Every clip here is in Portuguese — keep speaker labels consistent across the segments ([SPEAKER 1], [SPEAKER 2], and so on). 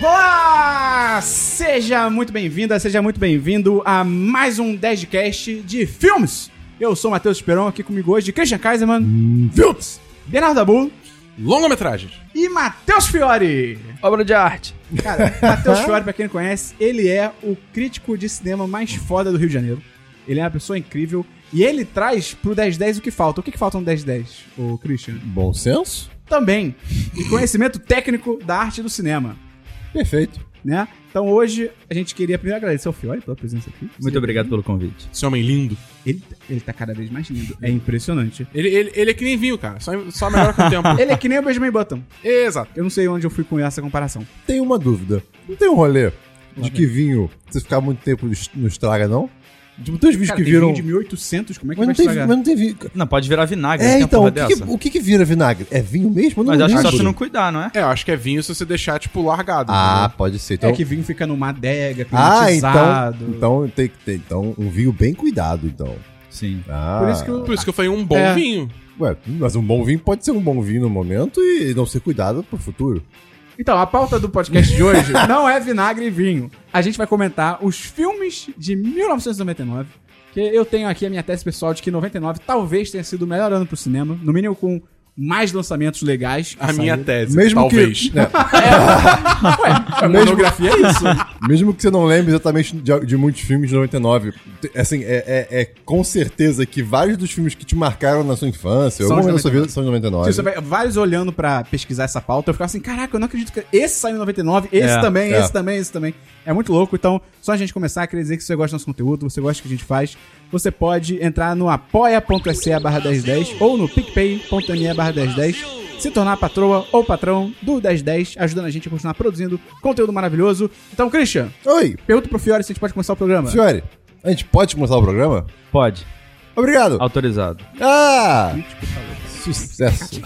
[SPEAKER 1] Olá! Seja muito bem-vinda, seja muito bem-vindo a mais um 10 de cast de filmes. Eu sou o Matheus Esperon, aqui comigo hoje Christian Kaiserman, filmes, Bernardo Abu
[SPEAKER 2] Longa-metragem.
[SPEAKER 1] e Matheus Fiore.
[SPEAKER 3] Obra de arte.
[SPEAKER 1] Cara, Matheus Fiore, pra quem não conhece, ele é o crítico de cinema mais foda do Rio de Janeiro. Ele é uma pessoa incrível e ele traz pro 1010 o que falta. O que, que falta no 1010, ô Christian?
[SPEAKER 2] Bom senso?
[SPEAKER 1] Também, e conhecimento técnico da arte do cinema.
[SPEAKER 2] Perfeito.
[SPEAKER 1] né? Então hoje a gente queria primeiro agradecer ao Fiore pela presença aqui.
[SPEAKER 3] Muito obrigado pelo convite.
[SPEAKER 2] Esse homem lindo.
[SPEAKER 1] Ele, ele tá cada vez mais lindo. É impressionante.
[SPEAKER 2] Ele, ele, ele é que nem vinho, cara. Só, só melhora com o tempo. É,
[SPEAKER 1] Ele é que nem o Benjamin Button.
[SPEAKER 2] Exato.
[SPEAKER 1] Eu não sei onde eu fui com essa comparação.
[SPEAKER 4] Tem uma dúvida. Não tem um rolê de que vinho, se ficar muito tempo, es- não estraga, não? Tipo, tem uns vinhos que
[SPEAKER 1] tem
[SPEAKER 4] viram.
[SPEAKER 1] vinho de 1800, como é que
[SPEAKER 4] Mas,
[SPEAKER 1] vai
[SPEAKER 4] não tem,
[SPEAKER 1] estragar?
[SPEAKER 4] vinho- mas não tem vinho.
[SPEAKER 3] Não, pode virar vinagre. né?
[SPEAKER 4] É,
[SPEAKER 3] tem a
[SPEAKER 4] então,
[SPEAKER 3] porra
[SPEAKER 4] o que, que- o que que vira vinagre? É vinho mesmo? Eu não
[SPEAKER 3] Mas acho que só
[SPEAKER 4] lembro.
[SPEAKER 3] se não cuidar, não é?
[SPEAKER 2] É, eu acho que é vinho se você deixar, tipo, largado.
[SPEAKER 4] Ah,
[SPEAKER 2] entendeu?
[SPEAKER 4] pode ser. Então...
[SPEAKER 1] É que vinho fica numa adega,
[SPEAKER 4] Ah, então,
[SPEAKER 1] climatizado.
[SPEAKER 4] então tem que ter então, um vinho bem cuidado, então.
[SPEAKER 3] Sim.
[SPEAKER 4] Ah,
[SPEAKER 1] Por isso que o-
[SPEAKER 2] Por isso que eu falei um bom
[SPEAKER 1] É.
[SPEAKER 2] vinho.
[SPEAKER 4] Ué, mas um bom vinho pode ser um bom vinho no momento e não ser cuidado pro futuro.
[SPEAKER 1] Então, a pauta do podcast de hoje não é vinagre e vinho. A gente vai comentar os filmes de 1999. Que eu tenho aqui a minha tese pessoal de que 99 talvez tenha sido o melhor ano pro cinema. No mínimo com mais lançamentos legais. que
[SPEAKER 2] A minha
[SPEAKER 1] saíram.
[SPEAKER 2] tese,
[SPEAKER 4] Mesmo
[SPEAKER 2] talvez.
[SPEAKER 4] que. né,
[SPEAKER 1] Ué, a monografia é isso.
[SPEAKER 4] Mesmo que você não lembre exatamente de, de muitos filmes de 99, te- assim, é, é, é com certeza que vários dos filmes que te marcaram na sua infância,
[SPEAKER 1] São
[SPEAKER 4] ou
[SPEAKER 1] de
[SPEAKER 4] na sua vida, são de
[SPEAKER 1] Se
[SPEAKER 4] 99.
[SPEAKER 1] Tipo, você vai- vários olhando pra pesquisar essa pauta, eu ficava assim, caraca, eu não acredito que esse saiu em 99, esse
[SPEAKER 3] É,
[SPEAKER 1] também,
[SPEAKER 4] é.
[SPEAKER 1] esse também, esse também. É muito louco, então, só a gente começar, queria dizer que se você gosta do nosso conteúdo, você gosta do que a gente faz, você pode entrar no apoia.se barra 1010 ou no picpay.me barra 1010, se tornar patroa ou patrão do 1010, ajudando a gente a continuar produzindo conteúdo maravilhoso. Então, Christian,
[SPEAKER 4] Oi,
[SPEAKER 1] pergunta pro Fiore se a gente pode começar o programa.
[SPEAKER 4] Fiore, a gente pode começar o programa?
[SPEAKER 3] Pode.
[SPEAKER 4] Obrigado!
[SPEAKER 3] Autorizado.
[SPEAKER 4] Ah! Sucesso!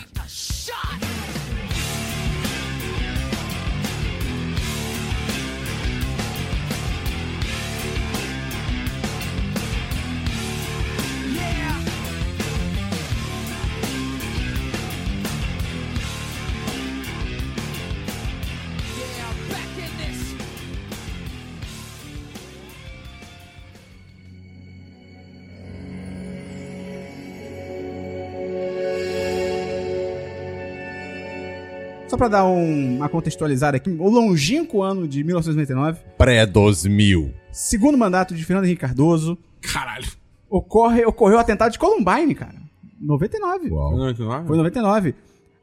[SPEAKER 1] Só pra dar um- uma contextualizada aqui, o longínquo ano de 1999,
[SPEAKER 4] Pré-2000.
[SPEAKER 1] segundo mandato de Fernando Henrique Cardoso,
[SPEAKER 2] Caralho.
[SPEAKER 1] ocorre, ocorreu o atentado de Columbine, cara. 99.
[SPEAKER 4] Uau.
[SPEAKER 2] é?
[SPEAKER 1] Foi 99.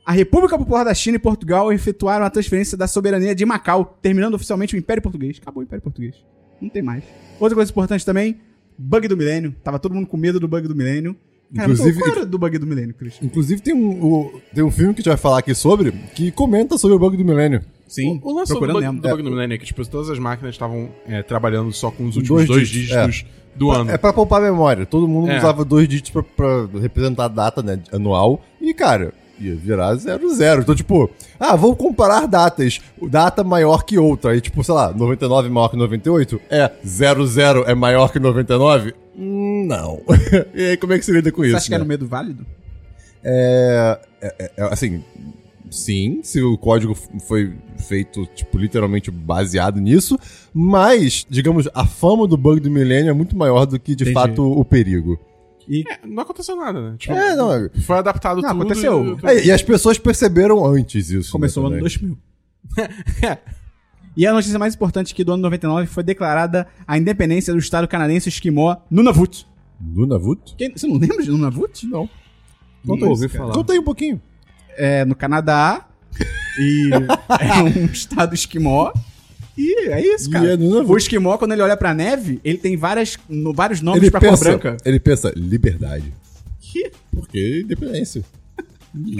[SPEAKER 1] A República Popular da China e Portugal efetuaram a transferência da soberania de Macau, terminando oficialmente o Império Português. Acabou o Império Português. Não tem mais. Outra coisa importante também, bug do milênio. Tava todo mundo com medo do bug do milênio. Cara,
[SPEAKER 4] Inclusive-
[SPEAKER 1] mas qual era do bug do milênio, Christian?
[SPEAKER 4] Inclusive, tem um, o- tem um filme que a gente vai falar aqui sobre que comenta sobre o bug do milênio.
[SPEAKER 1] Sim,
[SPEAKER 2] O, o lance do
[SPEAKER 1] procurando
[SPEAKER 2] bug,
[SPEAKER 1] Nemo.
[SPEAKER 2] do bug do Millennium é que, tipo, todas as máquinas estavam é, trabalhando só com os últimos
[SPEAKER 4] Dois
[SPEAKER 2] dois
[SPEAKER 4] dígitos, é.
[SPEAKER 2] dígitos do ano.
[SPEAKER 4] É pra poupar memória. Todo mundo
[SPEAKER 2] É.
[SPEAKER 4] usava dois dígitos pra, pra representar a data né, anual. E, cara, ia virar 00. Então, tipo, ah, vou comparar datas. Data maior que outra. Aí, tipo, sei lá, 99 é maior que 98? É. 00 é maior que 99? Hum, Não. e aí, como é que se lida com
[SPEAKER 1] Você
[SPEAKER 4] isso?
[SPEAKER 1] acha que era um
[SPEAKER 4] né?
[SPEAKER 1] medo válido?
[SPEAKER 4] é, é- é- é, Assim. Sim, se o código f- foi feito, tipo, literalmente baseado nisso, mas, digamos, a fama do bug do milênio é muito maior do que, de
[SPEAKER 1] Entendi.
[SPEAKER 4] fato, o perigo.
[SPEAKER 2] É, não aconteceu nada, né? Tipo,
[SPEAKER 4] É, não. é-
[SPEAKER 2] Foi adaptado
[SPEAKER 1] Não,
[SPEAKER 2] tudo.
[SPEAKER 1] aconteceu.
[SPEAKER 2] e-
[SPEAKER 4] é, E as pessoas perceberam antes isso.
[SPEAKER 1] Começou o
[SPEAKER 4] né,
[SPEAKER 1] ano
[SPEAKER 4] também.
[SPEAKER 1] 2000. e a notícia mais importante aqui do ano 99 foi declarada a independência do estado canadense esquimó Nunavut.
[SPEAKER 4] Nunavut?
[SPEAKER 1] Quem- você não lembra de Nunavut?
[SPEAKER 4] Não.
[SPEAKER 3] Nunca
[SPEAKER 4] aí,
[SPEAKER 3] ouvi
[SPEAKER 4] cara.
[SPEAKER 3] falar.
[SPEAKER 4] Conta aí um pouquinho.
[SPEAKER 1] É no Canadá. E é um estado esquimó. E é isso,
[SPEAKER 4] E
[SPEAKER 1] cara.
[SPEAKER 4] é Nunavut.
[SPEAKER 1] o esquimó, quando ele olha pra neve, ele tem várias, no- vários nomes
[SPEAKER 4] Ele
[SPEAKER 1] pra cor
[SPEAKER 4] pensa,
[SPEAKER 1] branca.
[SPEAKER 4] ele pensa, liberdade. Porque independência.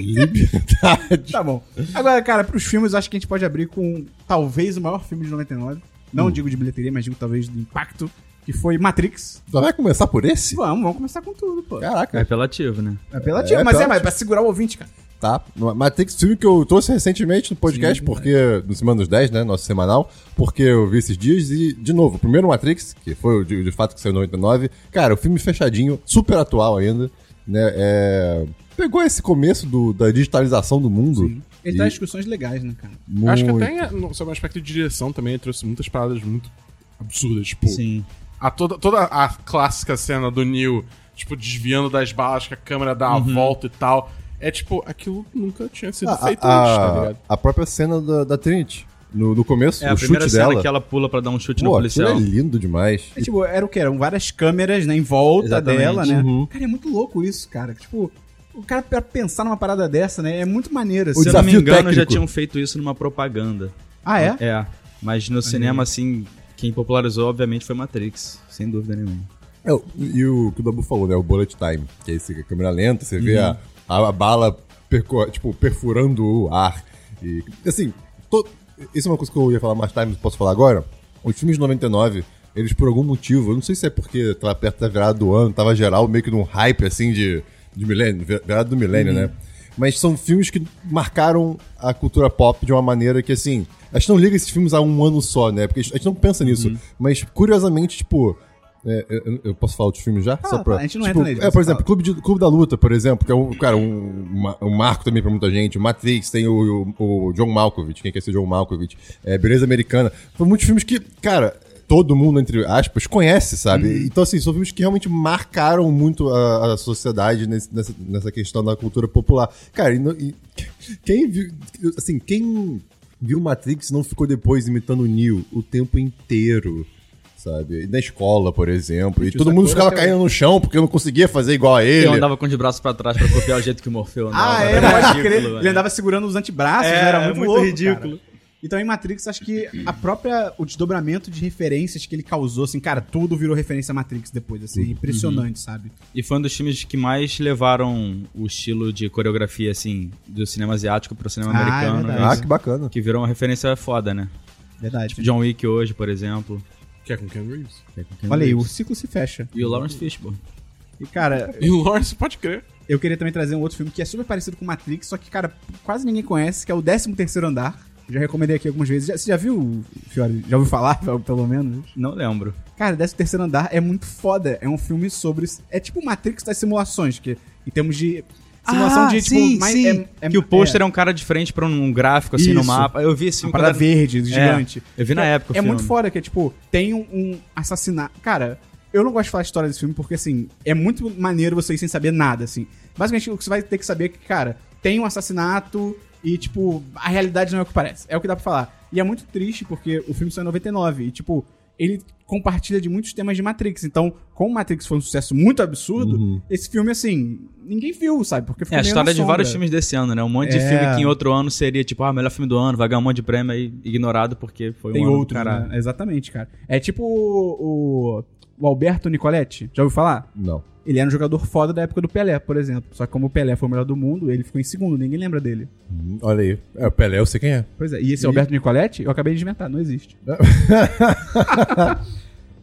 [SPEAKER 4] liberdade.
[SPEAKER 1] Tá bom. Agora, cara, pros filmes, eu acho que a gente pode abrir com talvez o maior filme de 99. Não
[SPEAKER 4] Hum.
[SPEAKER 1] digo de bilheteria, mas digo talvez do impacto. Que foi Matrix.
[SPEAKER 4] Já vai começar por esse?
[SPEAKER 1] Vamos, vamos começar com tudo, pô.
[SPEAKER 3] É
[SPEAKER 4] Caraca,
[SPEAKER 3] apelativo, né?
[SPEAKER 1] Apelativo,
[SPEAKER 4] É,
[SPEAKER 1] mas é,
[SPEAKER 4] apelativo.
[SPEAKER 1] mas pra segurar o ouvinte, cara.
[SPEAKER 4] tá. Matrix, filme que eu trouxe recentemente no podcast, porque. No Semana dos 10, né? Nosso semanal. Porque eu vi esses dias e, de novo, o primeiro Matrix, que foi o de, de fato que saiu em 99. Cara, o filme fechadinho, super atual ainda, né? É. Pegou esse começo do- da digitalização do mundo.
[SPEAKER 1] Ele traz discussões legais, né, cara?
[SPEAKER 2] Eu Acho que
[SPEAKER 4] Muito.
[SPEAKER 2] até, no- sob o aspecto de direção também, ele trouxe muitas paradas muito absurdas. Tipo,
[SPEAKER 3] Sim.
[SPEAKER 2] a toda, toda a clássica cena do Neil, tipo, desviando das balas, que a câmera dá uma volta e tal. É tipo, aquilo nunca tinha sido
[SPEAKER 4] Ah,
[SPEAKER 2] feito
[SPEAKER 4] a,
[SPEAKER 2] antes, tá ligado?
[SPEAKER 4] a própria cena da, da Trinity, no, no começo,
[SPEAKER 3] É a
[SPEAKER 4] o
[SPEAKER 3] primeira
[SPEAKER 4] chute
[SPEAKER 3] cena
[SPEAKER 4] dela.
[SPEAKER 3] que ela pula pra dar um chute no
[SPEAKER 4] Pô, aquilo é
[SPEAKER 3] policial.
[SPEAKER 4] lindo demais.
[SPEAKER 1] É, tipo, era o que? Eram várias câmeras, né, em volta
[SPEAKER 3] Exatamente.
[SPEAKER 1] dela, né?
[SPEAKER 4] Uhum.
[SPEAKER 1] Cara, é muito louco isso, cara. Tipo, o cara pra pensar numa parada dessa, né? É muito maneiro.
[SPEAKER 4] O
[SPEAKER 1] assim.
[SPEAKER 3] Se eu não me
[SPEAKER 4] desafio
[SPEAKER 3] engano, já
[SPEAKER 4] técnico.
[SPEAKER 3] tinham feito isso numa propaganda.
[SPEAKER 1] Ah, é?
[SPEAKER 3] É, mas no cinema, assim, quem popularizou, obviamente, foi Matrix, sem dúvida nenhuma.
[SPEAKER 4] É, o- e o que o Dabu falou, né? O bullet time, que é esse que é câmera lenta, você vê a, a, a bala perco- tipo, perfurando o ar. E, assim, to, isso é uma coisa que eu ia falar mais tarde, mas posso falar agora. Os filmes de 99, eles por algum motivo, eu não sei se é porque tava perto da virada do ano, tava geral meio que num hype, assim, de, de milênio, vi- virada do milênio, né? Mas são filmes que marcaram a cultura pop de uma maneira que, assim, a gente não liga esses filmes a um ano só, né? Porque a gente- a gente não pensa nisso. Mas, curiosamente, tipo, é, eu, eu posso falar outros filmes já? Só pra-
[SPEAKER 1] tá, a gente não
[SPEAKER 4] tipo,
[SPEAKER 1] entra neles,
[SPEAKER 4] É,
[SPEAKER 1] você
[SPEAKER 4] por exemplo, Clube, de- Clube da Luta, por exemplo, que é um, cara, um, uma- um marco também pra muita gente. O Matrix tem o, o, o John Malkovich, quem quer ser John Malkovich. É, Beleza Americana. São muitos filmes que, cara, todo mundo, entre aspas, conhece, sabe? Então, assim, são filmes que realmente marcaram muito a, a sociedade nesse- nessa, nessa questão da cultura popular. Cara, e, não- e- quem viu. Assim, quem viu Matrix não ficou depois imitando o Neo o tempo inteiro. Sabe? E Na escola, por exemplo. E todo mundo
[SPEAKER 1] Sakura
[SPEAKER 4] ficava
[SPEAKER 1] até
[SPEAKER 4] caindo no chão porque eu não conseguia fazer igual a ele.
[SPEAKER 3] Eu andava com os braços pra trás pra copiar o jeito que o Morfeu andava.
[SPEAKER 1] Ah, é,
[SPEAKER 3] Era
[SPEAKER 1] pode
[SPEAKER 3] um ridículo,
[SPEAKER 1] crer.
[SPEAKER 3] né?
[SPEAKER 1] Ele andava segurando os antebraços,
[SPEAKER 3] É,
[SPEAKER 1] né? era
[SPEAKER 3] é
[SPEAKER 1] muito,
[SPEAKER 3] muito
[SPEAKER 1] louco,
[SPEAKER 3] ridículo.
[SPEAKER 1] cara. Então em Matrix, acho que a própria o desdobramento de referências que ele causou, assim, cara, tudo virou referência a Matrix depois, assim,
[SPEAKER 3] Uhum.
[SPEAKER 1] impressionante, sabe?
[SPEAKER 3] E foi um dos filmes que mais levaram o estilo de coreografia, assim, do cinema asiático pro cinema
[SPEAKER 1] Ah, é
[SPEAKER 3] americano.
[SPEAKER 1] verdade.
[SPEAKER 4] Ah,
[SPEAKER 3] né?
[SPEAKER 4] que bacana.
[SPEAKER 3] Que virou uma referência foda, né?
[SPEAKER 1] Verdade.
[SPEAKER 3] Tipo John Wick hoje, por exemplo.
[SPEAKER 2] Que é com Ken Reeves.
[SPEAKER 1] Olha aí, o ciclo se fecha.
[SPEAKER 3] E o Lawrence Fishburne.
[SPEAKER 1] E cara,
[SPEAKER 2] E o Lawrence, pode crer.
[SPEAKER 1] eu queria também trazer um outro filme que é super parecido com Matrix, só que cara, quase ninguém conhece, que é o 13 Terceiro Andar. Já recomendei aqui algumas vezes. Já- você já viu, Fiore? Já ouviu falar, pelo menos?
[SPEAKER 3] Não lembro.
[SPEAKER 1] Cara, 13 terceiro andar é muito foda. É um filme sobre. É tipo Matrix das simulações, que em termos de.
[SPEAKER 3] Ah,
[SPEAKER 1] Simulação de tipo. mais- é- é-
[SPEAKER 3] que o pôster é. um cara de frente pra um gráfico, assim, no
[SPEAKER 1] Isso.
[SPEAKER 3] mapa. Eu vi esse
[SPEAKER 1] é uma
[SPEAKER 3] filme
[SPEAKER 1] parada
[SPEAKER 3] quando
[SPEAKER 1] verde,
[SPEAKER 3] era- É,
[SPEAKER 1] gigante.
[SPEAKER 3] eu vi na época o
[SPEAKER 1] É
[SPEAKER 3] filme.
[SPEAKER 1] muito foda, que é tipo, tem um, um assassinato. Cara, eu não gosto de falar a história desse filme, porque assim, é muito maneiro você ir sem saber nada, assim. Basicamente, o que você vai ter que saber é que, cara, tem um assassinato e, tipo, a realidade não é o que parece. É o que dá pra falar. E é muito triste, porque o filme saiu em 99 e, tipo, ele compartilha de muitos temas de Matrix. Então, como Matrix foi um sucesso muito absurdo, esse filme, assim, ninguém viu, sabe? Porque
[SPEAKER 3] Uhum. É, a
[SPEAKER 1] meio
[SPEAKER 3] história
[SPEAKER 1] na
[SPEAKER 3] de
[SPEAKER 1] sombra.
[SPEAKER 3] vários filmes desse ano, né? Um monte de
[SPEAKER 1] É.
[SPEAKER 3] filme que em outro ano seria, tipo, ah, melhor filme do ano, vai ganhar um monte de prêmio aí, ignorado porque foi
[SPEAKER 1] Tem
[SPEAKER 3] um ano do
[SPEAKER 1] outro,
[SPEAKER 3] caralho.
[SPEAKER 1] né? Exatamente, cara. É tipo o, o- o Alberto Nicoletti. Já ouviu falar?
[SPEAKER 4] Não.
[SPEAKER 1] Ele era um jogador foda da época do Pelé, por exemplo. Só que como o Pelé foi o melhor do mundo, ele ficou em segundo. Ninguém lembra dele.
[SPEAKER 4] Hum, Olha aí. É, o Pelé, eu sei quem é.
[SPEAKER 1] Pois é. E esse Alberto Nicoletti, eu acabei de inventar. Não existe.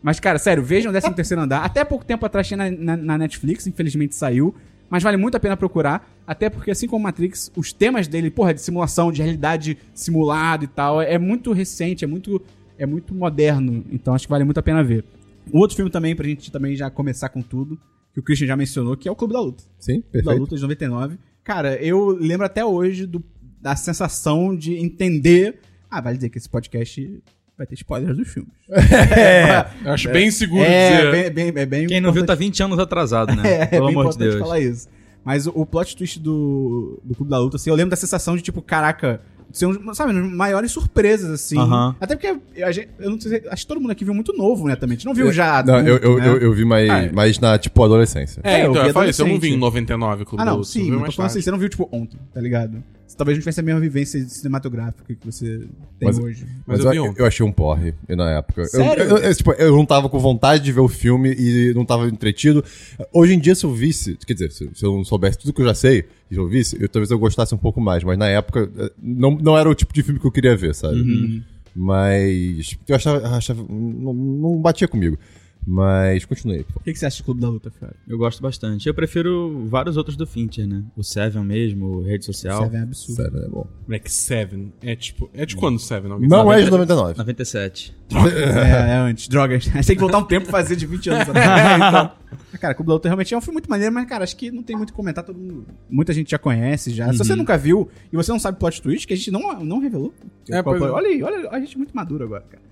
[SPEAKER 1] Mas, cara, sério, vejam o 13 terceiro andar. Até pouco tempo atrás tinha na, na- na Netflix. Infelizmente saiu. Mas vale muito a pena procurar. Até porque, assim como Matrix, os temas dele, porra, de simulação, de realidade simulada e tal, é muito recente, é muito é muito moderno, então acho que vale muito a pena ver. O outro filme também, pra gente também já começar com tudo, que o Christian já mencionou, que é o Clube da Luta.
[SPEAKER 4] Sim,
[SPEAKER 1] Clube da
[SPEAKER 4] perfeito.
[SPEAKER 1] Luta de 99. Cara, eu lembro até hoje do- da sensação de entender. Ah, vale dizer que esse podcast vai ter spoilers dos filmes.
[SPEAKER 4] É.
[SPEAKER 2] Eu acho bem seguro dizer.
[SPEAKER 1] é, bem, bem, é bem
[SPEAKER 3] Quem não viu
[SPEAKER 1] importante-
[SPEAKER 3] tá 20 anos atrasado, né?
[SPEAKER 1] é,
[SPEAKER 3] Pelo
[SPEAKER 1] é bem
[SPEAKER 3] amor de
[SPEAKER 1] importante
[SPEAKER 3] Deus.
[SPEAKER 1] falar isso. Mas o, o plot twist do, do Clube da Luta, assim, eu lembro da sensação de, tipo, caraca, ser um, sabe, uma das maiores surpresas, assim.
[SPEAKER 3] Ahã.
[SPEAKER 1] Até porque a gente, eu não sei, se- acho que todo mundo aqui viu muito novo, né, também. A gente não viu já.
[SPEAKER 4] É, Não, eu, eu,
[SPEAKER 1] né?
[SPEAKER 4] eu, eu vi mais,
[SPEAKER 2] Ah, é.
[SPEAKER 4] mais na, tipo, adolescência.
[SPEAKER 1] É,
[SPEAKER 2] É,
[SPEAKER 1] eu
[SPEAKER 2] então,
[SPEAKER 1] vi
[SPEAKER 2] eu falei isso, eu não
[SPEAKER 1] adolescente.
[SPEAKER 2] vi em 99 Clube
[SPEAKER 1] Ah,
[SPEAKER 2] da
[SPEAKER 1] não,
[SPEAKER 2] Luta, eu
[SPEAKER 1] sim,
[SPEAKER 2] vi
[SPEAKER 1] eu tô
[SPEAKER 2] mais
[SPEAKER 1] falando
[SPEAKER 2] tarde.
[SPEAKER 1] assim, você não viu, tipo, ontem, tá ligado? Você talvez não tivesse a mesma vivência cinematográfica que você tem
[SPEAKER 4] Mas-
[SPEAKER 1] hoje.
[SPEAKER 4] Mas,
[SPEAKER 2] Mas
[SPEAKER 4] eu,
[SPEAKER 2] eu vi ontem.
[SPEAKER 4] eu achei um porre e na época. Eu-
[SPEAKER 1] Sério?
[SPEAKER 4] Eu, eu- tipo, eu não tava com vontade de ver o filme e não tava entretido. Hoje em dia, se eu visse, quer dizer, se, se eu não soubesse tudo que eu já sei, e eu visse, eu, talvez eu gostasse um pouco mais. Mas na época, eh, não, não era o tipo de filme que eu queria ver, sabe? Mas. Eu achava. achava- não, não batia comigo. Mas continuei.
[SPEAKER 1] O que, que você acha do Clube da Luta, cara?
[SPEAKER 3] Eu gosto bastante. Eu prefiro vários outros do Fincher, né? O Seven mesmo, o Rede Social.
[SPEAKER 1] Isso é absurdo.
[SPEAKER 4] Sério, é bom.
[SPEAKER 2] Moleque, Seven. É tipo. É de quando Seven? Alguém
[SPEAKER 4] Não
[SPEAKER 2] sabe?
[SPEAKER 4] é de 99.
[SPEAKER 3] 97.
[SPEAKER 1] tá
[SPEAKER 3] Então,
[SPEAKER 2] então,
[SPEAKER 1] É, é antes. Drogas. A gente tem que voltar um tempo pra fazer de 20 anos. sabe? Cara, Clube da Luta realmente é um filme muito maneiro, mas, cara, acho que não tem muito o que comentar. Todo mundo, muita gente já conhece já. Se você
[SPEAKER 2] Uhum.
[SPEAKER 1] nunca viu e você não sabe plot twist, que a gente não, não revelou.
[SPEAKER 2] É,
[SPEAKER 1] Qual
[SPEAKER 2] pois
[SPEAKER 1] foi?
[SPEAKER 2] é.
[SPEAKER 1] Olha aí, olha, a gente é muito maduro agora, cara.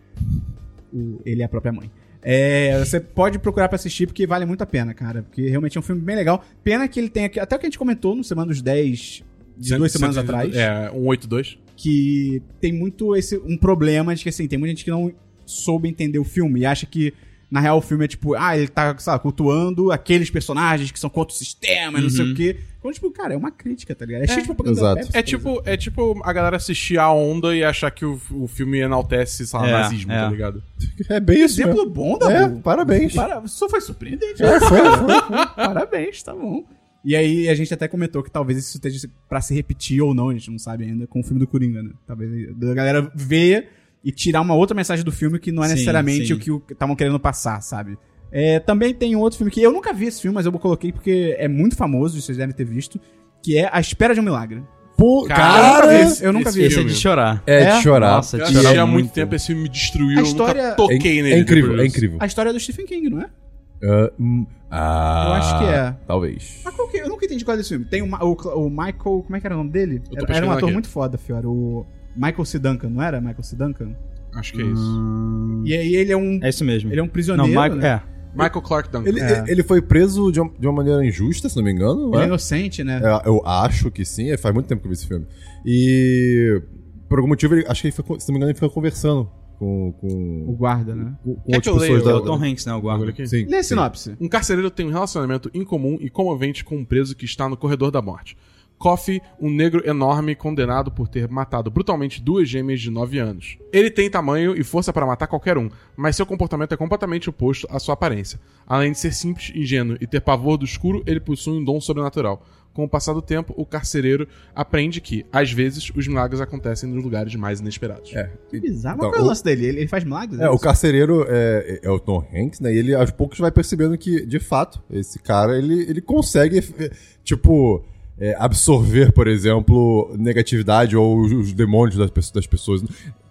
[SPEAKER 1] O- ele é a própria mãe. É, você pode procurar pra assistir, porque vale muito a pena, cara. Porque realmente é um filme bem legal. Pena que ele tem aqui, até o que a gente comentou no Semana dos 10, de duas semanas atrás
[SPEAKER 2] É, 182.
[SPEAKER 1] que tem muito esse um problema de que assim, tem muita gente que não soube entender o filme e acha que na real o filme é tipo, ah, ele tá, sei lá, cultuando aqueles personagens que são contra o sistema, e não sei o quê. Então, tipo, cara, é uma crítica, tá ligado? É, cheio de propaganda da Pepsi,
[SPEAKER 2] Uhum.
[SPEAKER 4] Exato.
[SPEAKER 2] É
[SPEAKER 1] por
[SPEAKER 2] tipo, é tipo a galera assistir a onda e achar que o, o filme enaltece, sei lá,
[SPEAKER 3] É,
[SPEAKER 2] nazismo,
[SPEAKER 3] é.
[SPEAKER 2] tá ligado?
[SPEAKER 4] É bem isso mesmo.
[SPEAKER 1] exemplo bom da
[SPEAKER 4] É, parabéns.
[SPEAKER 1] Para... Só foi surpreendente.
[SPEAKER 4] É, foi, foi.
[SPEAKER 1] Parabéns, tá bom. E aí a gente até comentou que talvez isso esteja pra se repetir ou não, a gente não sabe ainda, com o filme do Coringa, né? Talvez a galera ver e tirar uma outra mensagem do filme que não é
[SPEAKER 3] Sim,
[SPEAKER 1] necessariamente
[SPEAKER 3] sim.
[SPEAKER 1] o que estavam querendo passar, sabe? É, também tem um outro filme que eu nunca vi esse filme, mas eu coloquei porque é muito famoso, vocês devem ter visto, que é A Espera de um Milagre.
[SPEAKER 4] Pô,
[SPEAKER 2] Cara,
[SPEAKER 1] eu nunca vi
[SPEAKER 4] cara.
[SPEAKER 1] esse, eu nunca vi esse.
[SPEAKER 2] esse
[SPEAKER 3] Esse é
[SPEAKER 2] filme.
[SPEAKER 3] de chorar.
[SPEAKER 4] É
[SPEAKER 1] É?
[SPEAKER 4] de chorar.
[SPEAKER 3] Nossa,
[SPEAKER 2] Eu
[SPEAKER 3] te
[SPEAKER 2] assisti há
[SPEAKER 3] amo
[SPEAKER 2] muito
[SPEAKER 3] muito.
[SPEAKER 2] tempo, esse filme me
[SPEAKER 1] A
[SPEAKER 2] destruiu, eu
[SPEAKER 1] história-
[SPEAKER 2] nunca toquei
[SPEAKER 4] é,
[SPEAKER 2] nele.
[SPEAKER 4] é incrível, é
[SPEAKER 2] depois.
[SPEAKER 4] incrível.
[SPEAKER 1] A história é do Stephen King, não é?
[SPEAKER 4] Ah, hum, ah,
[SPEAKER 1] Eu acho que é.
[SPEAKER 4] Talvez.
[SPEAKER 1] Mas qual que- eu nunca entendi qual é esse filme. Tem o, Ma- o Cla- o Michael. Como é que era o nome dele?
[SPEAKER 2] tô
[SPEAKER 1] Era, era um
[SPEAKER 2] pesquisando
[SPEAKER 1] ator
[SPEAKER 2] aqui.
[SPEAKER 1] muito foda, Fiora. O Michael C. Duncan, não era? Michael C. Duncan?
[SPEAKER 2] Acho que é
[SPEAKER 1] Hum.
[SPEAKER 2] isso.
[SPEAKER 1] E aí ele é um.
[SPEAKER 3] É isso mesmo.
[SPEAKER 1] Ele é um
[SPEAKER 3] Não,
[SPEAKER 1] prisioneiro.
[SPEAKER 3] Michael,
[SPEAKER 1] né?
[SPEAKER 3] é.
[SPEAKER 2] Michael Clark Duncan.
[SPEAKER 4] Ele,
[SPEAKER 1] É.
[SPEAKER 4] ele foi preso de uma, de uma maneira injusta, se não me engano.
[SPEAKER 1] Ele é
[SPEAKER 4] né?
[SPEAKER 1] inocente, né?
[SPEAKER 4] É, eu acho que sim, é, faz muito tempo que eu vi esse filme. E por algum motivo, ele, acho que ele foi, se não me engano, ele fica conversando com,
[SPEAKER 1] O
[SPEAKER 4] com,
[SPEAKER 1] guarda, né?
[SPEAKER 4] com, com
[SPEAKER 2] Quer que eu
[SPEAKER 4] outras pessoas
[SPEAKER 2] leia
[SPEAKER 3] É
[SPEAKER 4] da.
[SPEAKER 3] o Tom Hanks, né? O guarda.
[SPEAKER 2] aqui?
[SPEAKER 4] Sim,
[SPEAKER 1] Lê a
[SPEAKER 4] sim.
[SPEAKER 1] sinopse.
[SPEAKER 2] Um carcereiro tem um relacionamento incomum e comovente com um preso que está no corredor da morte. Coffee, um negro enorme condenado por ter matado brutalmente duas gêmeas de 9 anos. Ele tem tamanho e força para matar qualquer um, mas seu comportamento é completamente oposto à sua aparência. Além de ser simples, ingênuo e ter pavor do escuro, ele possui um dom sobrenatural. Com o passar do tempo, o carcereiro aprende que, às vezes, os milagres acontecem nos lugares mais inesperados.
[SPEAKER 4] É.
[SPEAKER 1] Que bizarro. Mas
[SPEAKER 4] Então,
[SPEAKER 1] qual é o
[SPEAKER 4] o-
[SPEAKER 1] lance dele? Ele, ele faz milagres?
[SPEAKER 4] É, o carcereiro é, é o Tom Hanks, né? E ele aos poucos vai percebendo que, de fato, esse cara ele, ele consegue, eh, tipo, eh, absorver, por exemplo, negatividade ou os, os demônios das, pe- das pessoas.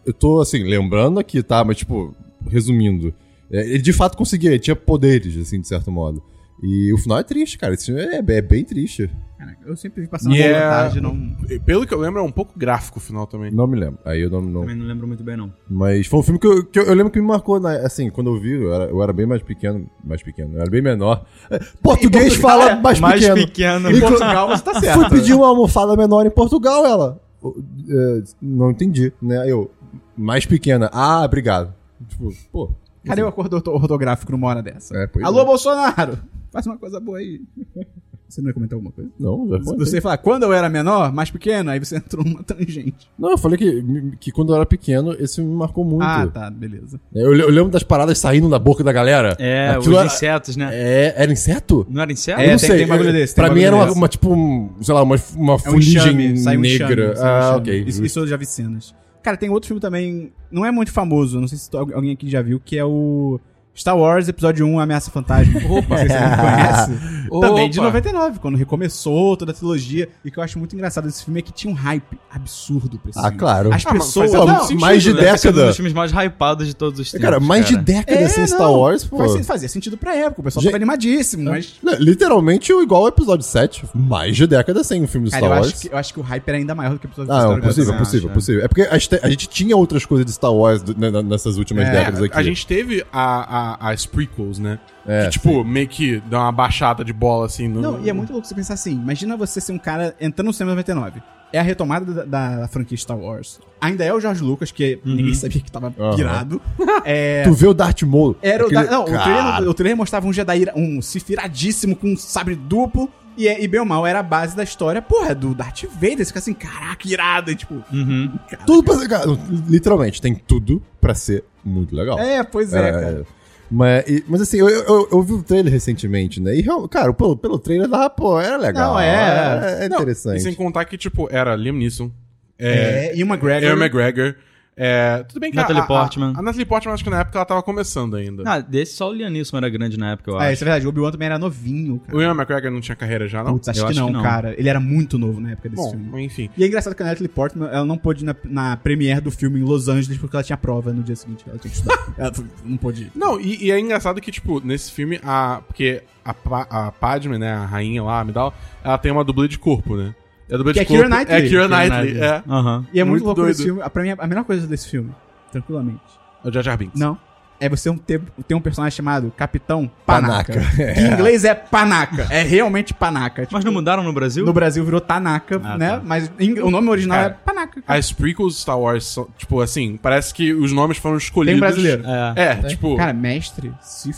[SPEAKER 4] Eu tô, assim, lembrando aqui, tá? Mas, tipo, resumindo. É, ele de fato conseguia, ele tinha poderes, assim, de certo modo. E o final é triste, cara. Esse filme é, é bem triste.
[SPEAKER 1] Caraca, eu sempre vi passando
[SPEAKER 2] Yeah.
[SPEAKER 1] yeah. vontade, não.
[SPEAKER 2] E, Pelo que eu lembro, é um pouco gráfico o final também.
[SPEAKER 4] Não me lembro. Aí eu não, não,
[SPEAKER 3] Também não lembro muito bem, não.
[SPEAKER 4] Mas foi um filme que eu, que eu- eu lembro que me marcou, né? assim, quando eu vi, eu era, eu era bem mais pequeno, mais pequeno, eu era bem menor. É, Português
[SPEAKER 1] Em Portugal,
[SPEAKER 4] fala
[SPEAKER 1] é,
[SPEAKER 4] mais,
[SPEAKER 3] Mais
[SPEAKER 4] pequeno.
[SPEAKER 3] pequeno.
[SPEAKER 1] Em Portugal, você tá certo.
[SPEAKER 4] Fui pedir uma almofada menor em Portugal, ela. "Oh, é, não entendi, né? Aí Eu, mais pequena. Ah, obrigado. Tipo, pô.
[SPEAKER 1] Cadê o acordo orto- ortográfico numa hora dessa?
[SPEAKER 4] É, pois
[SPEAKER 1] Alô,
[SPEAKER 4] é.
[SPEAKER 1] Bolsonaro! Faz uma coisa boa aí. Você não ia comentar alguma coisa?
[SPEAKER 4] Não, já foi.
[SPEAKER 1] Você ia falar, quando eu era menor, mais pequeno, aí você entrou numa tangente.
[SPEAKER 4] Não, eu falei que, que quando eu era pequeno, esse me marcou muito. É,
[SPEAKER 1] Ah, tá, beleza.
[SPEAKER 4] eu, eu lembro das paradas saindo da boca da galera.
[SPEAKER 3] É,
[SPEAKER 4] Aquilo
[SPEAKER 3] os
[SPEAKER 4] era-
[SPEAKER 3] insetos, né?
[SPEAKER 4] É, era inseto?
[SPEAKER 3] Não era inseto?
[SPEAKER 1] É,
[SPEAKER 4] Eu não
[SPEAKER 1] tem-
[SPEAKER 4] sei.
[SPEAKER 1] tem um bagulho
[SPEAKER 4] eu-
[SPEAKER 1] desse, tem
[SPEAKER 4] Pra
[SPEAKER 1] um
[SPEAKER 4] mim
[SPEAKER 1] bagulho
[SPEAKER 4] era uma,
[SPEAKER 1] desse.
[SPEAKER 4] uma, tipo, um, sei lá, uma,
[SPEAKER 1] É
[SPEAKER 4] uma
[SPEAKER 1] um enxame,
[SPEAKER 4] fuligem
[SPEAKER 1] sai um
[SPEAKER 4] negra.
[SPEAKER 1] enxame. sai um
[SPEAKER 4] ah,
[SPEAKER 1] enxame.
[SPEAKER 4] ok.
[SPEAKER 1] Isso, isso eu já vi cenas. Cara, tem outro filme também, não é muito famoso, não sei se to- alguém aqui já viu, que é o Star Wars Episódio 1, Ameaça Fantasma. Opa! Vocês conhece. Também de
[SPEAKER 2] Opa!
[SPEAKER 1] 99, quando recomeçou toda a trilogia. E que eu acho muito engraçado desse filme é que tinha um hype absurdo pra esse
[SPEAKER 4] Ah,
[SPEAKER 1] filme.
[SPEAKER 4] claro.
[SPEAKER 1] As
[SPEAKER 2] Ah, mas
[SPEAKER 1] pessoas...
[SPEAKER 2] faz-
[SPEAKER 1] não,
[SPEAKER 4] Pô,
[SPEAKER 2] sentido,
[SPEAKER 4] mais de
[SPEAKER 2] né?
[SPEAKER 3] Deve ser um
[SPEAKER 4] década. É,
[SPEAKER 3] dos filmes mais hypados de todos os tempos.
[SPEAKER 4] Cara, mais de década
[SPEAKER 1] É,
[SPEAKER 4] sem Star
[SPEAKER 1] não,
[SPEAKER 4] Wars, pô.
[SPEAKER 1] faz sen- fazia sentido pra época, o pessoal
[SPEAKER 4] Gente- é.
[SPEAKER 1] tava animadíssimo, mas...
[SPEAKER 4] Não, Literalmente igual ao episódio 7. Mais de década sem um filme do
[SPEAKER 1] Cara,
[SPEAKER 4] Star
[SPEAKER 1] eu
[SPEAKER 4] Wars.
[SPEAKER 1] acho, que, eu acho que o hype era ainda maior do que o episódio
[SPEAKER 4] Ah, não,
[SPEAKER 1] do Star
[SPEAKER 4] possível,
[SPEAKER 1] Wars.
[SPEAKER 4] possível,
[SPEAKER 3] acho,
[SPEAKER 4] possível. É porque a gente, a gente tinha outras coisas de Star Wars do- né, nessas últimas
[SPEAKER 1] É,
[SPEAKER 4] décadas aqui.
[SPEAKER 2] A gente teve a, a- as prequels, né?
[SPEAKER 4] É,
[SPEAKER 2] que, tipo, meio que dá uma baixada de bola, assim. No...
[SPEAKER 1] Não, e é muito louco você pensar assim. Imagina você ser um cara entrando no cinema 99. É a retomada da, da franquia Star Wars. Ainda é o George Lucas, que ninguém sabia que tava
[SPEAKER 4] Aham.
[SPEAKER 1] pirado. É,
[SPEAKER 4] Tu vê o Darth Maul.
[SPEAKER 1] era o
[SPEAKER 4] aquele
[SPEAKER 1] da- não, o
[SPEAKER 4] cara.
[SPEAKER 1] trailer, o trailer mostrava um Jedi, ira- um Sith iradíssimo com um sabre duplo. E, é- e bem ou mal, era a base da história, porra, do Darth Vader. Você fica assim, caraca, irado. E tipo,
[SPEAKER 3] Uhum.
[SPEAKER 1] cara.
[SPEAKER 4] Tudo pra ser, cara, literalmente, tem tudo pra ser muito legal.
[SPEAKER 1] É, pois é,
[SPEAKER 4] É,
[SPEAKER 1] cara.
[SPEAKER 4] Mas, e- mas assim, eu, eu- eu, eu vi o trailer recentemente, né? E, real- cara, pelo, pelo trailer lá, pô, era legal.
[SPEAKER 1] Não, é,
[SPEAKER 4] Era- É,
[SPEAKER 2] Não,
[SPEAKER 4] interessante.
[SPEAKER 2] E sem contar que, tipo, era Liam Neeson,
[SPEAKER 1] É, e o McGregor.
[SPEAKER 2] Ewan McGregor, É, tudo bem que a-
[SPEAKER 3] Natalie
[SPEAKER 2] a,
[SPEAKER 3] Portman.
[SPEAKER 2] A, a Natalie Portman, acho que na época ela tava começando ainda.
[SPEAKER 3] Ah, desse só o Lianisson era grande na época, eu
[SPEAKER 1] Ah,
[SPEAKER 3] acho.
[SPEAKER 1] isso é verdade. O Obi-Wan também era novinho, cara.
[SPEAKER 2] O Ian McGregor não tinha carreira já, não?
[SPEAKER 1] Putz, acho,
[SPEAKER 3] Eu
[SPEAKER 1] que,
[SPEAKER 3] acho
[SPEAKER 1] não,
[SPEAKER 3] que não.
[SPEAKER 1] cara. Ele era muito novo na época desse filme.
[SPEAKER 2] Bom, enfim.
[SPEAKER 1] E é engraçado que a Natalie Portman, ela não pôde ir na, na premiere do filme em Los Angeles porque ela tinha prova no dia seguinte. Ela tinha que estudar. ela foi- não pôde ir.
[SPEAKER 2] Não, e, e é engraçado que, tipo, nesse filme, a. Porque a, Pa- a Padme, né, a rainha lá, a Amidala, ela tem uma dublê de corpo, né? É a dublê
[SPEAKER 1] Que
[SPEAKER 2] de
[SPEAKER 1] é
[SPEAKER 2] corpo.
[SPEAKER 1] Keira Knightley.
[SPEAKER 2] É a Keira
[SPEAKER 1] Keira
[SPEAKER 2] Knightley,
[SPEAKER 1] Knightley.
[SPEAKER 2] é.
[SPEAKER 3] Aham.
[SPEAKER 1] E é muito,
[SPEAKER 2] Muito
[SPEAKER 1] louco
[SPEAKER 2] doido.
[SPEAKER 1] desse filme. A- Pra mim, a melhor coisa desse filme, tranquilamente.
[SPEAKER 2] É o Jar Jar Binks.
[SPEAKER 1] Não. É você um ter, ter um personagem chamado Capitão Panaca.
[SPEAKER 4] Panaca.
[SPEAKER 1] Que em inglês é Panaca. É realmente Panaca. Tipo,
[SPEAKER 3] Mas não mudaram no Brasil?
[SPEAKER 1] no Brasil virou Tanaka,
[SPEAKER 3] Ah,
[SPEAKER 1] né?
[SPEAKER 3] tá.
[SPEAKER 1] Mas em- o nome original
[SPEAKER 2] Cara,
[SPEAKER 1] é Panaca. cara.
[SPEAKER 2] As prequels Star Wars são, tipo, assim, parece que os nomes foram escolhidos.
[SPEAKER 1] Tem brasileiro.
[SPEAKER 3] É.
[SPEAKER 2] É, tipo.
[SPEAKER 1] Cara, mestre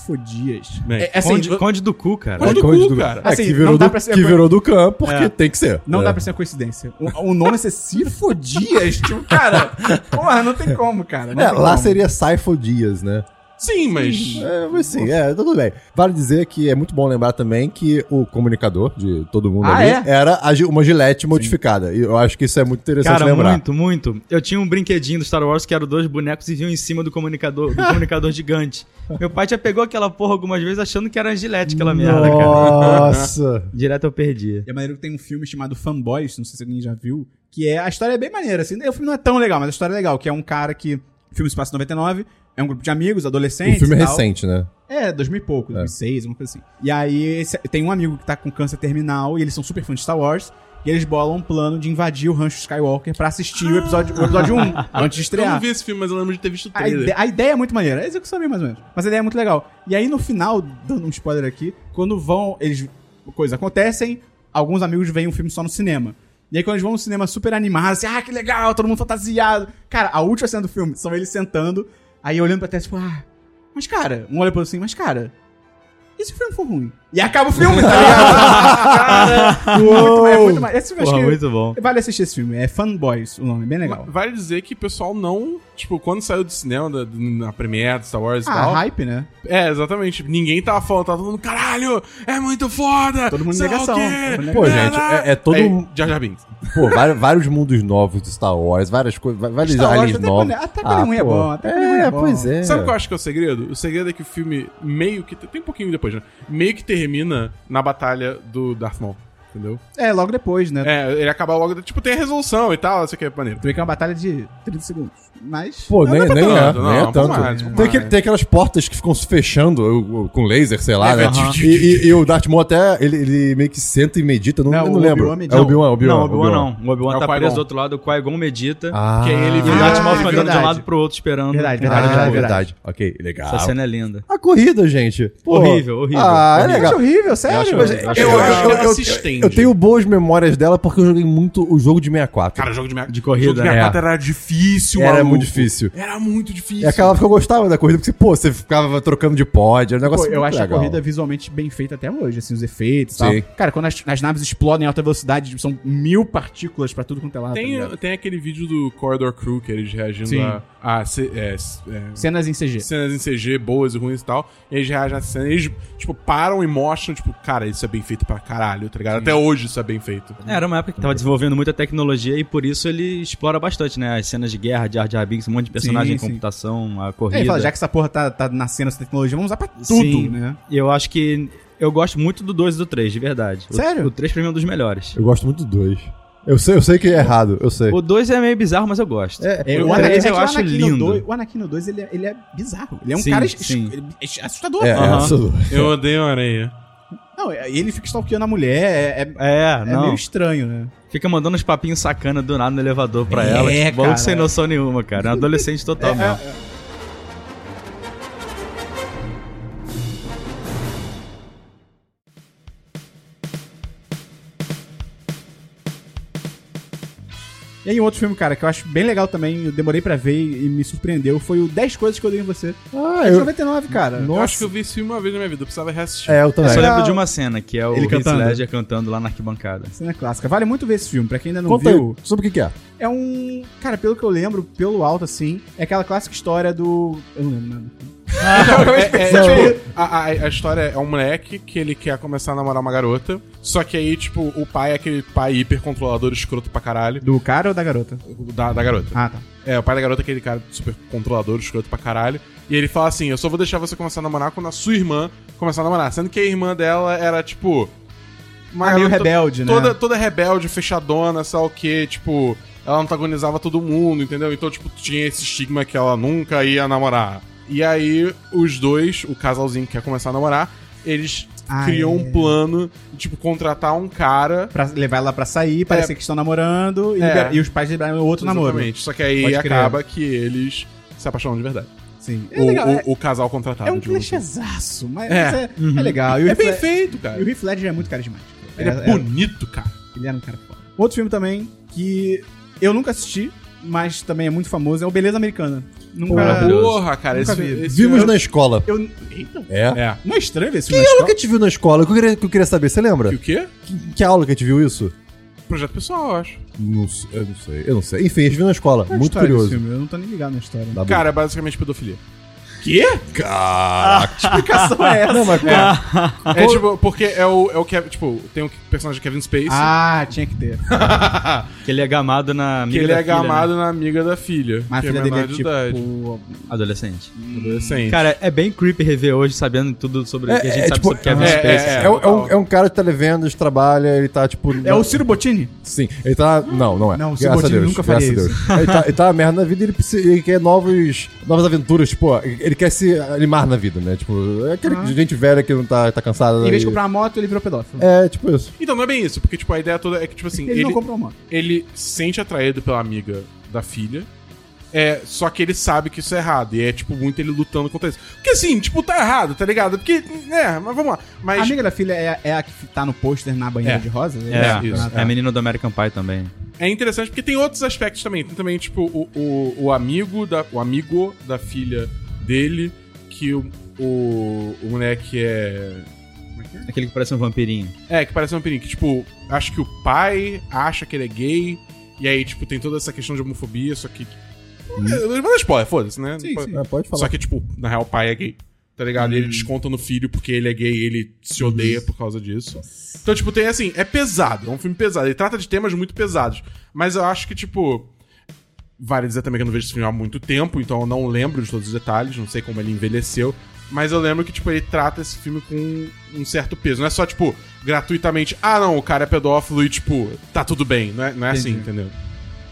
[SPEAKER 1] Sifo-Dias.
[SPEAKER 2] Bem,
[SPEAKER 1] É, é assim,
[SPEAKER 3] Conde, Conde do Cu, cara.
[SPEAKER 2] Conde- do
[SPEAKER 4] Conde
[SPEAKER 2] cu, cara.
[SPEAKER 4] É,
[SPEAKER 1] Assim,
[SPEAKER 4] que
[SPEAKER 1] não
[SPEAKER 4] virou,
[SPEAKER 1] dá
[SPEAKER 4] do,
[SPEAKER 1] pra ser-
[SPEAKER 4] que virou do Khan, porque
[SPEAKER 3] É.
[SPEAKER 4] tem que ser.
[SPEAKER 1] Não
[SPEAKER 4] É.
[SPEAKER 1] dá pra ser uma coincidência. O, o nome é ser Sifo-Dias, tipo, cara, porra, não tem como, cara. Não
[SPEAKER 4] É,
[SPEAKER 1] tem
[SPEAKER 4] lá
[SPEAKER 1] como.
[SPEAKER 4] seria Saifo Dias, né?
[SPEAKER 2] Sim, mas.
[SPEAKER 4] É, mas sim, é, tudo bem. Vale dizer que é muito bom lembrar também que o comunicador de todo mundo
[SPEAKER 1] Ah,
[SPEAKER 4] ali
[SPEAKER 1] é?
[SPEAKER 4] era a gi- uma gilete modificada. E eu acho que isso é muito interessante
[SPEAKER 3] Cara,
[SPEAKER 4] lembrar.
[SPEAKER 3] muito, muito. Eu tinha um brinquedinho do Star Wars que eram dois bonecos e vinham em cima do comunicador, do comunicador gigante. Meu pai já pegou aquela porra algumas vezes achando que era gilete aquela merda, cara.
[SPEAKER 4] Nossa!
[SPEAKER 3] Direto eu perdia.
[SPEAKER 1] E é maneiro que tem um filme chamado Fanboys, não sei se alguém já viu, que é. A história é bem maneira, assim. O filme não é tão legal, mas a história é legal, que é um cara que. O filme se passa em 99, é um grupo de amigos, adolescentes.
[SPEAKER 4] o filme é
[SPEAKER 1] e tal.
[SPEAKER 4] recente, né?
[SPEAKER 1] É, 2000 e pouco, 2006, uma coisa assim. E aí esse- tem um amigo que tá com câncer terminal e eles são super fãs de Star Wars. E eles bolam um plano de invadir o rancho Skywalker pra assistir o episódio, o episódio 1, antes de
[SPEAKER 2] Eu não
[SPEAKER 1] estrear.
[SPEAKER 2] vi esse filme, mas eu lembro de ter visto o
[SPEAKER 1] Ah. A, ide-
[SPEAKER 2] trailer.
[SPEAKER 1] a ideia é muito maneira, a execução é meio mais ou menos. Mas a ideia é muito legal. E aí no final, dando um spoiler aqui, quando vão, eles. Coisa acontecem, alguns amigos veem um filme só no cinema. E aí quando eles vão no cinema super animados, assim, ah, que legal, todo mundo fantasiado. Cara, a última cena do filme são eles sentando, aí olhando pra tela, tipo, ah, mas cara, um olha pro outro assim, mas cara. E se o filme for ruim? E acaba o filme, tá ligado? cara, é muito, mais- muito mais. Esse filme, acho
[SPEAKER 3] Porra,
[SPEAKER 1] que
[SPEAKER 3] muito bom.
[SPEAKER 1] vale assistir esse filme. É Fanboys o nome, é bem legal.
[SPEAKER 2] Vale dizer que o pessoal não. Tipo, quando saiu do cinema, da, na Premiere, do Star Wars e
[SPEAKER 1] Ah,
[SPEAKER 2] tal.
[SPEAKER 1] hype, né?
[SPEAKER 2] É, exatamente. Ninguém tava falando, tava todo mundo, caralho, é muito foda!
[SPEAKER 1] Todo mundo em
[SPEAKER 2] sei lá o
[SPEAKER 1] negação,
[SPEAKER 2] quê,
[SPEAKER 1] todo mundo em
[SPEAKER 4] Pô,
[SPEAKER 2] né,
[SPEAKER 4] gente,
[SPEAKER 2] né."
[SPEAKER 4] é, é todo.
[SPEAKER 2] Aí, Jar Jar Binks.
[SPEAKER 4] Pô, vários, vários mundos novos do Star Wars, várias coisas, vários
[SPEAKER 1] Star Wars
[SPEAKER 4] aliens
[SPEAKER 1] até
[SPEAKER 4] novos. Ah,
[SPEAKER 1] quando- até quando é ruim é
[SPEAKER 4] pô.
[SPEAKER 1] bom, até quando é ruim é
[SPEAKER 4] É,
[SPEAKER 1] bom.
[SPEAKER 4] pois é.
[SPEAKER 2] Sabe o que eu acho que é o segredo? O segredo é que o filme meio que. Tem um pouquinho depois, né? Meio que termina na batalha do Darth Maul. Entendeu?
[SPEAKER 1] É, logo depois, né?
[SPEAKER 2] É, ele acaba logo. Tipo, tem a resolução e tal, não sei o que é maneiro.
[SPEAKER 1] Tu vê que é uma batalha de 30 segundos. Mas.
[SPEAKER 4] Pô,
[SPEAKER 2] Não,
[SPEAKER 4] nem,
[SPEAKER 2] não é
[SPEAKER 3] né?
[SPEAKER 2] pra
[SPEAKER 4] nem é,
[SPEAKER 2] tanto,
[SPEAKER 4] nem
[SPEAKER 2] não,
[SPEAKER 4] é tanto.
[SPEAKER 2] vamos mais, vamos
[SPEAKER 4] tem, aquele-
[SPEAKER 2] mais.
[SPEAKER 4] tem aquelas portas que ficam se fechando eu- eu- com laser, sei lá,
[SPEAKER 3] É,
[SPEAKER 4] né?
[SPEAKER 3] aham.
[SPEAKER 4] E, e- e o Darth Maul até, ele, ele meio que senta e medita, eu não,
[SPEAKER 1] Não,
[SPEAKER 4] eu não
[SPEAKER 1] o
[SPEAKER 4] lembro.
[SPEAKER 1] Obi-Wan medita.
[SPEAKER 4] É o Obi-Wan, Obi-Wan.
[SPEAKER 3] não, o Obi-Wan não. O Obi-Wan
[SPEAKER 2] É o
[SPEAKER 3] tá
[SPEAKER 2] Qui-Gon.
[SPEAKER 3] preso do outro lado, o Qui-Gon medita.
[SPEAKER 4] Ah,
[SPEAKER 2] Que aí ele
[SPEAKER 3] E o
[SPEAKER 2] vira-
[SPEAKER 3] Darth Maul
[SPEAKER 1] Ah,
[SPEAKER 3] fica andando de um
[SPEAKER 1] verdade.
[SPEAKER 3] lado pro outro esperando.
[SPEAKER 1] Verdade,
[SPEAKER 4] ah,
[SPEAKER 1] verdade, verdade.
[SPEAKER 4] verdade, Ok, legal.
[SPEAKER 3] é Essa cena é linda.
[SPEAKER 4] A corrida, gente. Pô.
[SPEAKER 3] Horrível, horrível.
[SPEAKER 4] Ah, é
[SPEAKER 1] Eu acho
[SPEAKER 4] legal.
[SPEAKER 1] horrível,
[SPEAKER 3] Eu
[SPEAKER 1] sério.
[SPEAKER 3] acho-
[SPEAKER 1] Mas-
[SPEAKER 3] eu
[SPEAKER 2] Eu,
[SPEAKER 3] acho
[SPEAKER 2] eu,
[SPEAKER 3] legal.
[SPEAKER 2] acho que ela
[SPEAKER 4] eu-
[SPEAKER 2] se estende.
[SPEAKER 4] Eu tenho boas memórias dela porque eu joguei muito o jogo de 64.
[SPEAKER 2] Cara, jogo de minha,
[SPEAKER 3] De corrida,
[SPEAKER 2] jogo de minha
[SPEAKER 3] né?
[SPEAKER 2] quadra era difícil,
[SPEAKER 4] Era
[SPEAKER 2] maluco.
[SPEAKER 4] muito difícil.
[SPEAKER 2] Era muito difícil.
[SPEAKER 4] E acabava É que eu gostava da corrida, porque, pô, você ficava trocando de pod, era um
[SPEAKER 1] Pô,
[SPEAKER 4] negócio
[SPEAKER 1] eu
[SPEAKER 4] muito
[SPEAKER 1] acho
[SPEAKER 4] legal.
[SPEAKER 1] a corrida visualmente bem feita até hoje, assim, os efeitos e
[SPEAKER 4] Sim.
[SPEAKER 1] tal. Cara, quando as, as naves explodem em alta velocidade, são mil partículas pra tudo quanto é lado. tá
[SPEAKER 2] Tem,
[SPEAKER 1] ligado?
[SPEAKER 2] tem aquele vídeo do Corridor Crew que eles reagindo
[SPEAKER 1] Sim.
[SPEAKER 2] a, a ce- é, c- é,
[SPEAKER 1] Cenas em CG.
[SPEAKER 2] cenas em CG boas e ruins e tal. E eles reagem a cenas. Eles, tipo, param e mostram, tipo, cara, isso é bem feito pra caralho, tá ligado? Até hoje isso é bem feito.
[SPEAKER 3] É, Era uma época que tava desenvolvendo muita tecnologia e por isso ele explora bastante, né? As cenas de guerra, de Jar Jar Binks, um monte de personagem,
[SPEAKER 1] sim.
[SPEAKER 3] computação, a
[SPEAKER 1] E aí
[SPEAKER 3] corrida.
[SPEAKER 1] fala, já que essa porra tá, tá nascendo essa tecnologia, vamos usar pra tudo,
[SPEAKER 3] Sim.
[SPEAKER 1] né?
[SPEAKER 3] E Eu acho que eu gosto muito do 2 e do 3, de verdade. O-
[SPEAKER 1] Sério?
[SPEAKER 3] O 3 pra mim é um dos melhores.
[SPEAKER 4] Eu gosto muito do 2. Eu sei, eu sei que é errado, eu sei.
[SPEAKER 3] O 2 é meio bizarro, mas eu gosto.
[SPEAKER 4] É,
[SPEAKER 1] É,
[SPEAKER 3] O
[SPEAKER 1] Ana-
[SPEAKER 3] três
[SPEAKER 1] é
[SPEAKER 3] eu
[SPEAKER 1] que o
[SPEAKER 3] acho
[SPEAKER 1] Anakin no
[SPEAKER 3] lindo.
[SPEAKER 1] dois- o Anakin no 2, ele, é- ele é bizarro. Ele é um
[SPEAKER 3] Sim,
[SPEAKER 1] cara es-
[SPEAKER 3] sim.
[SPEAKER 1] es- assustador.
[SPEAKER 4] É, é,
[SPEAKER 3] Aham.
[SPEAKER 4] absurdo.
[SPEAKER 2] Eu odeio a areia.
[SPEAKER 1] Não, é- ele fica stalkeando a mulher, é, é-
[SPEAKER 3] É,
[SPEAKER 1] é
[SPEAKER 3] não.
[SPEAKER 1] meio estranho, né?
[SPEAKER 3] Fica mandando uns papinhos sacana do nada no elevador pra
[SPEAKER 1] É,
[SPEAKER 3] ela. Tipo, maluco
[SPEAKER 1] cara.
[SPEAKER 3] sem noção nenhuma, cara. É um adolescente total,
[SPEAKER 1] É,
[SPEAKER 3] mesmo.
[SPEAKER 1] E aí, um outro filme, cara, que eu acho bem legal também, eu demorei pra ver e me surpreendeu, foi o 10 Coisas que eu dei em você.
[SPEAKER 4] Ah,
[SPEAKER 1] É de
[SPEAKER 4] eu,
[SPEAKER 1] 99, cara.
[SPEAKER 2] Eu acho que eu vi esse filme uma vez na minha vida, eu precisava reassistir.
[SPEAKER 4] é, eu
[SPEAKER 3] Eu só
[SPEAKER 4] também.
[SPEAKER 3] lembro de uma cena, que é o
[SPEAKER 1] Ele
[SPEAKER 3] Heath
[SPEAKER 1] cantando.
[SPEAKER 3] Ledger cantando lá na arquibancada.
[SPEAKER 1] Cena clássica. Vale muito ver esse filme, pra quem ainda não
[SPEAKER 4] Conta
[SPEAKER 1] viu.
[SPEAKER 4] aí, sobre o que que é.
[SPEAKER 1] É um. Cara, pelo que eu lembro, pelo alto assim, é aquela clássica história do. Eu não lembro nada.
[SPEAKER 2] É, é, tipo, a, a- a história é um moleque que ele quer começar a namorar uma garota. Só que aí, tipo, o pai é aquele pai hipercontrolador escroto pra caralho
[SPEAKER 1] Do cara ou da garota?
[SPEAKER 2] da, da garota.
[SPEAKER 1] Ah, tá.
[SPEAKER 2] É, o pai da garota é aquele cara super controlador, escroto pra caralho. E ele fala assim: Eu só vou deixar você começar a namorar quando a sua irmã começar a namorar. Sendo que a irmã dela era, tipo. Uma
[SPEAKER 1] Ah, meio
[SPEAKER 2] garota
[SPEAKER 1] rebelde, né?
[SPEAKER 2] toda, Toda rebelde, fechadona, sei lá o quê. Tipo, ela antagonizava todo mundo, entendeu? Então, tipo, tinha esse estigma que ela nunca ia namorar. E aí, os dois, o casalzinho que quer começar a namorar, eles
[SPEAKER 1] Ah,
[SPEAKER 2] criam
[SPEAKER 1] é.
[SPEAKER 2] um plano de, tipo, contratar um cara
[SPEAKER 1] Pra levar ela pra sair, parece que estão namorando e,
[SPEAKER 2] É.
[SPEAKER 1] libera- e os pais liberaram outro namoro.
[SPEAKER 2] Exatamente. Só que aí
[SPEAKER 1] Pode crer.
[SPEAKER 2] acaba que eles se apaixonam de verdade.
[SPEAKER 1] Sim. É
[SPEAKER 2] o,
[SPEAKER 1] legal.
[SPEAKER 2] o-
[SPEAKER 1] é-
[SPEAKER 2] o casal contratado.
[SPEAKER 1] é um
[SPEAKER 2] de novo.
[SPEAKER 1] clichêzaço, mas
[SPEAKER 2] É.
[SPEAKER 1] mas é, é legal. E o
[SPEAKER 2] É
[SPEAKER 1] Heath
[SPEAKER 2] bem
[SPEAKER 1] Le-
[SPEAKER 2] feito,
[SPEAKER 1] E o
[SPEAKER 2] cara.
[SPEAKER 1] Heath Ledger é muito carismático.
[SPEAKER 2] Ele é, bonito, cara.
[SPEAKER 1] Ele era um cara foda. Outro filme também que eu nunca assisti, mas também é muito famoso, é o Beleza Americana. Nunca.
[SPEAKER 4] Maravilhoso.
[SPEAKER 2] Porra, cara.
[SPEAKER 1] Nunca
[SPEAKER 2] Esse,
[SPEAKER 1] vi.
[SPEAKER 2] esse
[SPEAKER 4] Vimos
[SPEAKER 2] é-
[SPEAKER 4] na escola.
[SPEAKER 1] Eu... Eita,
[SPEAKER 4] É? Que
[SPEAKER 2] É.
[SPEAKER 1] não é estranho ver esse
[SPEAKER 4] aula
[SPEAKER 1] filme. na
[SPEAKER 4] que a gente viu na escola? Que eu queria, que eu queria saber, você lembra?
[SPEAKER 2] E o quê?
[SPEAKER 4] Que, que aula que a gente viu isso?
[SPEAKER 2] Projeto pessoal, eu acho.
[SPEAKER 4] Não, sei, eu não sei, eu não sei. Enfim, a gente viu na escola.
[SPEAKER 1] escola? Qual é a
[SPEAKER 4] Muito
[SPEAKER 1] história desse
[SPEAKER 4] curioso.
[SPEAKER 1] filme? Eu não tô nem ligado na história.
[SPEAKER 4] Tá bom.
[SPEAKER 2] Cara, é basicamente pedofilia. Quê?
[SPEAKER 4] Caraca.
[SPEAKER 1] Que explicação é essa?
[SPEAKER 4] Não, mas
[SPEAKER 2] É tipo, porque é o, é o Kevin. Tipo, tem o personagem Kevin Space.
[SPEAKER 1] Ah, tinha que ter.
[SPEAKER 3] Que ele é gamado na
[SPEAKER 2] Que
[SPEAKER 3] amiga
[SPEAKER 2] ele
[SPEAKER 3] da
[SPEAKER 2] é
[SPEAKER 3] filha, né?
[SPEAKER 2] gamado na amiga da filha.
[SPEAKER 1] né? Mas
[SPEAKER 2] que
[SPEAKER 1] a filha
[SPEAKER 2] é
[SPEAKER 1] dele é
[SPEAKER 2] menor de idade.
[SPEAKER 1] tipo. um
[SPEAKER 3] né? Adolescente.
[SPEAKER 2] Adolescente.
[SPEAKER 3] Cara, é bem creepy rever hoje, sabendo tudo sobre o que a gente
[SPEAKER 4] é,
[SPEAKER 3] sabe
[SPEAKER 4] tipo,
[SPEAKER 3] sobre Kevin
[SPEAKER 2] é,
[SPEAKER 3] Spacey.
[SPEAKER 2] é,
[SPEAKER 4] É, um- é um, é um cara de televendas, trabalha, ele tá tipo.
[SPEAKER 1] É o Ciro Bottini?
[SPEAKER 4] Sim, ele tá. Não, não é.
[SPEAKER 1] Não, o Cibotini nunca faria
[SPEAKER 4] graças a Deus. Ele tá, ele tá uma merda na vida ele, precisa- ele quer novos, novas aventuras, tipo, ele quer se animar na vida, né? Tipo, é aquele
[SPEAKER 1] Ah.
[SPEAKER 4] gente velha que não tá, tá cansada.
[SPEAKER 1] Em vez
[SPEAKER 4] e-
[SPEAKER 1] de comprar uma moto, ele virou pedófilo.
[SPEAKER 4] É, tipo isso.
[SPEAKER 2] Então não é bem isso, porque tipo, a ideia toda é que, tipo assim,
[SPEAKER 1] ele, não comprou uma moto.
[SPEAKER 2] ele se sente atraído pela amiga da filha. É, só que ele sabe que isso é errado. E é, tipo, muito ele lutando contra isso. Porque assim, tipo, tá errado, tá ligado? Porque, né, mas vamos lá.
[SPEAKER 1] A
[SPEAKER 2] Mas.
[SPEAKER 1] amiga da filha é, é a que tá no pôster na banheira
[SPEAKER 2] É.
[SPEAKER 1] de rosa?
[SPEAKER 3] É,
[SPEAKER 2] isso.
[SPEAKER 1] Ah, tá.
[SPEAKER 3] é a menina do American Pie também.
[SPEAKER 2] É interessante porque tem outros aspectos também. Tem também, tipo, o, o, o amigo da. O amigo da filha dele, que o, o, o moleque é. Como é que é?
[SPEAKER 3] Aquele que parece um vampirinho.
[SPEAKER 2] É, que parece um perigo. Que, tipo, acho que o pai acha que ele é gay. E aí, tipo, tem toda essa questão de homofobia, só que. Hum. Mas spoiler, foda-se, né?
[SPEAKER 1] Sim, sim.
[SPEAKER 4] É, pode falar.
[SPEAKER 2] Só que, tipo, na real, o pai é gay. Tá ligado?
[SPEAKER 3] Hum.
[SPEAKER 2] E ele desconta no filho porque ele é gay e ele se odeia por causa disso. Então, tipo, tem assim, é pesado, é um filme pesado. Ele trata de temas muito pesados. Mas eu acho que, tipo. Vale dizer também que eu não vejo esse filme há muito tempo, então eu não lembro de todos os detalhes, não sei como ele envelheceu. Mas eu lembro que, tipo, ele trata esse filme com um certo peso. Não é só, tipo, gratuitamente, ah, não, o cara é pedófilo e, tipo, tá tudo bem. Não é, não é assim,
[SPEAKER 3] Entendi.
[SPEAKER 2] entendeu?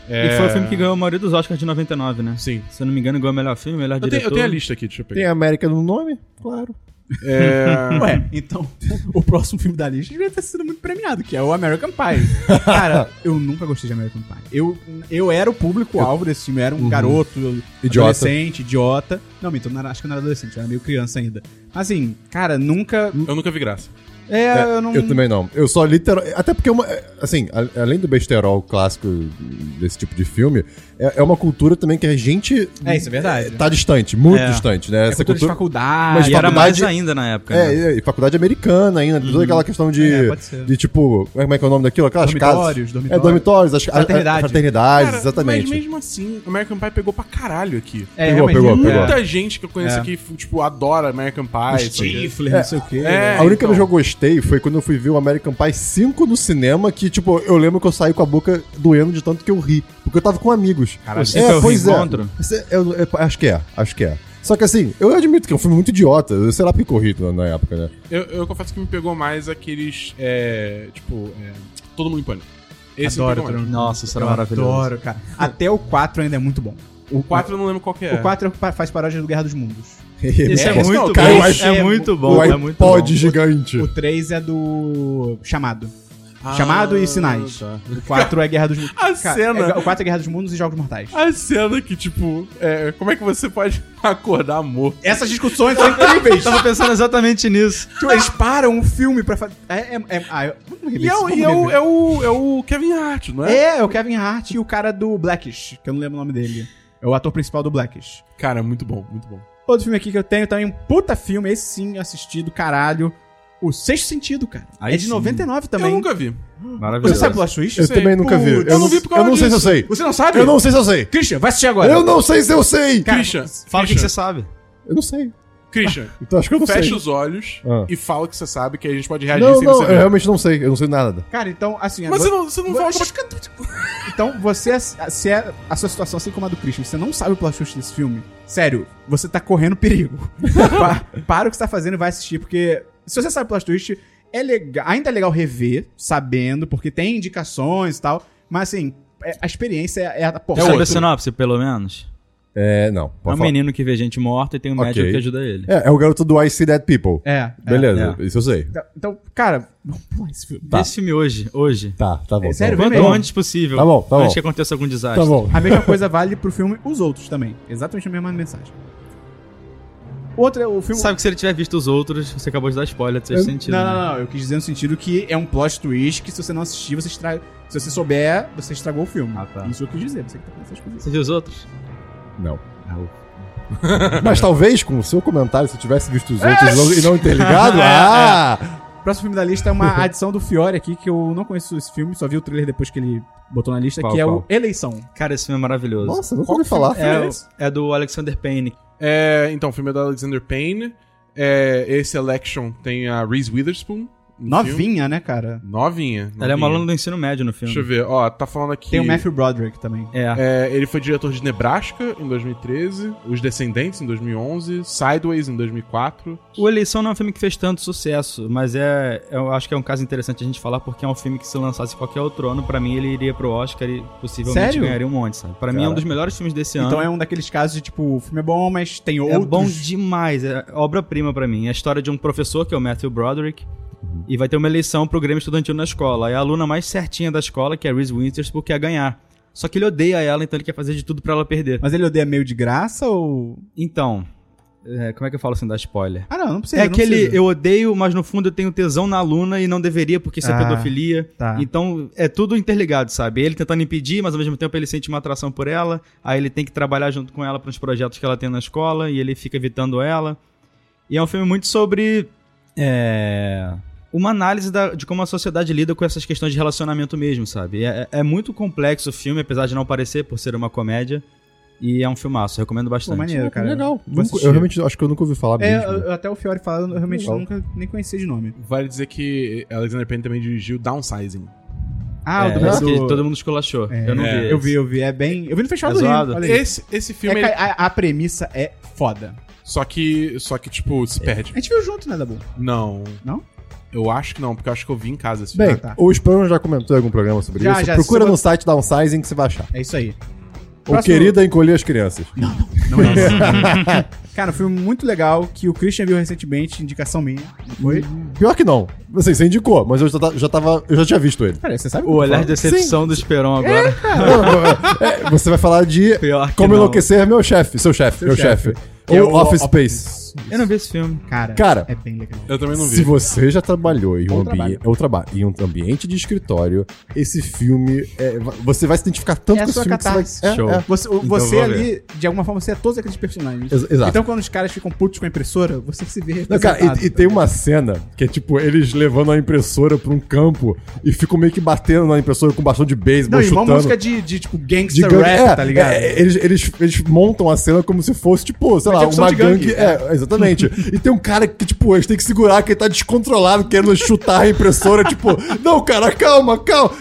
[SPEAKER 3] E foi o filme que ganhou a maioria dos Oscars de 99, né?
[SPEAKER 2] Sim.
[SPEAKER 3] Se eu não me engano, ganhou o melhor filme, melhor
[SPEAKER 2] Eu tenho,
[SPEAKER 3] diretor.
[SPEAKER 2] eu tenho a lista aqui, deixa eu
[SPEAKER 4] Tem
[SPEAKER 2] pegar.
[SPEAKER 4] a América no nome? Claro.
[SPEAKER 2] É...
[SPEAKER 1] Ué, então, o próximo filme da lista devia ter sido muito premiado, que é o American Pie. Cara, eu nunca gostei de American Pie. Eu, eu era o público-alvo desse filme, eu era um garoto,
[SPEAKER 4] Idiota.
[SPEAKER 1] adolescente, idiota. Não, minto, não era- acho que eu não era adolescente, eu era meio criança ainda. Mas assim, cara, nunca.
[SPEAKER 2] Eu nunca vi graça.
[SPEAKER 1] É, eu não.
[SPEAKER 4] Eu também não. Eu só literal. Até porque, é uma, é, assim, a- além do besterol clássico desse tipo de filme, é, é uma cultura também que a gente.
[SPEAKER 1] É, isso é verdade.
[SPEAKER 4] é, Tá distante, muito
[SPEAKER 3] É.
[SPEAKER 4] distante, né?
[SPEAKER 1] é cultura de faculdade.
[SPEAKER 4] Mas
[SPEAKER 3] Ah, E era
[SPEAKER 4] faculdade-
[SPEAKER 3] mais ainda na época, né?
[SPEAKER 4] É, e- e faculdade americana ainda, toda aquela questão de.
[SPEAKER 1] É, pode ser.
[SPEAKER 4] De tipo, como é que é o nome daquilo? Aquelas
[SPEAKER 1] Dormitórios,
[SPEAKER 4] casas.
[SPEAKER 1] dormitórios.
[SPEAKER 4] É, dormitórios, as
[SPEAKER 1] Fraternidade.
[SPEAKER 4] fraternidades. Fraternidades,
[SPEAKER 2] Cara,
[SPEAKER 4] Ah, exatamente.
[SPEAKER 2] Mas mesmo assim, American Pie pegou pra caralho aqui.
[SPEAKER 1] É,
[SPEAKER 4] Pegou,
[SPEAKER 1] realmente,
[SPEAKER 4] pegou,
[SPEAKER 1] nunca-
[SPEAKER 4] pegou.
[SPEAKER 2] Muita gente que eu conheço
[SPEAKER 1] É.
[SPEAKER 2] aqui, tipo, adora American Pie. sabe?
[SPEAKER 1] Stifler, não sei o quê.
[SPEAKER 2] Tá, É.
[SPEAKER 1] né?
[SPEAKER 4] A única
[SPEAKER 2] então.
[SPEAKER 4] vez que eu gostei foi quando eu fui ver o American Pie 5 no cinema, que, tipo, eu lembro que eu saí com a boca doendo de tanto que eu ri. Porque eu tava com amigos.
[SPEAKER 2] Caralho,
[SPEAKER 4] Eu-
[SPEAKER 3] cinco é o reencontro?
[SPEAKER 4] Esse- eu- eu- acho que é, acho que é. Só que assim, eu admito que é um filme muito idiota. Eu sei lá porque eu ri na, na época, né?
[SPEAKER 2] Eu, eu confesso que me pegou mais aqueles, é, tipo, é, Todo Mundo em Pânico. Esse me
[SPEAKER 4] é
[SPEAKER 1] Adoro
[SPEAKER 2] pegou mais.
[SPEAKER 1] Todo Mundo.
[SPEAKER 3] Nossa, isso era
[SPEAKER 1] Eu
[SPEAKER 3] maravilhoso.
[SPEAKER 1] Adoro, cara. Até o 4 ainda é muito bom.
[SPEAKER 2] O 4 eu não lembro qual que é.
[SPEAKER 1] O 4 é o que faz paródia do Guerra dos Mundos.
[SPEAKER 3] Esse é,
[SPEAKER 2] Não,
[SPEAKER 3] muito
[SPEAKER 2] cara,
[SPEAKER 3] bom.
[SPEAKER 4] eu acho-
[SPEAKER 3] É muito
[SPEAKER 4] o
[SPEAKER 3] bom, é muito bom.
[SPEAKER 4] iPod gigante.
[SPEAKER 1] O 3 é do Chamado.
[SPEAKER 2] Ah,
[SPEAKER 1] Chamado e Sinais.
[SPEAKER 2] tá.
[SPEAKER 1] O 4 é Guerra dos Mundos.
[SPEAKER 2] A cena-
[SPEAKER 1] é- o 4 é Guerra dos Mundos e Jogos Mortais.
[SPEAKER 2] A cena que, tipo, é, como é que você pode acordar morto?
[SPEAKER 1] Essas discussões são incríveis.
[SPEAKER 3] Tava pensando exatamente nisso.
[SPEAKER 1] Tipo, Eles param o filme pra fazer. É, é, é, ah, eu- vamos rever
[SPEAKER 2] E é
[SPEAKER 1] isso,
[SPEAKER 2] o,
[SPEAKER 1] vamos
[SPEAKER 2] e é o,
[SPEAKER 1] rever.
[SPEAKER 2] é o, é o Kevin Hart, não é?
[SPEAKER 1] um, É, é o Kevin Hart e o cara do Blackish, que eu não lembro o nome dele. É o ator principal do Blackish.
[SPEAKER 2] Cara, muito bom, muito bom.
[SPEAKER 1] Outro filme aqui que eu tenho também, um puta filme, esse sim, assistido, caralho. O Sexto Sentido, cara.
[SPEAKER 3] Aí
[SPEAKER 1] é de
[SPEAKER 3] sim.
[SPEAKER 1] 99 também.
[SPEAKER 2] Eu nunca vi.
[SPEAKER 1] Você
[SPEAKER 3] Maravilhoso.
[SPEAKER 1] sabe o plot twist?
[SPEAKER 4] eu
[SPEAKER 2] sei.
[SPEAKER 4] também nunca vi.
[SPEAKER 2] Putz, eu não vi por causa
[SPEAKER 4] Eu não sei se eu
[SPEAKER 2] disso.
[SPEAKER 4] sei.
[SPEAKER 1] Você não sabe?
[SPEAKER 4] Eu não sei se eu sei.
[SPEAKER 1] Christian, vai assistir agora.
[SPEAKER 4] Eu não sei se eu sei.
[SPEAKER 1] Cara,
[SPEAKER 2] Christian,
[SPEAKER 3] Fala o que
[SPEAKER 2] Christian,
[SPEAKER 3] você sabe.
[SPEAKER 4] Eu não sei.
[SPEAKER 2] Christian,
[SPEAKER 4] Então acho que eu não
[SPEAKER 2] fecha
[SPEAKER 4] sei.
[SPEAKER 2] os olhos
[SPEAKER 4] Ah.
[SPEAKER 2] e fala o que você sabe, que a gente pode reagir
[SPEAKER 4] Não,
[SPEAKER 2] sem
[SPEAKER 4] não,
[SPEAKER 2] você
[SPEAKER 4] eu
[SPEAKER 2] ver.
[SPEAKER 4] realmente não sei. Eu não sei nada.
[SPEAKER 1] Cara, então, assim,
[SPEAKER 2] Mas
[SPEAKER 1] agora-
[SPEAKER 2] você não, você não
[SPEAKER 1] Vou-
[SPEAKER 2] tipo, fala
[SPEAKER 1] Então, você, se é a sua situação assim como a do Christian, você não sabe o plot twist desse filme, sério, você tá correndo perigo. Pa- para o que você tá fazendo e vai assistir, porque se você sabe o plot twist, é legal, ainda é legal rever, sabendo, porque tem indicações e tal, mas assim, é- a experiência é, é a porra.
[SPEAKER 3] Sabe
[SPEAKER 2] outro.
[SPEAKER 3] a sinopse, pelo menos?
[SPEAKER 4] É, não.
[SPEAKER 3] É um
[SPEAKER 4] Pode falar.
[SPEAKER 3] menino que vê gente morta e tem um
[SPEAKER 4] Ok.
[SPEAKER 3] médico que ajuda ele.
[SPEAKER 4] É, é o garoto do I See Dead People.
[SPEAKER 1] É, é.
[SPEAKER 4] Beleza, isso eu sei.
[SPEAKER 1] Então- Então, cara, não pula esse filme.
[SPEAKER 4] Tá.
[SPEAKER 3] Vê esse filme hoje, hoje.
[SPEAKER 4] Tá, tá bom.
[SPEAKER 1] É sério,
[SPEAKER 4] tá bom.
[SPEAKER 1] vem
[SPEAKER 3] Quanto
[SPEAKER 1] mesmo.
[SPEAKER 3] antes possível.
[SPEAKER 4] Tá bom, tá
[SPEAKER 3] antes
[SPEAKER 4] bom.
[SPEAKER 3] que aconteça algum desastre.
[SPEAKER 4] Tá bom.
[SPEAKER 1] A mesma coisa vale pro filme Os Outros também. Exatamente a mesma mensagem. Outra, o filme.
[SPEAKER 3] Sabe que se ele tiver visto os outros, você acabou de dar spoiler, não
[SPEAKER 1] Eu-
[SPEAKER 3] fez sentido.
[SPEAKER 1] Não,
[SPEAKER 3] né?
[SPEAKER 1] não, não. Eu quis dizer no sentido que é um plot twist que se você não assistir, você estraga. Se você souber, você estragou o filme.
[SPEAKER 3] Ah, tá.
[SPEAKER 1] Isso eu quis dizer, você que tá pensando essas coisas.
[SPEAKER 3] Você viu os outros?
[SPEAKER 4] Não. Mas talvez com o seu comentário, se eu tivesse visto os outros e não- e não interligado.
[SPEAKER 3] É, é.
[SPEAKER 4] ah!
[SPEAKER 1] Próximo filme da lista é uma adição do Fiore aqui, que eu não conheço esse filme, só vi o trailer depois que ele botou na lista,
[SPEAKER 4] Qual,
[SPEAKER 1] que é o
[SPEAKER 4] qual?
[SPEAKER 1] Eleição.
[SPEAKER 3] Cara, esse filme é maravilhoso.
[SPEAKER 4] Nossa, nunca ouvi falar.
[SPEAKER 3] é, o- é do Alexander Payne.
[SPEAKER 2] É, então, o filme é da Alexander Payne. É, esse Election tem a Reese Witherspoon. no filme.
[SPEAKER 1] Novinha, né, cara?
[SPEAKER 2] Novinha.
[SPEAKER 3] Ela é uma aluna
[SPEAKER 2] novinha.
[SPEAKER 3] do ensino médio no filme.
[SPEAKER 2] Deixa eu ver. Ó, tá falando aqui...
[SPEAKER 1] Tem o Matthew Broderick também.
[SPEAKER 3] É.
[SPEAKER 2] É, ele foi diretor de Nebraska em 2013, Os Descendentes em 2011, Sideways em 2004.
[SPEAKER 3] O Eleição não é um filme que fez tanto sucesso, mas é, eu acho que é um caso interessante a gente falar, porque é um filme que se lançasse qualquer outro ano, pra mim ele iria pro Oscar e possivelmente
[SPEAKER 1] Sério?
[SPEAKER 3] ganharia um monte, sabe? Pra mim é um dos melhores filmes desse ano.
[SPEAKER 1] Então é um daqueles casos de tipo, o filme é bom, mas tem outros.
[SPEAKER 3] É bom demais, é obra-prima pra mim. É a história de um professor, que é o Matthew Broderick,
[SPEAKER 1] Uhum.
[SPEAKER 3] e vai ter uma eleição pro Grêmio Estudantil na escola. E a aluna mais certinha da escola, que é a Reese Witherspoon, quer ganhar. Só que ele odeia ela, então ele quer fazer de tudo pra ela perder.
[SPEAKER 1] Mas ele odeia meio de graça ou.
[SPEAKER 3] Então, é, como é que eu falo sem dar spoiler?
[SPEAKER 1] Ah, não, não precisa.
[SPEAKER 3] É
[SPEAKER 1] não
[SPEAKER 3] aquele
[SPEAKER 1] precisa.
[SPEAKER 3] eu odeio, mas no fundo eu tenho tesão na aluna e não deveria porque isso
[SPEAKER 1] Ah,
[SPEAKER 3] é pedofilia.
[SPEAKER 1] tá.
[SPEAKER 3] Então é tudo interligado, sabe? Ele tentando impedir, mas ao mesmo tempo ele sente uma atração por ela. Aí ele tem que trabalhar junto com ela para os projetos que ela tem na escola e ele fica evitando ela. E é um filme muito sobre é, uma análise da- de como a sociedade lida com essas questões de relacionamento mesmo, sabe? É, é muito complexo o filme, apesar de não parecer por ser uma comédia. E é um filmaço, recomendo
[SPEAKER 1] Pô,
[SPEAKER 3] bastante.
[SPEAKER 1] maneiro, cara.
[SPEAKER 4] Legal.
[SPEAKER 1] Vou
[SPEAKER 4] Nunca-
[SPEAKER 1] assistir.
[SPEAKER 4] eu realmente acho que eu nunca ouvi falar
[SPEAKER 1] É,
[SPEAKER 4] mesmo.
[SPEAKER 1] eu- até o Fiore falando, eu realmente
[SPEAKER 4] Legal.
[SPEAKER 1] nunca nem conhecia de nome.
[SPEAKER 2] Vale dizer que Alexander Payne também dirigiu Downsizing.
[SPEAKER 1] Ah,
[SPEAKER 3] é,
[SPEAKER 1] o do,
[SPEAKER 3] esse que
[SPEAKER 1] do-
[SPEAKER 3] todo mundo esculachou.
[SPEAKER 1] É,
[SPEAKER 3] eu não
[SPEAKER 2] é.
[SPEAKER 3] vi.
[SPEAKER 1] Eu vi, eu vi. É bem. Eu vi no Festival
[SPEAKER 3] É
[SPEAKER 1] do Rio.
[SPEAKER 3] zoado?
[SPEAKER 1] olha aí.
[SPEAKER 2] Esse, esse filme,
[SPEAKER 1] É
[SPEAKER 2] ele-
[SPEAKER 1] que a, a premissa é foda.
[SPEAKER 2] só que só que tipo se perde.
[SPEAKER 1] A gente viu junto, né, Dabu?
[SPEAKER 2] Não.
[SPEAKER 1] Não?
[SPEAKER 2] Eu acho que não, porque eu acho que eu vi em casa esse
[SPEAKER 4] Bem,
[SPEAKER 2] filme.
[SPEAKER 1] tá.
[SPEAKER 4] o Esperon Ah, já comentou em algum programa sobre
[SPEAKER 1] Já,
[SPEAKER 4] isso.
[SPEAKER 1] já,
[SPEAKER 4] Procura
[SPEAKER 1] se
[SPEAKER 4] no site Downsizing que você vai achar.
[SPEAKER 1] É isso aí.
[SPEAKER 4] O
[SPEAKER 1] Próximo-
[SPEAKER 4] Querida Encolher as Crianças.
[SPEAKER 1] Não é isso. Cara, um filme muito legal que o Christian viu recentemente, indicação minha. não Foi?
[SPEAKER 4] Pior que não. Assim, você indicou, mas eu já, ta- já tava. Eu já tinha visto ele.
[SPEAKER 1] Cara, você sabe
[SPEAKER 3] O
[SPEAKER 1] que eu
[SPEAKER 3] olhar
[SPEAKER 1] falo?
[SPEAKER 3] de decepção do Esperon agora.
[SPEAKER 4] É, você vai falar de
[SPEAKER 3] Pior que
[SPEAKER 4] Como
[SPEAKER 3] não.
[SPEAKER 4] Enlouquecer Meu Chefe, seu chefe,
[SPEAKER 1] Seu
[SPEAKER 4] meu
[SPEAKER 1] chefe.
[SPEAKER 4] chefe.
[SPEAKER 1] Que é
[SPEAKER 4] Ou
[SPEAKER 1] o
[SPEAKER 4] Office
[SPEAKER 1] Office.
[SPEAKER 4] Space.
[SPEAKER 3] Eu não vi esse filme.
[SPEAKER 1] Cara,
[SPEAKER 4] Cara,
[SPEAKER 1] é bem legal.
[SPEAKER 2] Eu também não vi.
[SPEAKER 4] Se você já trabalhou em um,
[SPEAKER 1] Bom
[SPEAKER 4] ambi-
[SPEAKER 1] trabalho.
[SPEAKER 4] é um traba- em um ambiente de escritório, esse filme. é, va- você vai se identificar
[SPEAKER 1] É
[SPEAKER 4] tanto
[SPEAKER 1] a
[SPEAKER 4] com esse
[SPEAKER 1] sua
[SPEAKER 4] filme que
[SPEAKER 1] catarse.
[SPEAKER 4] você vai.
[SPEAKER 3] Show.
[SPEAKER 4] É, é.
[SPEAKER 1] Você, o-
[SPEAKER 3] Então
[SPEAKER 1] você
[SPEAKER 3] vou
[SPEAKER 1] ali, de alguma forma, você é todos aqueles personagens.
[SPEAKER 4] Ex- exato.
[SPEAKER 1] Então, quando os caras ficam putos com a impressora, você se vê
[SPEAKER 4] Não, cara,
[SPEAKER 1] representado. tá
[SPEAKER 4] e, e tem uma cena que é tipo eles levando a impressora pra um campo e ficam meio que batendo na impressora com um bastão de
[SPEAKER 1] Não,
[SPEAKER 4] beisebol,
[SPEAKER 1] e uma
[SPEAKER 4] chutando.
[SPEAKER 1] música de, de, tipo,
[SPEAKER 4] de
[SPEAKER 1] gangster
[SPEAKER 4] gangue.
[SPEAKER 1] rap,
[SPEAKER 4] é,
[SPEAKER 1] tá ligado?
[SPEAKER 4] é, eles, eles, eles montam a cena como se fosse, tipo, sei
[SPEAKER 1] Uma
[SPEAKER 4] lá,
[SPEAKER 1] execução
[SPEAKER 4] uma
[SPEAKER 1] de gangue.
[SPEAKER 4] gangue. É, exatamente. e tem um cara que, tipo, eles têm que segurar, que ele tá descontrolado, querendo chutar a impressora, tipo, não, cara, calma, calma.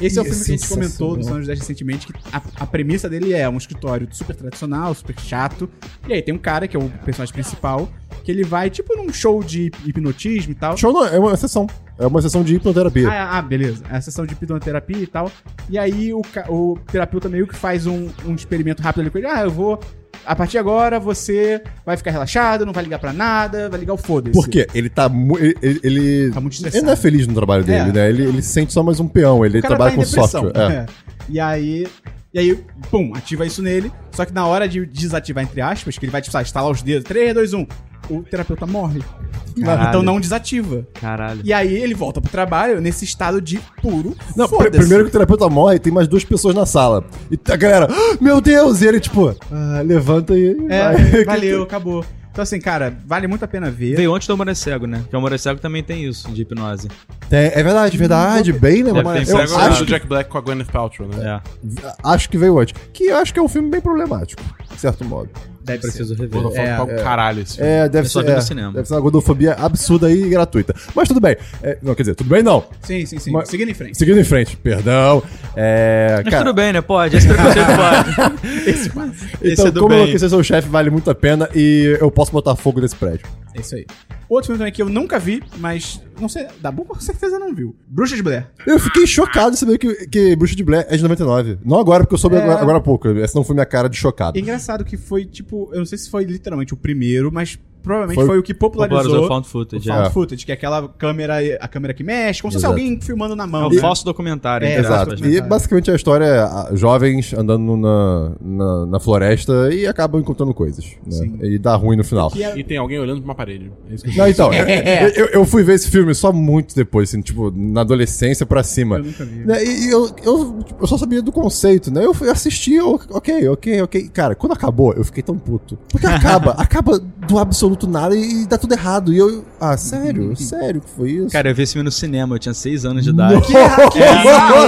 [SPEAKER 1] Esse é o filme que a gente
[SPEAKER 4] sensacional.
[SPEAKER 1] comentou dos anos 10 recentemente, que a, a premissa dele é um escritório super tradicional, super chato. E aí tem um cara, que é o personagem principal, que ele vai, tipo, num show de hipnotismo e tal.
[SPEAKER 4] Show não, é uma sessão. É uma sessão de hipnoterapia.
[SPEAKER 1] Ah, ah, beleza. É a sessão de hipnoterapia e tal. E aí o, ca- o terapeuta meio que faz um, um experimento rápido ali com ele. Ah, eu vou. A partir de agora você vai ficar relaxado, não vai ligar pra nada, vai ligar o foda-se.
[SPEAKER 4] Por quê? Ele tá. mu- Ele, ele- ele-
[SPEAKER 1] é, Tá muito
[SPEAKER 4] ele
[SPEAKER 1] estressado.
[SPEAKER 4] não é feliz no trabalho dele,
[SPEAKER 1] É.
[SPEAKER 4] né? Ele, ele se sente só mais um peão, ele
[SPEAKER 1] O cara
[SPEAKER 4] trabalha
[SPEAKER 1] tá em
[SPEAKER 4] com
[SPEAKER 1] depressão.
[SPEAKER 4] software. É.
[SPEAKER 1] É. E aí. E aí, pum, ativa isso nele. Só que na hora de desativar, entre aspas, que ele vai, tipo, sabe, estalar os dedos. 3, 2, 1. O terapeuta morre.
[SPEAKER 3] Caralho.
[SPEAKER 1] Então não desativa.
[SPEAKER 3] Caralho.
[SPEAKER 1] E aí ele volta pro trabalho nesse estado de puro.
[SPEAKER 4] Não, pr-
[SPEAKER 1] foda-se.
[SPEAKER 4] primeiro que o terapeuta morre, tem mais duas pessoas na sala. E a galera, "Ah, meu Deus! E ele, tipo, "Ah, levanta e.
[SPEAKER 1] É, valeu, acabou. Então, assim, cara, vale muito a pena ver.
[SPEAKER 3] é Veio antes do Amorecego, né? Porque o Amorecego também tem isso, de hipnose.
[SPEAKER 4] Tem- é verdade, verdade. Bem lembrado.
[SPEAKER 3] Deve né? ter
[SPEAKER 4] Eu
[SPEAKER 3] pego
[SPEAKER 4] acho
[SPEAKER 2] Acho
[SPEAKER 3] errado.
[SPEAKER 2] do Jack Black com a Gwyneth Paltrow, né?
[SPEAKER 3] É.
[SPEAKER 4] Acho que veio antes. Que eu acho que é um filme bem problemático, de certo modo.
[SPEAKER 1] Deve ser.
[SPEAKER 3] Preciso rever.
[SPEAKER 2] Porra,
[SPEAKER 1] É,
[SPEAKER 2] é, pra um caralho esse filme.
[SPEAKER 4] É, deve
[SPEAKER 3] Eu só
[SPEAKER 4] ser.
[SPEAKER 3] vi no
[SPEAKER 4] é,
[SPEAKER 3] cinema.
[SPEAKER 4] Deve ser uma gordofobia absurda e gratuita. Mas tudo bem. É, não, quer dizer, tudo bem não.
[SPEAKER 1] Sim, sim, sim.
[SPEAKER 4] Mas-
[SPEAKER 1] Seguindo em frente.
[SPEAKER 4] Seguindo em frente, perdão. É.
[SPEAKER 3] Mas
[SPEAKER 4] cara,
[SPEAKER 3] tudo bem, né? Pode. Esse preconceito pode.
[SPEAKER 4] então,
[SPEAKER 3] esse é do
[SPEAKER 4] como eu
[SPEAKER 3] bem.
[SPEAKER 4] enlouquecer seu chefe vale muito a pena e eu posso botar fogo nesse prédio.
[SPEAKER 1] É isso aí. Outro filme também que eu nunca vi, mas não sei, Dabu com certeza não viu. Bruxa de Blair.
[SPEAKER 4] Eu fiquei chocado em saber que, que Bruxa de Blair é de 99. Não agora, porque eu soube
[SPEAKER 1] É.
[SPEAKER 4] agora, agora há pouco. Essa não foi minha cara de chocado.
[SPEAKER 1] E é engraçado que foi, tipo, eu não sei se foi literalmente o primeiro, mas provavelmente foi,
[SPEAKER 4] Foi-
[SPEAKER 1] o que popularizou
[SPEAKER 3] Popularizou
[SPEAKER 1] o found,
[SPEAKER 3] found footage. é.
[SPEAKER 4] found-
[SPEAKER 1] footage, que é aquela câmera, a câmera que mexe, como se fosse
[SPEAKER 4] Exato.
[SPEAKER 1] alguém filmando na
[SPEAKER 3] É
[SPEAKER 1] mão.
[SPEAKER 3] um
[SPEAKER 1] né?
[SPEAKER 3] falso documentário.
[SPEAKER 1] É,
[SPEAKER 3] entre
[SPEAKER 1] exato.
[SPEAKER 3] aspas, né?
[SPEAKER 4] E basicamente a história é ah, jovens andando na, na, na floresta e acabam encontrando coisas. né?
[SPEAKER 1] Sim.
[SPEAKER 4] E dá ruim no final.
[SPEAKER 1] Que é-
[SPEAKER 2] E tem alguém olhando pra uma parede. É isso que eu
[SPEAKER 4] Não, então, eu, eu- eu fui ver esse filme só muito depois, assim, tipo, na adolescência pra cima.
[SPEAKER 1] Eu nunca vi.
[SPEAKER 4] Né, E, e eu, eu, tipo, eu só sabia do conceito, né? Eu fui assistir, eu- ok, ok, ok. Cara, quando acabou, eu fiquei tão puto. Porque acaba, acaba do absoluto nada e, e dá tudo errado. E eu, ah, sério, sério que foi isso?
[SPEAKER 3] Uhum. Cara, eu vi esse filme no cinema, eu tinha 6 anos de idade. é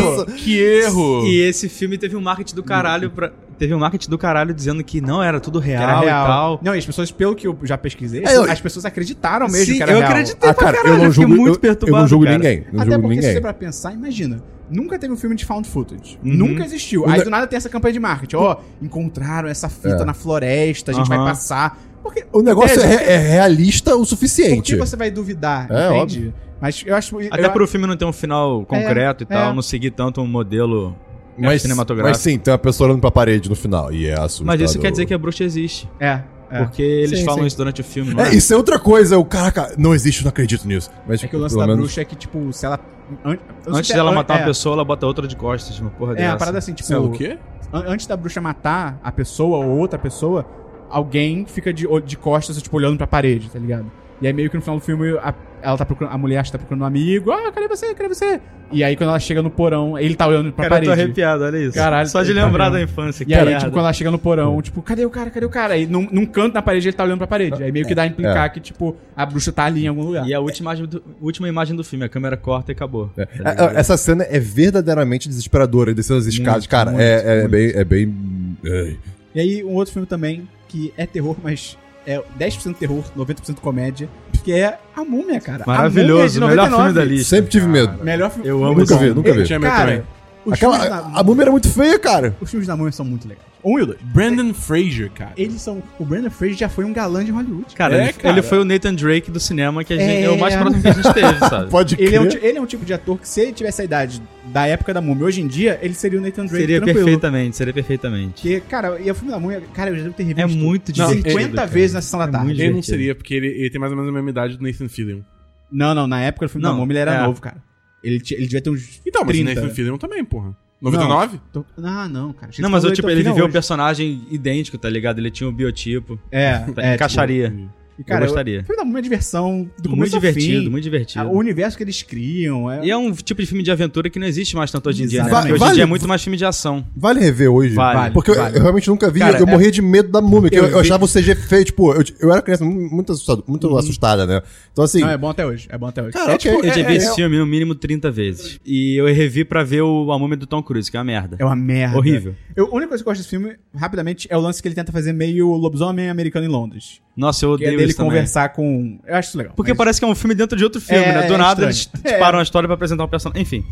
[SPEAKER 4] Nossa!
[SPEAKER 2] Que erro!
[SPEAKER 3] E esse filme teve um marketing do caralho pra... Teve um marketing do caralho dizendo que não, era tudo
[SPEAKER 1] que
[SPEAKER 3] real,
[SPEAKER 1] era
[SPEAKER 3] e tal.
[SPEAKER 1] real. Não, e as pessoas, pelo que eu já pesquisei,
[SPEAKER 4] É, eu-
[SPEAKER 1] as pessoas acreditaram mesmo
[SPEAKER 3] Sim,
[SPEAKER 1] que era
[SPEAKER 3] Ah, eu
[SPEAKER 1] real.
[SPEAKER 3] acreditei pra caralho,
[SPEAKER 4] Ah, eu não
[SPEAKER 3] fiquei
[SPEAKER 4] julgo,
[SPEAKER 3] muito
[SPEAKER 4] eu, eu
[SPEAKER 3] perturbado,
[SPEAKER 4] não julgo
[SPEAKER 3] cara.
[SPEAKER 4] ninguém. Não
[SPEAKER 1] Até
[SPEAKER 4] julgo
[SPEAKER 1] porque se você
[SPEAKER 4] ninguém.
[SPEAKER 1] pra pensar, imagina. Nunca teve um filme de found footage.
[SPEAKER 3] Uhum.
[SPEAKER 1] Nunca existiu. Aí do nada tem essa campanha de marketing. Ó, encontraram essa fita
[SPEAKER 4] É.
[SPEAKER 1] na floresta, a gente vai
[SPEAKER 3] Aham.
[SPEAKER 1] passar. Porque
[SPEAKER 4] O negócio é,
[SPEAKER 1] Entende?
[SPEAKER 4] é realista o
[SPEAKER 1] Por que
[SPEAKER 4] suficiente.
[SPEAKER 1] você vai duvidar,
[SPEAKER 4] É,
[SPEAKER 1] entende? Mas eu acho. eu-
[SPEAKER 3] Até pro filme não ter um final concreto e tal,
[SPEAKER 1] é.
[SPEAKER 3] não seguir tanto um modelo é cinematográfico.
[SPEAKER 4] mas sim, tem uma pessoa olhando pra parede no final. E é assustador.
[SPEAKER 3] Mas isso quer dizer que a bruxa existe.
[SPEAKER 1] É. é.
[SPEAKER 3] Porque eles
[SPEAKER 1] Sim,
[SPEAKER 3] falam
[SPEAKER 1] sim.
[SPEAKER 3] isso durante o filme, não é?
[SPEAKER 4] É, isso é outra coisa. Eu, caraca, não existe, não acredito nisso. Mas,
[SPEAKER 1] É que o lance
[SPEAKER 4] pelo
[SPEAKER 1] da
[SPEAKER 4] menos-
[SPEAKER 1] bruxa é que, tipo, se ela. an- eu sei
[SPEAKER 3] Antes
[SPEAKER 1] se é-
[SPEAKER 3] dela
[SPEAKER 1] an-
[SPEAKER 3] matar
[SPEAKER 1] é,
[SPEAKER 3] uma pessoa, ela bota outra de costas, uma porra
[SPEAKER 1] É,
[SPEAKER 3] dessa.
[SPEAKER 1] uma parada assim, tipo.
[SPEAKER 2] Sei lá, o quê?
[SPEAKER 1] an- Antes da bruxa matar a pessoa ou outra pessoa, alguém fica de, o- de costas, tipo, olhando pra parede, tá ligado? E aí meio que no final do filme a, ela tá procurando. A mulher acha que tá procurando um amigo. Ah, cadê você? Cadê você? E aí quando ela chega no porão, ele tá olhando pra
[SPEAKER 3] Cara, eu tô
[SPEAKER 1] parede.
[SPEAKER 3] arrepiado, olha isso.
[SPEAKER 1] Caralho,
[SPEAKER 3] Só de
[SPEAKER 1] tá
[SPEAKER 3] lembrar
[SPEAKER 1] vendo?
[SPEAKER 3] da infância,
[SPEAKER 1] E aí, tipo, quando ela chega no porão, tipo, cadê o cara? Cadê o cara? Aí num, num canto na parede ele tá olhando pra parede. Aí meio que dá a implicar que, tipo, a bruxa tá ali em algum lugar.
[SPEAKER 3] E a última imagem, do, última imagem do filme, a câmera corta e acabou.
[SPEAKER 4] É, é, é, Essa cena é verdadeiramente desesperadora. Ele desceu as escadas. cara,
[SPEAKER 3] muito,
[SPEAKER 4] é, é
[SPEAKER 3] muito.
[SPEAKER 4] bem. É bem... ai.
[SPEAKER 1] E aí, um outro filme também, que é terror, mas é 10% terror, 90% comédia, que é A Múmia, cara. A Múmia
[SPEAKER 3] Maravilhoso,
[SPEAKER 1] de
[SPEAKER 3] o melhor
[SPEAKER 1] 99.
[SPEAKER 3] filme da lista.
[SPEAKER 4] Sempre tive medo.
[SPEAKER 1] Melhor filme.
[SPEAKER 3] Eu amo
[SPEAKER 1] Muito
[SPEAKER 4] Nunca
[SPEAKER 1] bom.
[SPEAKER 4] vi, nunca vi.
[SPEAKER 2] Tinha medo
[SPEAKER 1] Cara,
[SPEAKER 2] também.
[SPEAKER 1] os,
[SPEAKER 4] Aquela,
[SPEAKER 1] filmes
[SPEAKER 4] a,
[SPEAKER 1] da,
[SPEAKER 4] a múmia era muito feia, cara.
[SPEAKER 1] os filmes da Múmia são muito legais. Um e o dois.
[SPEAKER 2] Brandon Fraser, cara.
[SPEAKER 1] Eles são... O Brandon Fraser já foi um galã de Hollywood.
[SPEAKER 3] Cara,
[SPEAKER 2] É,
[SPEAKER 3] ele,
[SPEAKER 2] cara.
[SPEAKER 3] ele foi o Nathan Drake do cinema, que a gente, é,
[SPEAKER 1] É.
[SPEAKER 3] o mais próximo que a gente teve, sabe?
[SPEAKER 4] Pode crer.
[SPEAKER 1] Ele é, um, ti- ele é um tipo de ator que, se ele tivesse a idade da época da Múmia hoje em dia, ele seria o Nathan Drake
[SPEAKER 3] seria
[SPEAKER 1] tranquilo.
[SPEAKER 3] perfeitamente, seria perfeitamente.
[SPEAKER 1] Porque, cara, e o filme da Múmia, cara, eu já devo ter revisto
[SPEAKER 3] É muito
[SPEAKER 1] não,
[SPEAKER 3] divertido,
[SPEAKER 1] 50
[SPEAKER 3] cara.
[SPEAKER 1] vezes na sessão da
[SPEAKER 3] É
[SPEAKER 1] tarde.
[SPEAKER 3] muito
[SPEAKER 2] Ele não
[SPEAKER 3] divertido.
[SPEAKER 2] seria, porque ele, ele tem mais ou menos a mesma idade do Nathan Fillion.
[SPEAKER 1] Não, não, na época do filme da
[SPEAKER 3] Não,
[SPEAKER 1] Múmia ele era
[SPEAKER 3] é.
[SPEAKER 1] novo, cara. Ele, ti- ele devia ter uns
[SPEAKER 2] Então, mas
[SPEAKER 1] 30.
[SPEAKER 2] o Nathan Fillion também, porra. 99?
[SPEAKER 1] Tô- Ah, não, cara.
[SPEAKER 3] Não, mas eu, tipo, ele viveu
[SPEAKER 1] o
[SPEAKER 3] um personagem idêntico, tá ligado? Ele tinha o biotipo.
[SPEAKER 1] É, é
[SPEAKER 3] encaixaria.
[SPEAKER 1] Tipo, e, cara,
[SPEAKER 3] eu gostaria.
[SPEAKER 1] o filme dá uma diversão do
[SPEAKER 3] muito
[SPEAKER 1] começo ao
[SPEAKER 3] divertido,
[SPEAKER 1] fim.
[SPEAKER 3] muito divertido.
[SPEAKER 1] Ah, O universo que eles criam é...
[SPEAKER 3] E é um tipo de filme de aventura que não existe mais tanto hoje em dia, né?
[SPEAKER 1] Exatamente.
[SPEAKER 3] Porque hoje em
[SPEAKER 4] Vale-
[SPEAKER 3] dia é muito mais filme de ação.
[SPEAKER 4] Vale rever hoje?
[SPEAKER 3] Vale,
[SPEAKER 4] Porque eu-
[SPEAKER 1] vale.
[SPEAKER 4] Eu, realmente nunca vi.
[SPEAKER 1] Cara,
[SPEAKER 4] eu
[SPEAKER 1] é-
[SPEAKER 4] morria de medo da múmia. que
[SPEAKER 1] Eu
[SPEAKER 4] eu, eu
[SPEAKER 1] vi- Uhum.
[SPEAKER 4] achava o CG feio. Tipo, eu, eu era criança mu- muito, assustado, muito assustada, né? Então, assim.
[SPEAKER 1] Não, é bom até hoje. É bom até hoje.
[SPEAKER 4] Cara,
[SPEAKER 1] é,
[SPEAKER 4] ok.
[SPEAKER 1] tipo,
[SPEAKER 3] Eu já
[SPEAKER 1] é,
[SPEAKER 3] vi
[SPEAKER 1] é-
[SPEAKER 3] esse filme no mínimo 30 vezes. E eu revi pra ver o A Múmia do Tom Cruise, que é uma merda.
[SPEAKER 1] é uma merda.
[SPEAKER 3] Horrível.
[SPEAKER 1] Eu, a única coisa que eu gosto desse filme, rapidamente, é o lance que ele tenta fazer meio lobisomem americano em Londres.
[SPEAKER 3] Nossa, eu
[SPEAKER 1] Que é
[SPEAKER 3] odeio
[SPEAKER 1] dele
[SPEAKER 3] isso também.
[SPEAKER 1] conversar com... um- Eu acho isso legal.
[SPEAKER 3] Porque
[SPEAKER 1] mas-
[SPEAKER 3] parece que é um filme dentro de outro filme,
[SPEAKER 1] É,
[SPEAKER 3] né? Do
[SPEAKER 1] é
[SPEAKER 3] nada
[SPEAKER 1] estranho.
[SPEAKER 3] eles
[SPEAKER 1] É.
[SPEAKER 3] param a história pra apresentar um personagem. Enfim.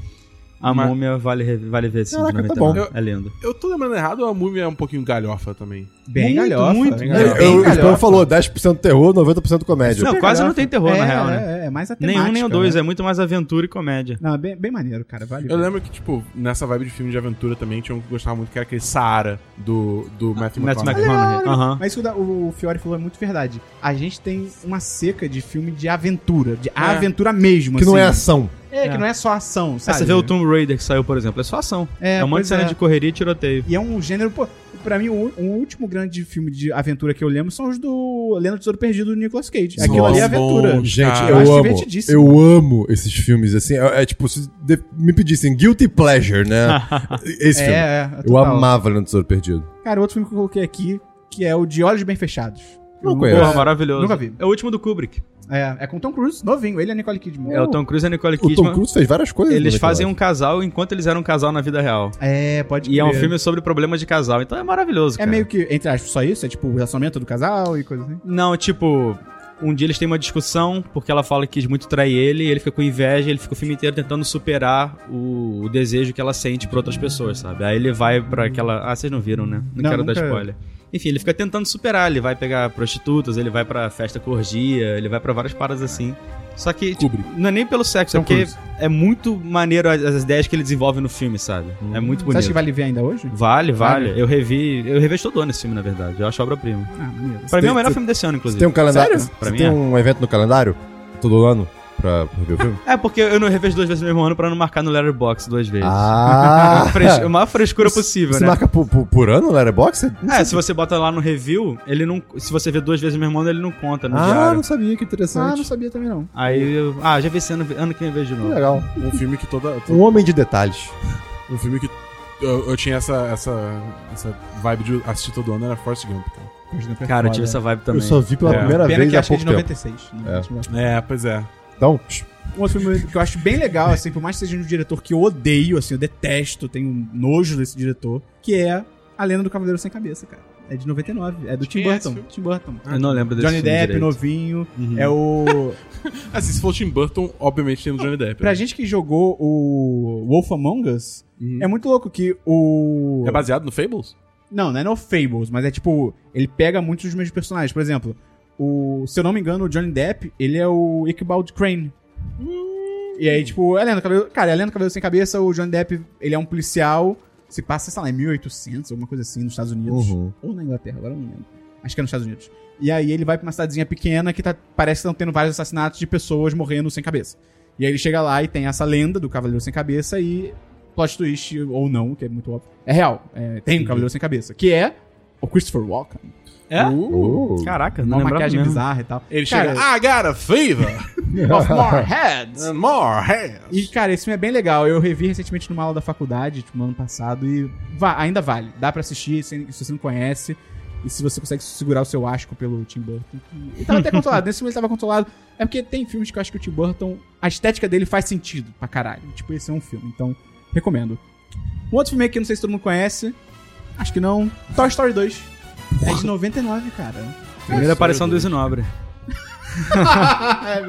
[SPEAKER 3] A
[SPEAKER 2] Mas-
[SPEAKER 3] múmia vale, re- vale ver esse
[SPEAKER 4] Caraca,
[SPEAKER 3] filme
[SPEAKER 4] tá bom.
[SPEAKER 3] 99. É lindo.
[SPEAKER 2] Eu tô lembrando errado, ou a múmia é um pouquinho galhofa também.
[SPEAKER 1] Bem
[SPEAKER 3] muito,
[SPEAKER 1] galhofa.
[SPEAKER 3] muito,
[SPEAKER 1] bem
[SPEAKER 3] muito.
[SPEAKER 1] galhofa.
[SPEAKER 4] eu- o
[SPEAKER 1] Bem
[SPEAKER 4] Spam
[SPEAKER 1] galhofa.
[SPEAKER 4] falou 10% terror, 90% comédia.
[SPEAKER 3] Não,
[SPEAKER 1] Super
[SPEAKER 3] quase
[SPEAKER 1] galhofa.
[SPEAKER 3] não tem terror,
[SPEAKER 1] É,
[SPEAKER 3] na real, né?
[SPEAKER 1] É, é, é mais a
[SPEAKER 3] Nenhum nem o
[SPEAKER 1] temática,
[SPEAKER 3] dois,
[SPEAKER 1] né?
[SPEAKER 3] é muito mais aventura e comédia.
[SPEAKER 1] Não, é bem, bem maneiro, cara. Vale.
[SPEAKER 2] Eu lembro que, tipo, nessa vibe de filme de aventura também, tinha um que eu gostava muito, que era aquele Saara, do, do Matthew
[SPEAKER 3] Matthew
[SPEAKER 1] né?
[SPEAKER 2] McConaughey.
[SPEAKER 3] McConaughey. Aham.
[SPEAKER 1] Mas isso que o Fiore falou é muito verdade. A gente tem uma seca de filme de aventura. De aventura mesmo,
[SPEAKER 4] que não é
[SPEAKER 1] assim.
[SPEAKER 4] ação.
[SPEAKER 1] É, que
[SPEAKER 3] É.
[SPEAKER 1] não é só ação,
[SPEAKER 3] Aí
[SPEAKER 1] sabe?
[SPEAKER 3] você vê o Tomb Raider que saiu, por exemplo, é só ação. É, um monte
[SPEAKER 1] pois
[SPEAKER 3] de cena de correria e tiroteio.
[SPEAKER 1] E é um gênero... Pô, pra mim, o, o último grande filme de aventura que eu lembro são os do Lenda do Tesouro Perdido do Nicolas Cage. Aquilo
[SPEAKER 4] Nossa,
[SPEAKER 1] ali é aventura.
[SPEAKER 2] bom.
[SPEAKER 4] Gente,
[SPEAKER 2] Ah,
[SPEAKER 1] eu acho
[SPEAKER 4] eu amo.
[SPEAKER 1] divertidíssimo.
[SPEAKER 4] Eu amo esses filmes, assim. É, é tipo, se de- me pedissem Guilty Pleasure, né? Esse
[SPEAKER 1] É, é,
[SPEAKER 4] filme.
[SPEAKER 1] é,
[SPEAKER 4] Eu
[SPEAKER 1] total.
[SPEAKER 4] amava Lendo Tesouro Perdido.
[SPEAKER 1] Cara, outro filme que eu coloquei aqui, que é o De Olhos Bem Fechados.
[SPEAKER 4] Não
[SPEAKER 1] Eu
[SPEAKER 4] conheço.
[SPEAKER 3] Porra, maravilhoso.
[SPEAKER 1] Nunca vi.
[SPEAKER 3] É o último do Kubrick.
[SPEAKER 1] É, é com o Tom Cruise, novinho. Ele é Nicole Kidman.
[SPEAKER 3] É o Tom Cruise e a Nicole
[SPEAKER 4] O Tom
[SPEAKER 3] Kidman.
[SPEAKER 4] Cruise fez várias coisas.
[SPEAKER 3] Eles
[SPEAKER 4] né,
[SPEAKER 3] fazem
[SPEAKER 4] cara?
[SPEAKER 3] um casal enquanto eles eram um casal na vida real.
[SPEAKER 1] É, pode
[SPEAKER 3] E é um
[SPEAKER 1] crer.
[SPEAKER 3] filme sobre problemas de casal, então é maravilhoso,
[SPEAKER 1] É
[SPEAKER 3] cara.
[SPEAKER 1] meio que, entre aspas, só isso? É tipo o relacionamento do casal e coisa assim?
[SPEAKER 3] Não, tipo, um dia eles têm uma discussão porque ela fala que quis muito trair ele, e ele fica com inveja, ele fica o filme inteiro tentando superar o, o desejo que ela sente por outras pessoas, sabe? Aí ele vai pra aquela. Ah, vocês não viram, né? Não,
[SPEAKER 1] Não,
[SPEAKER 3] quero dar
[SPEAKER 1] nunca-
[SPEAKER 3] spoiler. Enfim, ele fica tentando superar, ele vai pegar prostitutas, ele vai pra festa com orgia, ele vai pra várias paradas assim. Só que, tipo, não é nem pelo sexo, é
[SPEAKER 2] Tom
[SPEAKER 3] porque
[SPEAKER 2] Cruise.
[SPEAKER 3] é muito maneiro as, as ideias que ele desenvolve no filme, sabe? É muito
[SPEAKER 1] Hum. Você
[SPEAKER 3] bonito.
[SPEAKER 1] acha que vale ver ainda hoje?
[SPEAKER 3] Vale, vale,
[SPEAKER 1] Vale?
[SPEAKER 3] Eu revi. Eu revejo todo ano esse filme, na verdade. Eu acho obra-prima.
[SPEAKER 1] Ah, maneiro.
[SPEAKER 3] Pra
[SPEAKER 4] tem-
[SPEAKER 3] mim é o melhor
[SPEAKER 4] você-
[SPEAKER 3] filme desse ano, inclusive.
[SPEAKER 4] Tem um calendário.
[SPEAKER 3] Sério? Pra
[SPEAKER 4] Você
[SPEAKER 3] mim
[SPEAKER 4] tem
[SPEAKER 3] é.
[SPEAKER 4] um evento no calendário? Todo ano? Pra ver o filme?
[SPEAKER 3] É, porque eu não revejo duas vezes no mesmo ano pra não marcar no Letterboxd duas vezes.
[SPEAKER 4] Ah!
[SPEAKER 3] A fres- A maior frescura é possível,
[SPEAKER 4] Você
[SPEAKER 3] né?
[SPEAKER 4] marca por, por, por ano, Letterboxd?
[SPEAKER 3] É, se você bota lá no review, ele não. Se você vê duas vezes no mesmo ano, ele não conta no
[SPEAKER 4] Ah,
[SPEAKER 3] diário.
[SPEAKER 4] não sabia, que
[SPEAKER 1] Ah,
[SPEAKER 4] interessante.
[SPEAKER 1] não sabia também não.
[SPEAKER 3] Aí eu. Ah, já vi esse ano, ano que vem eu vejo de
[SPEAKER 4] Que
[SPEAKER 3] novo.
[SPEAKER 4] legal.
[SPEAKER 2] Um filme que toda.
[SPEAKER 4] Um homem de detalhes.
[SPEAKER 2] Um filme que. Eu, eu tinha essa, essa, essa vibe de assistir todo ano era Force Gump, cara.
[SPEAKER 1] é
[SPEAKER 3] Cara, eu tive essa vibe também.
[SPEAKER 4] Eu só vi pela
[SPEAKER 2] É.
[SPEAKER 4] primeira
[SPEAKER 1] Pena
[SPEAKER 4] vez
[SPEAKER 1] que
[SPEAKER 4] há
[SPEAKER 1] acho que é
[SPEAKER 4] pouco
[SPEAKER 1] de
[SPEAKER 4] tempo.
[SPEAKER 1] 96.
[SPEAKER 4] É.
[SPEAKER 2] É, pois é.
[SPEAKER 4] Então,
[SPEAKER 1] Um outro filme que eu acho bem legal, assim, por mais que seja um diretor que eu odeio, assim, eu detesto, tenho um nojo desse diretor, que é A Lenda do Cavaleiro Sem Cabeça, cara. É de 99, é do Tim
[SPEAKER 2] Quem é esse
[SPEAKER 1] Burton.
[SPEAKER 2] filme?
[SPEAKER 1] Tim Burton.
[SPEAKER 3] Eu não lembro desse
[SPEAKER 1] Johnny
[SPEAKER 3] filme
[SPEAKER 1] Depp,
[SPEAKER 3] direito.
[SPEAKER 1] novinho,
[SPEAKER 3] Uhum.
[SPEAKER 1] é o...
[SPEAKER 2] Assim, se for o Tim Burton, obviamente tem o Johnny Depp.
[SPEAKER 1] Pra
[SPEAKER 2] né?
[SPEAKER 1] gente que jogou o Wolf Among Us,
[SPEAKER 3] Hum.
[SPEAKER 2] Uhum.
[SPEAKER 1] é muito louco que o.
[SPEAKER 2] É baseado no Fables?
[SPEAKER 1] Não, não é no Fables, mas é tipo. Ele pega muitos dos meus personagens. Por exemplo, o. Se eu não me engano, o Johnny Depp, ele é o Iqbal Crane. E aí, tipo, é a Lenda do Cabelo. Cara, é a Lenda do Cabelo Sem Cabeça, o Johnny Depp, ele é um policial. Se passa, sei lá, em 1800, alguma coisa assim, nos Estados Unidos.
[SPEAKER 4] Uhum.
[SPEAKER 1] Ou na Inglaterra, agora eu não lembro. Acho que é nos Estados Unidos. E aí ele vai pra uma cidadezinha pequena que tá, parece que estão tendo vários assassinatos de pessoas morrendo sem cabeça. E aí ele chega lá e tem essa lenda do Cavaleiro Sem Cabeça e plot twist, ou não, que é muito óbvio. É real. É, tem um Cavaleiro Sem Cabeça, que é o Christopher Walken.
[SPEAKER 3] É?
[SPEAKER 4] Uh.
[SPEAKER 3] Caraca, não
[SPEAKER 1] Uma
[SPEAKER 3] lembrava
[SPEAKER 1] maquiagem
[SPEAKER 3] mesmo.
[SPEAKER 1] bizarra e tal.
[SPEAKER 2] Ele
[SPEAKER 1] Cara,
[SPEAKER 2] chega. I got a fever!
[SPEAKER 1] Of more heads!
[SPEAKER 2] and more hands!
[SPEAKER 1] E, cara, esse filme é bem legal. Eu revi recentemente numa aula da faculdade, tipo, no ano passado, e va- ainda vale. Dá pra assistir se, se você não conhece. E se você consegue segurar o seu asco pelo Tim Burton. que- Ele tava até controlado. Nesse filme ele tava controlado. É porque tem filmes que eu acho que o Tim Burton... A estética dele faz sentido pra caralho. Tipo, esse é um filme. Então, recomendo. Um outro filme aqui, não sei se todo mundo conhece. Acho que não. Toy Story 2. É de 99, cara.
[SPEAKER 3] Primeira aparição do Isinobre.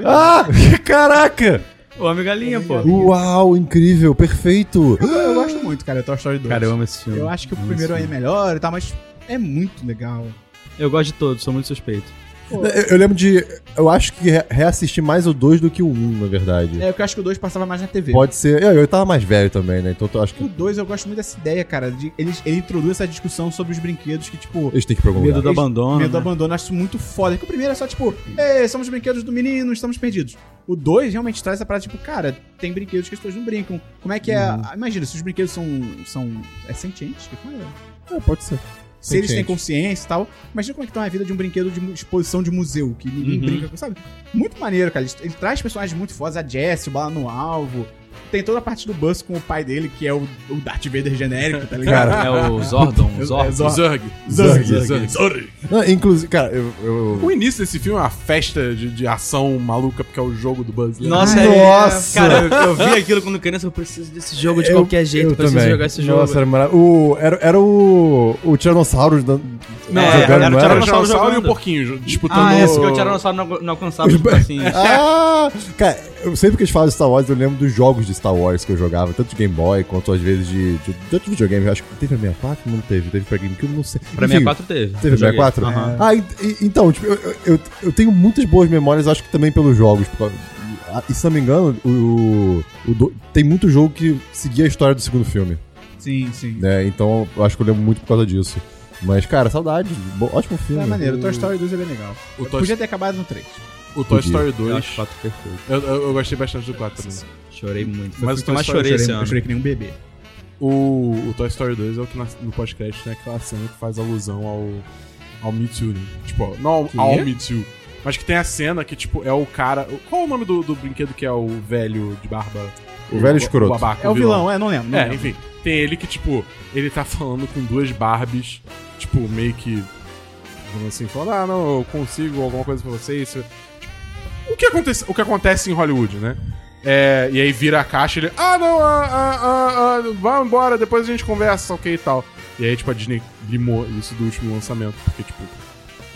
[SPEAKER 4] Ah, caraca!
[SPEAKER 3] O Homem Galinha, pô.
[SPEAKER 4] Uh, Uau, incrível, perfeito.
[SPEAKER 1] Eu, eu gosto muito, cara, Toy Story 2.
[SPEAKER 3] Cara, eu amo esse filme.
[SPEAKER 1] Eu acho que o
[SPEAKER 3] Amo
[SPEAKER 1] primeiro
[SPEAKER 3] esse
[SPEAKER 1] aí é melhor e tal, mas é muito legal.
[SPEAKER 3] filme. Eu gosto de todos, sou muito suspeito.
[SPEAKER 4] Eu, eu lembro de. Eu acho que re- reassisti mais o 2 do que o 1, um, na verdade.
[SPEAKER 1] É, porque eu acho que o 2 passava mais na TV.
[SPEAKER 4] Pode ser. Eu, eu tava mais velho também, né? Então eu acho
[SPEAKER 1] O
[SPEAKER 4] que
[SPEAKER 1] 2 eu gosto muito dessa ideia, cara. De, ele, ele introduz essa discussão sobre os brinquedos que, tipo,
[SPEAKER 4] eles têm que ir pra algum
[SPEAKER 3] Medo
[SPEAKER 4] lugar.
[SPEAKER 3] do
[SPEAKER 1] Eles-
[SPEAKER 3] abandono.
[SPEAKER 1] medo do
[SPEAKER 3] né?
[SPEAKER 1] abandono, eu acho isso muito foda. Porque o primeiro é só, tipo, Ei, somos brinquedos do menino, estamos perdidos. O 2 realmente traz essa parada, tipo, cara, tem brinquedos que as pessoas não brincam. Como é que é. a- Imagina, se os brinquedos são. são. É sentientes? Que fala?
[SPEAKER 4] É, pode ser.
[SPEAKER 1] Se eles têm
[SPEAKER 4] Sentiente.
[SPEAKER 1] consciência e tal. Imagina como é que tá a vida de um brinquedo de mu- exposição de museu, que ninguém
[SPEAKER 3] Uhum.
[SPEAKER 1] brinca com, sabe? Muito maneiro, cara. Ele, ele traz personagens muito fodas, a Jessie, o Bala no Alvo. Tem toda a parte do Buzz com o pai dele, que é o, o Darth Vader genérico, tá ligado?
[SPEAKER 3] É o Zordon, o Zordon.
[SPEAKER 1] É, Zor-
[SPEAKER 2] Zurg.
[SPEAKER 1] Zurg,
[SPEAKER 2] Zurg. Zurg.
[SPEAKER 4] Não, inclusive, cara, eu. eu-
[SPEAKER 2] O início desse filme é uma festa de, de ação maluca, porque é o jogo do Buzz. Lightyear.
[SPEAKER 3] Nossa, é-
[SPEAKER 4] Nossa!
[SPEAKER 3] Cara, eu, eu vi aquilo quando criança, eu preciso desse jogo de
[SPEAKER 4] eu-
[SPEAKER 3] qualquer jeito,
[SPEAKER 4] eu
[SPEAKER 3] preciso
[SPEAKER 4] também.
[SPEAKER 3] jogar esse jogo.
[SPEAKER 4] Nossa, era maravilhoso. O, era, era o. O Tiranossauro dan-
[SPEAKER 3] Não,
[SPEAKER 2] é,
[SPEAKER 4] jogando,
[SPEAKER 3] era o
[SPEAKER 4] não
[SPEAKER 2] Era o
[SPEAKER 3] Tiranossauro
[SPEAKER 2] Tiranossauro e o
[SPEAKER 3] jogando.
[SPEAKER 2] Porquinho um ju- disputando.
[SPEAKER 3] ah, é, porque o Tiranossauro não, não alcançava os bracinhos.
[SPEAKER 4] Ah! Cara, eu sempre que eles falam de Star Wars, eu lembro dos jogos de Star Wars que eu jogava, tanto de Game Boy quanto às vezes de, de, de outros videogames. Eu Acho que teve pra 64? Não teve, teve pra GameCube, não sei.
[SPEAKER 3] Pra
[SPEAKER 4] Enfim,
[SPEAKER 3] 64 teve.
[SPEAKER 4] Teve
[SPEAKER 3] Eu joguei.
[SPEAKER 4] 64?
[SPEAKER 3] Aham.
[SPEAKER 4] Ah, e- e- então, tipo, eu, eu, eu tenho muitas boas memórias, acho que também pelos jogos. por causa- ah, E se não me engano, o, o do- tem muito jogo que seguia a história do segundo filme.
[SPEAKER 1] Sim, sim.
[SPEAKER 4] Né? Então, eu acho que eu lembro muito por causa disso. Mas, cara, saudade. bo- ótimo filme. Uh.
[SPEAKER 1] É maneiro. Toy Story 2 é bem legal.
[SPEAKER 2] O
[SPEAKER 1] Eu
[SPEAKER 2] Toy-
[SPEAKER 1] Podia ter acabado no 3.
[SPEAKER 2] O Toy
[SPEAKER 4] Podia.
[SPEAKER 2] Story
[SPEAKER 3] Eu
[SPEAKER 2] 2.
[SPEAKER 3] acho 4 perfeito.
[SPEAKER 2] Eu, eu, eu gostei bastante do 4 também.
[SPEAKER 3] Chorei muito.
[SPEAKER 2] Mas
[SPEAKER 3] Mas o que eu
[SPEAKER 2] o Toy
[SPEAKER 3] mais
[SPEAKER 2] Story
[SPEAKER 3] chorei esse
[SPEAKER 1] Eu
[SPEAKER 3] ano.
[SPEAKER 1] chorei que nem um bebê.
[SPEAKER 2] O, o Toy Story 2 é o que nas- no pós-crédito tem aquela cena que faz alusão ao, ao Me Too, né? Tipo, não ao,
[SPEAKER 1] Que?
[SPEAKER 2] ao Me Too, mas que tem a cena que, tipo, é o cara... Qual é o nome do, do brinquedo que é o velho de barba?
[SPEAKER 4] O velho
[SPEAKER 2] ba-
[SPEAKER 4] escroto.
[SPEAKER 2] babaca,
[SPEAKER 1] É o vilão, é, não lembro. não
[SPEAKER 2] É,
[SPEAKER 1] lembro.
[SPEAKER 2] enfim, tem ele que, tipo, ele tá falando com duas Barbies, tipo, meio que. digamos Assim, falando, ah, não, eu consigo alguma coisa pra vocês. Tipo, O que acontece, o que acontece em Hollywood, né? É, e aí vira a caixa e ele. Ah, não, ah, ah, ah, ah, vá embora, depois a gente conversa, ok e tal. E aí, tipo, a Disney limou isso do último lançamento, porque, tipo,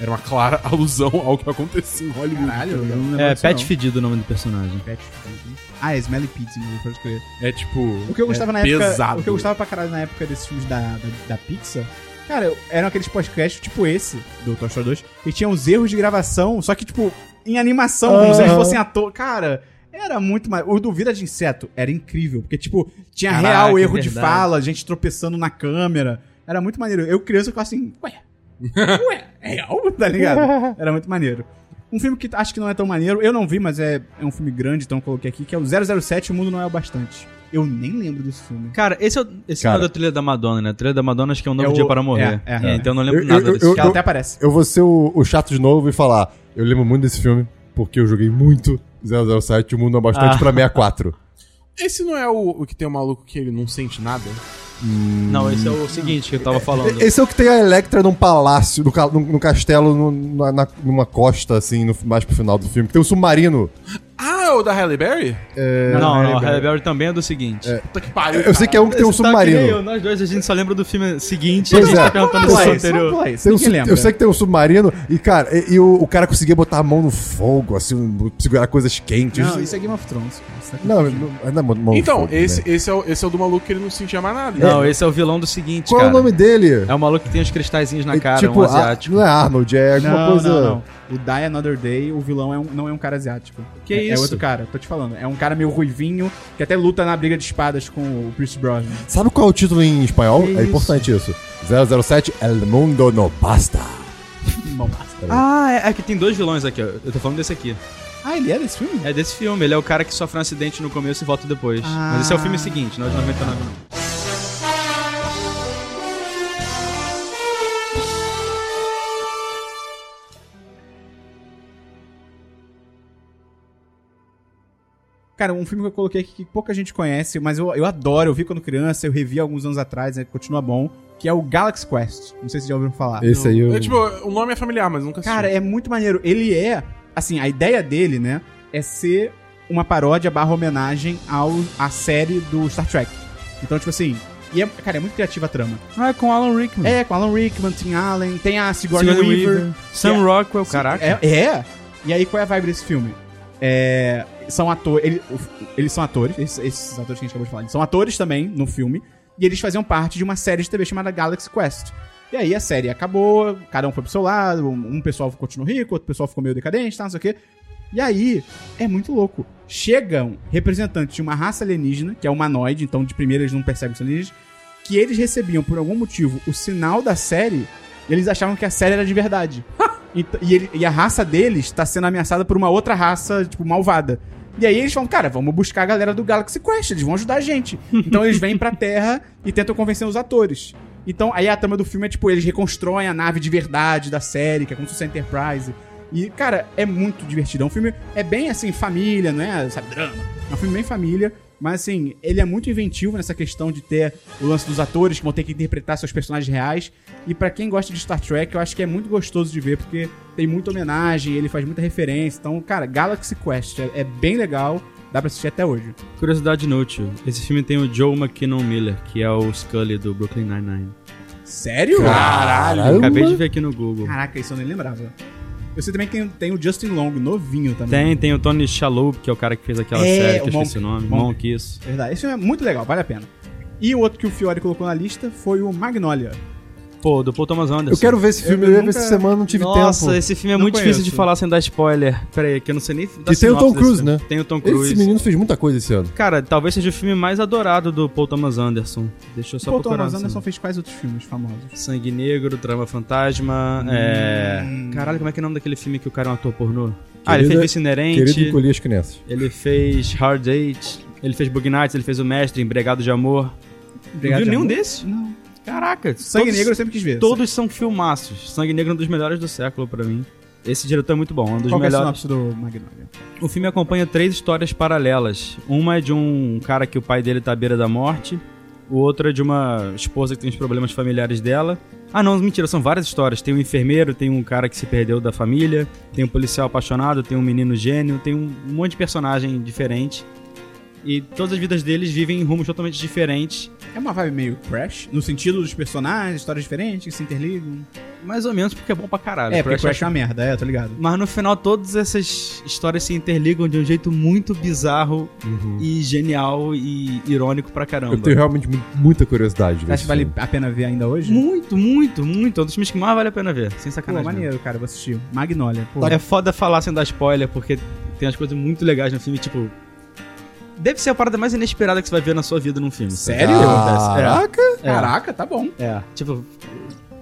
[SPEAKER 2] era uma clara alusão ao que acontecia em Hollywood.
[SPEAKER 1] Caralho,
[SPEAKER 2] entendeu?
[SPEAKER 1] não
[SPEAKER 3] É,
[SPEAKER 1] lembro disso,
[SPEAKER 3] Pet
[SPEAKER 1] não.
[SPEAKER 3] Fedido o nome do personagem.
[SPEAKER 1] Pet Feed. Ah, é Smelly Pizza, né? pode crer.
[SPEAKER 2] É tipo.
[SPEAKER 1] O que eu gostava
[SPEAKER 2] é
[SPEAKER 1] na época.
[SPEAKER 2] Pesado.
[SPEAKER 1] O que eu gostava pra caralho na época desses filmes da, da, da Pixar. Cara, eu- eram aqueles podcasts tipo esse, do Toy Story 2, que tinha uns erros de gravação, só que, tipo, em animação, como se eles
[SPEAKER 4] Aham.
[SPEAKER 1] fossem ator. Cara, era muito mais. O do Vida de Inseto era incrível, porque, tipo, tinha
[SPEAKER 3] Caraca,
[SPEAKER 1] real
[SPEAKER 3] é
[SPEAKER 1] erro de
[SPEAKER 3] verdade.
[SPEAKER 1] fala, gente tropeçando na câmera. Era muito maneiro. Eu criança, eu ficava assim, ué, ué, é real? Tá ligado? Era muito maneiro. Um filme que acho que não é tão maneiro, eu não vi, mas é, é um filme grande, então eu coloquei aqui, que é o 007 O Mundo Não É o Bastante. Eu nem lembro desse filme.
[SPEAKER 3] Cara, esse é o, esse
[SPEAKER 4] Cara.
[SPEAKER 3] não é da trilha da Madonna, né? A trilha da Madonna acho que é um novo
[SPEAKER 1] É o-
[SPEAKER 3] dia para morrer.
[SPEAKER 1] é, é.
[SPEAKER 3] É, Então eu não lembro
[SPEAKER 4] Eu-
[SPEAKER 3] nada
[SPEAKER 4] eu-
[SPEAKER 3] desse
[SPEAKER 4] eu-
[SPEAKER 1] Que
[SPEAKER 3] filme.
[SPEAKER 1] ela até aparece.
[SPEAKER 4] Eu vou ser o, o chato de novo e falar. Eu lembro muito desse filme, porque eu joguei muito 007, o mundo é bastante
[SPEAKER 3] Ah.
[SPEAKER 4] pra 64.
[SPEAKER 2] Esse não é o, o que tem o maluco que ele não sente nada?
[SPEAKER 3] Não, esse é o seguinte que eu tava falando.
[SPEAKER 4] Esse é o que tem a Electra num palácio, no, ca- num, num castelo, num- na- na- numa costa, assim, no- mais pro final do filme. Que tem um submarino.
[SPEAKER 2] Ah, é o da Halle Berry?
[SPEAKER 3] Não, não, a Rebel também é do seguinte.
[SPEAKER 2] Puta que pariu.
[SPEAKER 4] Eu sei que é um que tem um
[SPEAKER 3] Você tá que nem
[SPEAKER 4] submarino.
[SPEAKER 3] eu, nós dois, a gente só lembra do filme seguinte
[SPEAKER 4] Pois
[SPEAKER 3] a gente
[SPEAKER 4] é.
[SPEAKER 3] tá perguntando
[SPEAKER 4] Pois
[SPEAKER 3] se
[SPEAKER 4] é.
[SPEAKER 3] é o anterior.
[SPEAKER 4] Tem um su- eu sei que tem um submarino e, cara, e, e o, o cara conseguia botar a mão no fogo, assim, um- segurar coisas quentes.
[SPEAKER 1] Não, isso é Game of Thrones. cara. Isso tá
[SPEAKER 4] Não, não, não é mão no
[SPEAKER 2] Então,
[SPEAKER 4] fogo,
[SPEAKER 2] esse,
[SPEAKER 4] né?
[SPEAKER 2] esse, é o, esse é o do maluco que ele não sentia mais nada.
[SPEAKER 3] Não, esse é o vilão do seguinte,
[SPEAKER 4] Qual
[SPEAKER 3] cara.
[SPEAKER 4] é o nome dele?
[SPEAKER 3] É o maluco que tem os cristalzinhos na
[SPEAKER 4] É
[SPEAKER 3] cara,
[SPEAKER 4] tipo,
[SPEAKER 3] um
[SPEAKER 4] a-
[SPEAKER 3] asiático.
[SPEAKER 4] não é Arnold, é alguma
[SPEAKER 1] Não,
[SPEAKER 4] coisa.
[SPEAKER 1] não, não. O Die Another Day, o vilão é um- não é um cara asiático.
[SPEAKER 3] Que
[SPEAKER 1] é, É
[SPEAKER 3] isso?
[SPEAKER 1] outro cara, tô te falando. É um cara meio ruivinho, que até luta na briga de espadas com o Pierce Brosnan.
[SPEAKER 4] Sabe qual é o título em espanhol?
[SPEAKER 3] Que
[SPEAKER 4] é importante isso. 007 El Mundo No Basta.
[SPEAKER 3] Ah, é, é que tem dois vilões aqui, ó. Eu tô falando desse aqui.
[SPEAKER 1] Ah, ele é desse filme?
[SPEAKER 3] É desse filme, ele é o cara que sofre um acidente no começo e volta depois.
[SPEAKER 1] Ah.
[SPEAKER 3] Mas esse é o filme seguinte, não é de 99 não.
[SPEAKER 1] Cara, um filme que eu coloquei aqui que pouca gente conhece, mas eu, eu adoro, eu vi quando criança, eu revi alguns anos atrás, né, continua bom, que é o Galaxy Quest. Não sei se já ouviram falar.
[SPEAKER 4] Esse aí eu.
[SPEAKER 2] É, tipo, o nome é familiar, mas nunca
[SPEAKER 1] Cara, é muito maneiro. Ele é, assim, a ideia dele, né, é ser uma paródia barra homenagem ao, à série do Star Trek. Então, tipo assim, e é, cara, é muito criativa a trama.
[SPEAKER 3] Ah, é com Alan Rickman.
[SPEAKER 1] É, com Alan Rickman, Tim Allen, tem a Sigourney,
[SPEAKER 3] Sigourney
[SPEAKER 1] Weaver.
[SPEAKER 3] Weaver. Sam
[SPEAKER 1] Yeah.
[SPEAKER 3] Rockwell, caraca.
[SPEAKER 1] É, é. E aí, qual é a vibe desse filme? É, são atores. Ele, o- eles são atores, esses, esses atores que a gente acabou de falar, eles são atores também no filme. E eles faziam parte de uma série de TV chamada Galaxy Quest. E aí a série acabou, cada um foi pro seu lado, um, um pessoal continuou rico, outro pessoal ficou meio decadente, tá, não sei o quê. E aí, é muito louco. Chegam representantes de uma raça alienígena, que é humanoide, então de primeira eles não percebem que são alienígenas, que eles recebiam, por algum motivo, o sinal da série, e eles achavam que a série era de verdade. E, t- e ele- e a raça deles tá sendo ameaçada por uma outra raça, tipo, malvada. E aí eles falam, cara, vamos buscar a galera do Galaxy Quest, eles vão ajudar a gente. Então eles vêm pra Terra e tentam convencer os atores. Então, aí a trama do filme é tipo, eles reconstroem a nave de verdade da série, que é como se fosse a Enterprise. E, cara, é muito divertido. É um filme, é bem assim, família, não é, sabe, drama. É um filme bem família, mas assim, ele é muito inventivo nessa questão de ter o lance dos atores que vão ter que interpretar seus personagens reais. E pra quem gosta de Star Trek, eu acho que é muito gostoso de ver, porque tem muita homenagem, ele faz muita referência. Então, cara, Galaxy Quest é, é bem legal, dá pra assistir até hoje.
[SPEAKER 3] Curiosidade inútil. Esse filme tem o Joe McKinnon Miller, que é o Scully do Brooklyn Nine-Nine.
[SPEAKER 1] Sério?
[SPEAKER 4] Caralho!
[SPEAKER 3] Acabei um de ver aqui no Google.
[SPEAKER 1] Caraca, isso eu nem lembrava. Eu sei também que tem, tem o Justin Long, novinho também.
[SPEAKER 3] Tem, tem o Tony Shalhoub, que é o cara que fez aquela
[SPEAKER 1] É,
[SPEAKER 3] série, que eu
[SPEAKER 1] o Monk-
[SPEAKER 3] esqueci o nome.
[SPEAKER 1] Monk.
[SPEAKER 3] Monk, isso.
[SPEAKER 1] Verdade. Esse filme é muito legal, vale a pena. E o outro que o Fiore colocou na lista foi o Magnolia.
[SPEAKER 3] Pô, do Paul Thomas Anderson.
[SPEAKER 4] Eu quero ver esse filme,
[SPEAKER 1] Eu
[SPEAKER 4] eu, ia ver
[SPEAKER 1] nunca-
[SPEAKER 4] essa semana, não tive
[SPEAKER 3] Nossa,
[SPEAKER 4] tempo.
[SPEAKER 3] esse filme é
[SPEAKER 1] Não
[SPEAKER 3] muito difícil
[SPEAKER 1] conheço.
[SPEAKER 3] de falar sem dar spoiler. Pera aí, que eu não sei nem. da
[SPEAKER 4] E tem o
[SPEAKER 3] sinopse
[SPEAKER 4] Tom
[SPEAKER 3] desse
[SPEAKER 4] Cruise,
[SPEAKER 3] filme.
[SPEAKER 4] né?
[SPEAKER 3] Tem o Tom
[SPEAKER 4] Esse
[SPEAKER 3] Cruise.
[SPEAKER 4] menino fez muita coisa esse ano.
[SPEAKER 3] Cara, talvez seja o filme mais adorado do Paul Thomas Anderson. Deixa eu só
[SPEAKER 1] Pô,
[SPEAKER 3] procurar.
[SPEAKER 1] Thomas
[SPEAKER 3] assim.
[SPEAKER 1] Anderson fez quais outros filmes famosos?
[SPEAKER 3] Sangue Negro, Trama Fantasma. É. Caralho, como é que é o nome daquele filme que o cara é um ator pornô? ah, ele fez
[SPEAKER 4] Querida-
[SPEAKER 3] Vice
[SPEAKER 4] Querido
[SPEAKER 3] Inerente.
[SPEAKER 4] encolher as crianças.
[SPEAKER 3] Ele fez Hard Eight. Ele fez Bug Nights, ele fez O Mestre, Embregado de Amor. Não viu nenhum desses?
[SPEAKER 1] Não.
[SPEAKER 3] Caraca,
[SPEAKER 1] Sangue
[SPEAKER 3] todos-
[SPEAKER 1] Negro eu sempre quis ver.
[SPEAKER 3] Todos são filmaços. Sangue Negro é um dos melhores do século pra mim. Esse diretor é muito bom, é um dos
[SPEAKER 1] Qual que é a
[SPEAKER 3] melhores.
[SPEAKER 1] sinopse do Magnolia?
[SPEAKER 3] O filme acompanha três histórias paralelas. Uma é de um cara que o pai dele tá à beira da morte. O outro é de uma esposa que tem os problemas familiares dela. Ah, não, mentira, são várias histórias. Tem um enfermeiro, tem um cara que se perdeu da família, tem um policial apaixonado, tem um menino gênio, tem um monte de personagem diferente. E todas as vidas deles vivem em rumos totalmente diferentes,
[SPEAKER 1] É uma vibe meio Crash, no sentido dos personagens, histórias diferentes que se interligam.
[SPEAKER 3] mais ou menos porque é bom pra caralho.
[SPEAKER 1] É, porque
[SPEAKER 3] Crash é
[SPEAKER 1] Crash é uma merda, é, tô ligado.
[SPEAKER 3] Mas no final todas essas histórias se interligam de um jeito muito bizarro e genial e irônico pra caramba.
[SPEAKER 4] Uhum. Eu tenho realmente mu- muita curiosidade.
[SPEAKER 1] Você acha
[SPEAKER 4] nesse
[SPEAKER 1] que vale
[SPEAKER 4] filme.
[SPEAKER 1] a pena ver ainda hoje?
[SPEAKER 3] Muito, muito, muito. É um dos filmes que mais vale a pena ver, sem
[SPEAKER 1] Pô,
[SPEAKER 3] sacanagem.
[SPEAKER 1] maneiro, cara, vou assistir. Magnolia, pô.
[SPEAKER 3] mesmo. É foda falar sem dar spoiler, porque tem umas coisas muito legais no filme, tipo. Deve ser a parada mais inesperada que você vai ver na sua vida num filme. sabe?
[SPEAKER 1] Sério?
[SPEAKER 4] Caraca!
[SPEAKER 1] É. Caraca, tá bom.
[SPEAKER 3] É, tipo,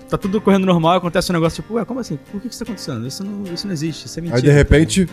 [SPEAKER 3] tá tudo correndo normal, acontece um negócio tipo, ué, como assim? Por que que isso tá acontecendo? Isso não, isso não existe, isso é mentira.
[SPEAKER 4] Aí de repente.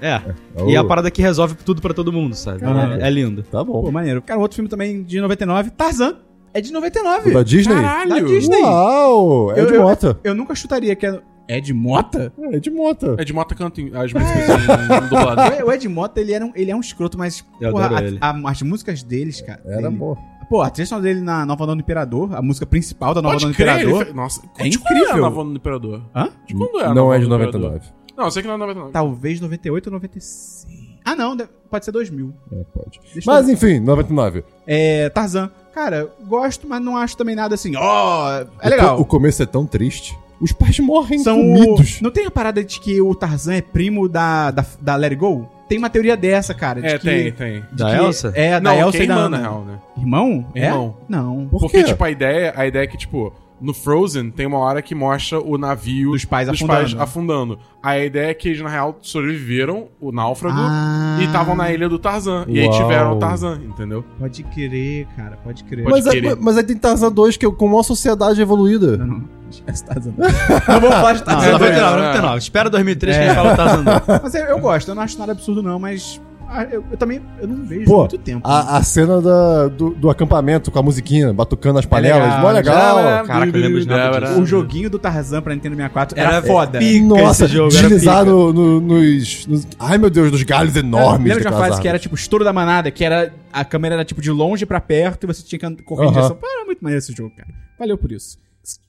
[SPEAKER 3] É,
[SPEAKER 4] ah,
[SPEAKER 3] e é a
[SPEAKER 4] oh,
[SPEAKER 3] parada que resolve tudo pra todo mundo, sabe?
[SPEAKER 1] Caralho.
[SPEAKER 3] É, é lindo.
[SPEAKER 4] Tá
[SPEAKER 1] Pô,
[SPEAKER 4] bom.
[SPEAKER 1] maneiro. Cara, outro filme também de 99, Tarzan. É de
[SPEAKER 4] O
[SPEAKER 1] 99.
[SPEAKER 4] da Disney?
[SPEAKER 2] Caralho!
[SPEAKER 1] Da Disney.
[SPEAKER 4] Uau! É
[SPEAKER 1] Eu-
[SPEAKER 4] de
[SPEAKER 1] eu-
[SPEAKER 4] mota.
[SPEAKER 1] Eu nunca chutaria que é... Ed Mota?
[SPEAKER 4] É de mota.
[SPEAKER 2] É de Mota canta em- as músicas em- em dublado.
[SPEAKER 1] O Ed Mota, ele, era um, ele é um escroto, mas
[SPEAKER 3] Eu
[SPEAKER 1] porra,
[SPEAKER 3] adoro
[SPEAKER 1] a-
[SPEAKER 3] ele.
[SPEAKER 1] a- as músicas deles, cara.
[SPEAKER 4] Era
[SPEAKER 1] dele-
[SPEAKER 4] bom.
[SPEAKER 1] Pô, a trilha sonora dele na Nova Onda do Imperador, a música principal da Nova Onda do
[SPEAKER 2] Pode crer, ele
[SPEAKER 1] Imperador.
[SPEAKER 2] fe- Nossa,
[SPEAKER 1] É
[SPEAKER 2] de quando é
[SPEAKER 1] incrível.
[SPEAKER 2] a Nova do Imperador?
[SPEAKER 1] Hã?
[SPEAKER 2] De quando é a
[SPEAKER 4] Não
[SPEAKER 2] Nova
[SPEAKER 4] é de
[SPEAKER 2] do Imperador?
[SPEAKER 4] 99.
[SPEAKER 2] Não, eu sei que não é 99.
[SPEAKER 1] Talvez 98 ou 96. Ah, não, deve- pode ser 2000.
[SPEAKER 4] É, pode.
[SPEAKER 1] Deixa
[SPEAKER 4] Mas enfim, 99.
[SPEAKER 1] É, Tarzan. Cara, gosto, mas não acho também nada assim, ó, é
[SPEAKER 4] O, co- o
[SPEAKER 1] legal.
[SPEAKER 4] começo é tão triste. Os pais morrem
[SPEAKER 1] São
[SPEAKER 4] comidos.
[SPEAKER 1] Não tem a parada de que o Tarzan é primo da, da, da Let It Go? Tem uma teoria dessa, cara. De
[SPEAKER 2] É,
[SPEAKER 1] que,
[SPEAKER 2] tem, tem.
[SPEAKER 1] de
[SPEAKER 3] Da
[SPEAKER 1] que-
[SPEAKER 3] Elsa?
[SPEAKER 1] É, da
[SPEAKER 2] Não,
[SPEAKER 1] Elsa
[SPEAKER 2] que é
[SPEAKER 1] e da
[SPEAKER 2] irmã, na
[SPEAKER 1] Ana.
[SPEAKER 2] real, né?
[SPEAKER 1] Irmão? É?
[SPEAKER 2] Irmão.
[SPEAKER 1] Não.
[SPEAKER 4] Por
[SPEAKER 2] Porque,
[SPEAKER 4] quê?
[SPEAKER 2] tipo, a ideia, a ideia é que, tipo, no Frozen tem uma hora que mostra o navio
[SPEAKER 1] Dos pais
[SPEAKER 2] dos
[SPEAKER 1] afundando.
[SPEAKER 2] pais afundando. A ideia é que eles, na real, sobreviveram o náufrago
[SPEAKER 1] Ah.
[SPEAKER 2] e estavam na ilha do Tarzan. E aí
[SPEAKER 4] Uau.
[SPEAKER 2] tiveram o Tarzan, entendeu?
[SPEAKER 1] Pode crer, cara, pode crer.
[SPEAKER 2] Pode
[SPEAKER 4] mas, aí-
[SPEAKER 2] querer.
[SPEAKER 4] mas aí tem Tarzan 2, que é como uma sociedade evoluída.
[SPEAKER 1] Não, não. Esquece
[SPEAKER 4] tá
[SPEAKER 1] Tarzan. Não vou falar de
[SPEAKER 3] Não,
[SPEAKER 1] Tarzan.
[SPEAKER 3] 99, 99. Espera 2003 que tá a gente fala o Tarzan dois.
[SPEAKER 1] Mas eu, eu gosto, eu não acho nada absurdo, não, mas. ah, Eu, eu também eu não vejo
[SPEAKER 4] Pô,
[SPEAKER 1] há muito tempo. né?
[SPEAKER 4] A, a cena da- do, do acampamento com a musiquinha, batucando as panelas.
[SPEAKER 1] É legal,
[SPEAKER 4] mó legal.
[SPEAKER 3] Caraca, eu lembro de nada disso.
[SPEAKER 1] o joguinho do Tarzan pra Nintendo 64 era,
[SPEAKER 3] Era
[SPEAKER 1] foda.
[SPEAKER 3] pica
[SPEAKER 4] Nossa,
[SPEAKER 3] esse jogo, era
[SPEAKER 4] deslizar
[SPEAKER 3] pica.
[SPEAKER 4] no- no- nos, nos- Ai meu Deus, nos galhos enormes.
[SPEAKER 1] Lembra de uma
[SPEAKER 4] daquelas
[SPEAKER 1] fase que era
[SPEAKER 4] árvores.
[SPEAKER 1] tipo estouro da manada, que era a câmera era tipo de longe pra perto e você tinha que and- correr em
[SPEAKER 4] Aham.
[SPEAKER 1] direção. Pô, Era muito maneiro esse jogo, cara. Valeu por isso.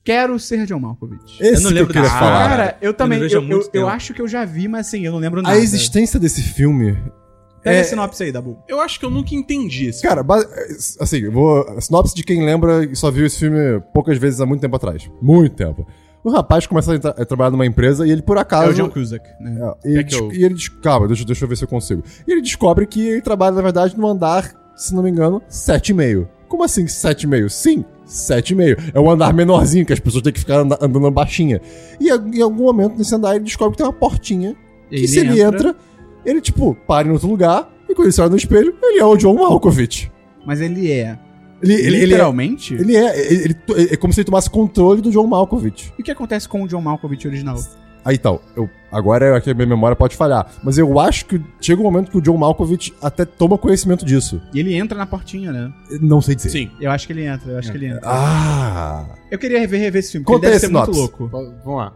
[SPEAKER 1] Quero ser John Malkovich.
[SPEAKER 4] Esse
[SPEAKER 3] Eu não lembro
[SPEAKER 4] que eu queria
[SPEAKER 3] dessa
[SPEAKER 4] falar.
[SPEAKER 1] cara, eu também.
[SPEAKER 3] não
[SPEAKER 1] Eu,
[SPEAKER 3] vejo há
[SPEAKER 1] eu-
[SPEAKER 3] muito
[SPEAKER 1] eu
[SPEAKER 3] tempo.
[SPEAKER 1] acho que eu já vi, mas assim, eu não lembro nada.
[SPEAKER 4] A existência desse filme.
[SPEAKER 1] Pega
[SPEAKER 4] é-
[SPEAKER 1] a sinopse aí, Dabu.
[SPEAKER 2] Eu acho que eu nunca entendi esse
[SPEAKER 4] Cara, ba- assim, eu vou. a Sinopse de quem lembra e só viu esse filme poucas vezes há muito tempo atrás. Muito tempo. O rapaz começa a, entrar- a trabalhar numa empresa e ele, por
[SPEAKER 1] É
[SPEAKER 4] acaso.
[SPEAKER 1] o John Cusack, né?
[SPEAKER 4] É, e, ele
[SPEAKER 2] É que eu-
[SPEAKER 4] des- e ele des- Calma, deixa, deixa eu ver se eu consigo. E ele descobre que ele trabalha, na verdade, no andar, se não me engano, 7,5. Como assim 7,5? Sim, 7,5. É um andar menorzinho, que as pessoas têm que ficar anda- andando baixinha. E a- em algum momento nesse andar ele descobre que tem uma portinha.
[SPEAKER 1] E
[SPEAKER 4] que se ele entra, ele, tipo, para em outro lugar, e quando ele sai no espelho, ele é o John Malkovich.
[SPEAKER 1] Mas ele é.
[SPEAKER 4] Ele, ele, ele é.
[SPEAKER 1] literalmente?
[SPEAKER 4] Ele é, ele- ele- ele- é como se ele tomasse controle do John Malkovich.
[SPEAKER 1] E o que acontece com o John Malkovich original?
[SPEAKER 4] Aí então, eu, agora eu- aqui a minha memória pode falhar, mas eu acho que chega um momento que o John Malkovich até toma conhecimento disso.
[SPEAKER 1] E ele entra na portinha, né?
[SPEAKER 4] Não sei dizer.
[SPEAKER 2] Sim.
[SPEAKER 1] Eu acho que ele entra, eu acho que ele entra.
[SPEAKER 4] Ah!
[SPEAKER 1] Eu queria rever, rever esse filme,
[SPEAKER 4] Conta
[SPEAKER 1] porque ele
[SPEAKER 4] aí
[SPEAKER 1] deve
[SPEAKER 4] a
[SPEAKER 1] ser muito
[SPEAKER 4] sinopse.
[SPEAKER 1] louco.
[SPEAKER 2] V- Vamos lá.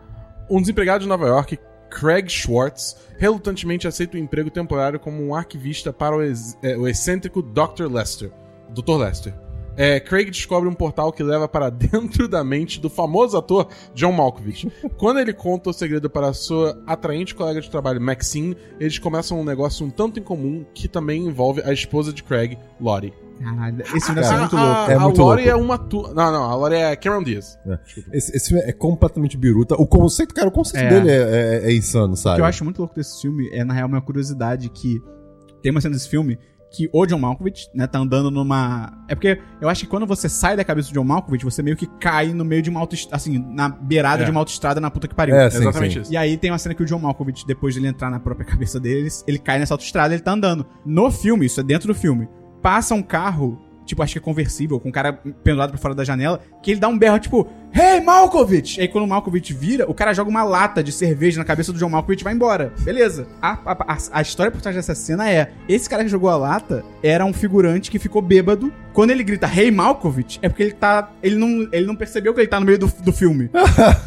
[SPEAKER 2] Um desempregado de Nova York, Craig Schwartz, relutantemente aceita um emprego temporário como um arquivista para o, ex- é, o excêntrico Dr. Lester. Dr. Lester. É, Craig descobre um portal que leva para dentro da mente do famoso ator John Malkovich. Quando ele conta o segredo para sua atraente colega de trabalho, Maxine, eles começam um negócio um tanto incomum que também envolve a esposa de Craig, Lori.
[SPEAKER 1] Caralho, esse filme deve ser
[SPEAKER 2] A-
[SPEAKER 1] muito
[SPEAKER 2] a-
[SPEAKER 1] louco.
[SPEAKER 4] É
[SPEAKER 2] a
[SPEAKER 4] muito
[SPEAKER 2] Lori
[SPEAKER 4] louco.
[SPEAKER 2] é uma... Tu... Não, não, a Lori é Cameron Diaz.
[SPEAKER 4] Esse, esse filme é completamente biruta. O conceito, cara, o conceito
[SPEAKER 1] É.
[SPEAKER 4] dele é, é- é insano,
[SPEAKER 1] O
[SPEAKER 4] sabe?
[SPEAKER 1] que eu acho muito louco desse filme é, na real, uma curiosidade que tem uma cena desse filme que o John Malkovich, né, tá andando numa... É porque eu acho que quando você sai da cabeça do John Malkovich, você meio que cai no meio de uma autoestrada, assim, na beirada
[SPEAKER 2] É.
[SPEAKER 1] de uma autoestrada na puta que pariu.
[SPEAKER 4] É, sim,
[SPEAKER 2] Exatamente
[SPEAKER 4] sim.
[SPEAKER 2] isso.
[SPEAKER 1] E aí tem uma cena que o John Malkovich, depois dele entrar na própria cabeça dele, ele- ele cai nessa autoestrada, ele tá andando. No filme, isso é dentro do filme, passa um carro, tipo, acho que é conversível, com um cara pendurado pra fora da janela, que ele dá um berro, tipo, Hey, Malkovich! Aí quando o Malkovich vira, o cara joga uma lata de cerveja na cabeça do John Malkovich e vai embora. Beleza. A, a- a- a história por trás dessa cena é, esse cara que jogou a lata era um figurante que ficou bêbado. Quando ele grita, Hey, Malkovich, é porque ele tá... Ele não, ele não percebeu que ele tá no meio do, do filme.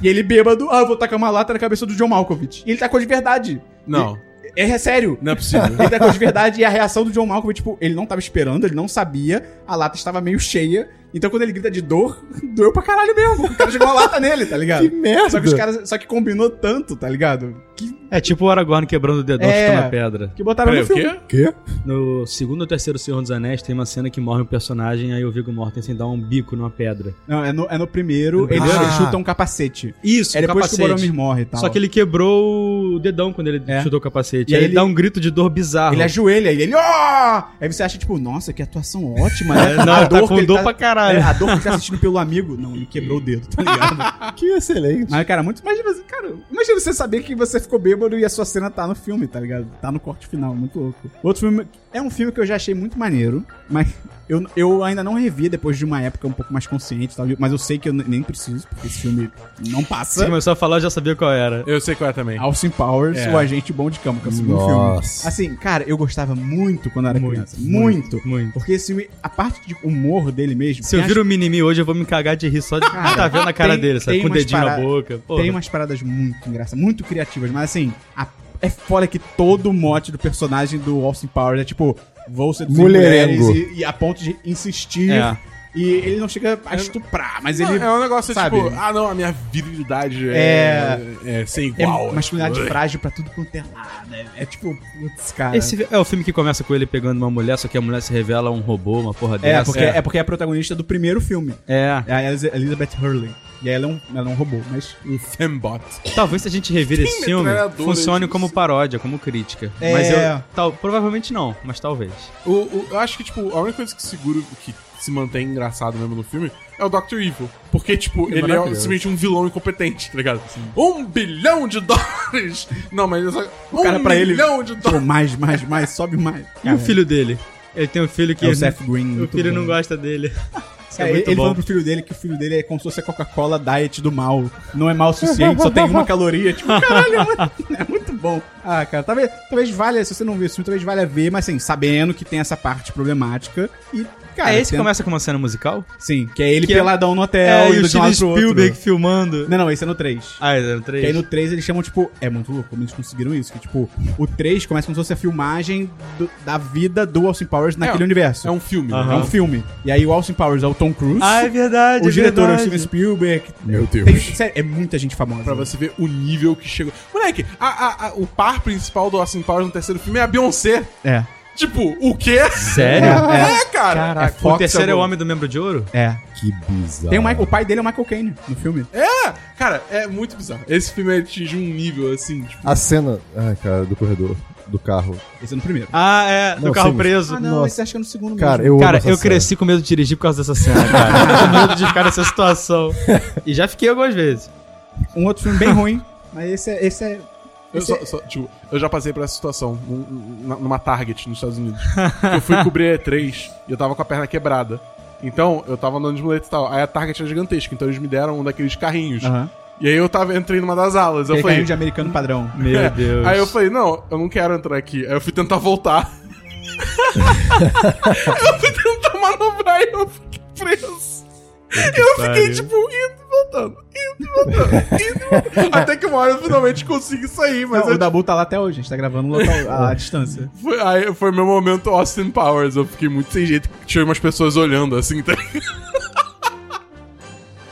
[SPEAKER 1] E ele bêbado, ah, eu vou tacar uma lata na cabeça do John Malkovich. E ele tacou de verdade.
[SPEAKER 2] Não,
[SPEAKER 1] É, é sério.
[SPEAKER 2] não é possível.
[SPEAKER 1] Ele tá tacou de verdade e a reação do John Malkovich, tipo, ele não tava esperando, ele não sabia, a lata estava meio cheia. Então quando ele grita de dor, doeu pra caralho mesmo. O cara jogou uma lata nele, tá ligado?
[SPEAKER 4] Que merda!
[SPEAKER 1] Só que os caras. Só que combinou tanto, tá ligado? Que,
[SPEAKER 3] É tipo o Aragorn quebrando o dedão
[SPEAKER 1] É.
[SPEAKER 3] chutando a pedra.
[SPEAKER 1] que botaram
[SPEAKER 2] Peraí,
[SPEAKER 1] no
[SPEAKER 2] o
[SPEAKER 1] filme.
[SPEAKER 2] quê?
[SPEAKER 4] Quê?
[SPEAKER 3] No segundo ou terceiro Senhor dos Anéis tem uma cena que morre um personagem, aí o Viggo Mortensen dá um bico numa pedra.
[SPEAKER 1] Não, é no, é no primeiro,
[SPEAKER 3] Ah.
[SPEAKER 1] ele ele chuta um capacete.
[SPEAKER 3] Isso,
[SPEAKER 1] É depois que o Boromir morre e tal.
[SPEAKER 3] Só que ele quebrou o dedão quando ele
[SPEAKER 1] É.
[SPEAKER 3] chutou o capacete.
[SPEAKER 1] E
[SPEAKER 3] aí
[SPEAKER 1] aí
[SPEAKER 3] ele,
[SPEAKER 1] ele-
[SPEAKER 3] dá um grito de dor bizarro.
[SPEAKER 1] Ele é ajoelha e ele. ó! Aí você acha, tipo, nossa, que atuação ótima, né?
[SPEAKER 3] Não, ele tá
[SPEAKER 1] que
[SPEAKER 3] com
[SPEAKER 1] ele
[SPEAKER 3] dor
[SPEAKER 1] tá-
[SPEAKER 3] pra
[SPEAKER 1] é,
[SPEAKER 3] caralho.
[SPEAKER 1] a dor que ele tá sentindo pelo amigo. Não, ele quebrou o dedo, tá ligado?
[SPEAKER 4] Que excelente.
[SPEAKER 1] Mas, cara, muito. Imagina, você- cara, imagina você saber que você ficou bêbado e a sua cena tá no filme, tá ligado? Tá no corte final, muito louco. Outro filme. É um filme que eu já achei muito maneiro, mas eu, eu ainda não revi depois de uma época um pouco mais consciente e tal. Mas eu sei que eu nem preciso, porque esse filme não
[SPEAKER 3] Você
[SPEAKER 1] passa.
[SPEAKER 3] começou a falar, eu já sabia qual era.
[SPEAKER 2] Eu sei qual é também.
[SPEAKER 1] Austin Powers,
[SPEAKER 2] É.
[SPEAKER 1] o agente bom de cama, que é o segundo
[SPEAKER 4] Nossa.
[SPEAKER 1] filme. Assim, cara, eu gostava muito quando eu era
[SPEAKER 3] Muito,
[SPEAKER 1] criança. Muito.
[SPEAKER 3] Muito.
[SPEAKER 1] Porque esse filme, a parte de humor dele mesmo. é
[SPEAKER 3] Se eu
[SPEAKER 1] tem
[SPEAKER 3] vir o Minimi hoje, eu vou me cagar de rir só de
[SPEAKER 1] Cara,
[SPEAKER 3] tá vendo a cara
[SPEAKER 1] tem-
[SPEAKER 3] dele, sabe?
[SPEAKER 1] tem
[SPEAKER 3] Com o
[SPEAKER 1] umas
[SPEAKER 3] dedinho
[SPEAKER 1] parada-
[SPEAKER 3] na boca.
[SPEAKER 1] as-
[SPEAKER 3] Porra.
[SPEAKER 1] tem umas paradas muito engraçadas, muito criativas, mas assim, a- é foda que todo o mote do personagem do Austin Powers é tipo, vou seduzir
[SPEAKER 4] Mulherengo.
[SPEAKER 1] mulheres e, e a ponto de insistir.
[SPEAKER 3] É.
[SPEAKER 1] E ele não chega a estuprar, mas
[SPEAKER 2] Não,
[SPEAKER 1] ele.
[SPEAKER 2] é um negócio
[SPEAKER 1] sabe?
[SPEAKER 2] tipo, ah não, a minha virilidade é,
[SPEAKER 1] É.
[SPEAKER 2] é, sem
[SPEAKER 3] um-
[SPEAKER 1] É
[SPEAKER 2] igual.
[SPEAKER 1] masculinidade
[SPEAKER 2] Ui.
[SPEAKER 1] frágil pra tudo quanto é lado. É, é tipo, putz, cara.
[SPEAKER 3] Esse é o filme que começa com ele pegando uma mulher, só que a mulher se revela um robô, uma porra
[SPEAKER 1] É,
[SPEAKER 3] dessa.
[SPEAKER 1] porque, é porque é a protagonista do primeiro filme.
[SPEAKER 3] É.
[SPEAKER 1] É a Elis- Elizabeth Hurley. E ela é um, ela é um robô, mas.
[SPEAKER 2] Um fembot.
[SPEAKER 3] Talvez se a gente revira esse filme,
[SPEAKER 2] metralhadora
[SPEAKER 3] funcione
[SPEAKER 2] disso?
[SPEAKER 3] como paródia, como crítica.
[SPEAKER 1] É.
[SPEAKER 3] Mas eu. Tal, provavelmente não, mas talvez.
[SPEAKER 2] O, o- eu acho que, tipo, a única coisa que segura que se mantém engraçado mesmo no filme é o Dr. Evil. Porque, tipo, ele é
[SPEAKER 4] maravilhoso.
[SPEAKER 2] simplesmente um vilão incompetente, tá ligado? Um bilhão de dólares! Não, mas... Só, um
[SPEAKER 1] cara, pra ele- Tipo,
[SPEAKER 2] bilhão de
[SPEAKER 1] Pô,
[SPEAKER 2] dólares!
[SPEAKER 1] mais, mais, mais, sobe mais.
[SPEAKER 3] E o filho dele? Ele tem um filho que.
[SPEAKER 1] É o Seth Green.
[SPEAKER 3] o
[SPEAKER 1] muito
[SPEAKER 3] filho
[SPEAKER 1] bom.
[SPEAKER 3] não gosta dele. Isso é,
[SPEAKER 1] É,
[SPEAKER 3] muito
[SPEAKER 1] ele
[SPEAKER 3] bom.
[SPEAKER 1] falou pro filho dele que o filho dele é como se fosse a Coca-Cola diet do mal. Não é mal o suficiente, só tem uma caloria. Tipo, caralho, é muito- é muito bom. Ah, cara, talvez, talvez valha, se você não viu esse filme, talvez valha ver, mas assim, sabendo que tem essa parte problemática. E, cara,
[SPEAKER 3] é esse
[SPEAKER 1] tem-
[SPEAKER 3] que começa com uma cena musical?
[SPEAKER 1] Sim, que é ele
[SPEAKER 3] Que é-
[SPEAKER 1] peladão no hotel,
[SPEAKER 3] e
[SPEAKER 1] indo
[SPEAKER 3] o
[SPEAKER 1] de um
[SPEAKER 3] Steven
[SPEAKER 1] lado pro outro.
[SPEAKER 3] Spielberg filmando.
[SPEAKER 1] Não, não, esse é no 3.
[SPEAKER 3] Ah, era
[SPEAKER 1] E
[SPEAKER 3] três.
[SPEAKER 1] aí no 3 eles chamam, tipo, é muito louco como eles conseguiram isso. Que, tipo, o 3 começa como se fosse a filmagem do- da vida do Austin Powers naquele
[SPEAKER 2] É,
[SPEAKER 1] universo.
[SPEAKER 2] É um filme,
[SPEAKER 3] Aham.
[SPEAKER 2] né?
[SPEAKER 1] É um filme. E aí o Austin Powers é o Tom Cruise.
[SPEAKER 3] Ah, é verdade.
[SPEAKER 1] o
[SPEAKER 3] é
[SPEAKER 1] diretor é o
[SPEAKER 3] verdade.
[SPEAKER 1] Steven Spielberg.
[SPEAKER 4] Meu Deus.
[SPEAKER 1] Tem- sério, é muita gente famosa.
[SPEAKER 2] Pra você ver o nível que chegou. Moleque, a- a- a- o par principal do Austin Powers no terceiro filme é a Beyoncé.
[SPEAKER 1] É.
[SPEAKER 2] Tipo, o quê?
[SPEAKER 3] Sério?
[SPEAKER 2] É, cara.
[SPEAKER 1] Caraca.
[SPEAKER 2] É
[SPEAKER 3] O
[SPEAKER 1] Fox,
[SPEAKER 3] terceiro é o
[SPEAKER 1] amor.
[SPEAKER 3] Homem do Membro de Ouro?
[SPEAKER 1] É.
[SPEAKER 4] Que bizarro.
[SPEAKER 1] Tem o, Michael, o pai dele é o Michael Caine no filme.
[SPEAKER 2] Cara, é muito bizarro. Esse filme atinge um nível assim, tipo.
[SPEAKER 4] A cena. Ai, cara, do corredor, do carro.
[SPEAKER 1] Esse é no primeiro.
[SPEAKER 3] Ah, é.
[SPEAKER 4] Não,
[SPEAKER 3] do carro
[SPEAKER 4] sim.
[SPEAKER 3] preso.
[SPEAKER 4] Nossa.
[SPEAKER 1] esse acho que é no segundo
[SPEAKER 4] Cara,
[SPEAKER 1] mesmo.
[SPEAKER 4] eu amo
[SPEAKER 3] Cara,
[SPEAKER 4] essa
[SPEAKER 3] eu
[SPEAKER 4] cena.
[SPEAKER 3] cresci com medo de dirigir por causa dessa cena, cara. com medo de ficar nessa situação. E já fiquei algumas vezes.
[SPEAKER 1] Um outro filme bem ruim, mas esse é. Esse é
[SPEAKER 2] Eu,
[SPEAKER 1] esse é-
[SPEAKER 2] só- só- tipo, eu já passei por essa situação num- num- numa Target nos Estados Unidos. Eu fui cobrir a E3 e eu tava com a perna quebrada. Então, eu tava andando de muleta e tal. Aí a Target era gigantesca, então eles me deram um daqueles carrinhos.
[SPEAKER 1] Aham.
[SPEAKER 2] E aí eu tava, entrei numa das alas. Eu
[SPEAKER 1] Aquele
[SPEAKER 2] falei,
[SPEAKER 1] carrinho de americano padrão.
[SPEAKER 3] Meu
[SPEAKER 2] É.
[SPEAKER 3] Deus.
[SPEAKER 2] Aí eu falei, não, eu não quero entrar aqui. Aí eu fui tentar voltar. eu fui tentar manobrar e eu fiquei preso. Eu fiquei,
[SPEAKER 3] pariu.
[SPEAKER 2] tipo, indo e voltando, indo e voltando, indo e voltando. Até que uma hora eu finalmente consegui sair, mas
[SPEAKER 1] Não,
[SPEAKER 2] eu
[SPEAKER 1] o Dabu tá lá até hoje, a gente tá gravando no local, à distância.
[SPEAKER 2] Foi, aí foi meu momento Austin Powers. Eu fiquei muito sem jeito. Tinha umas pessoas olhando assim. Tá?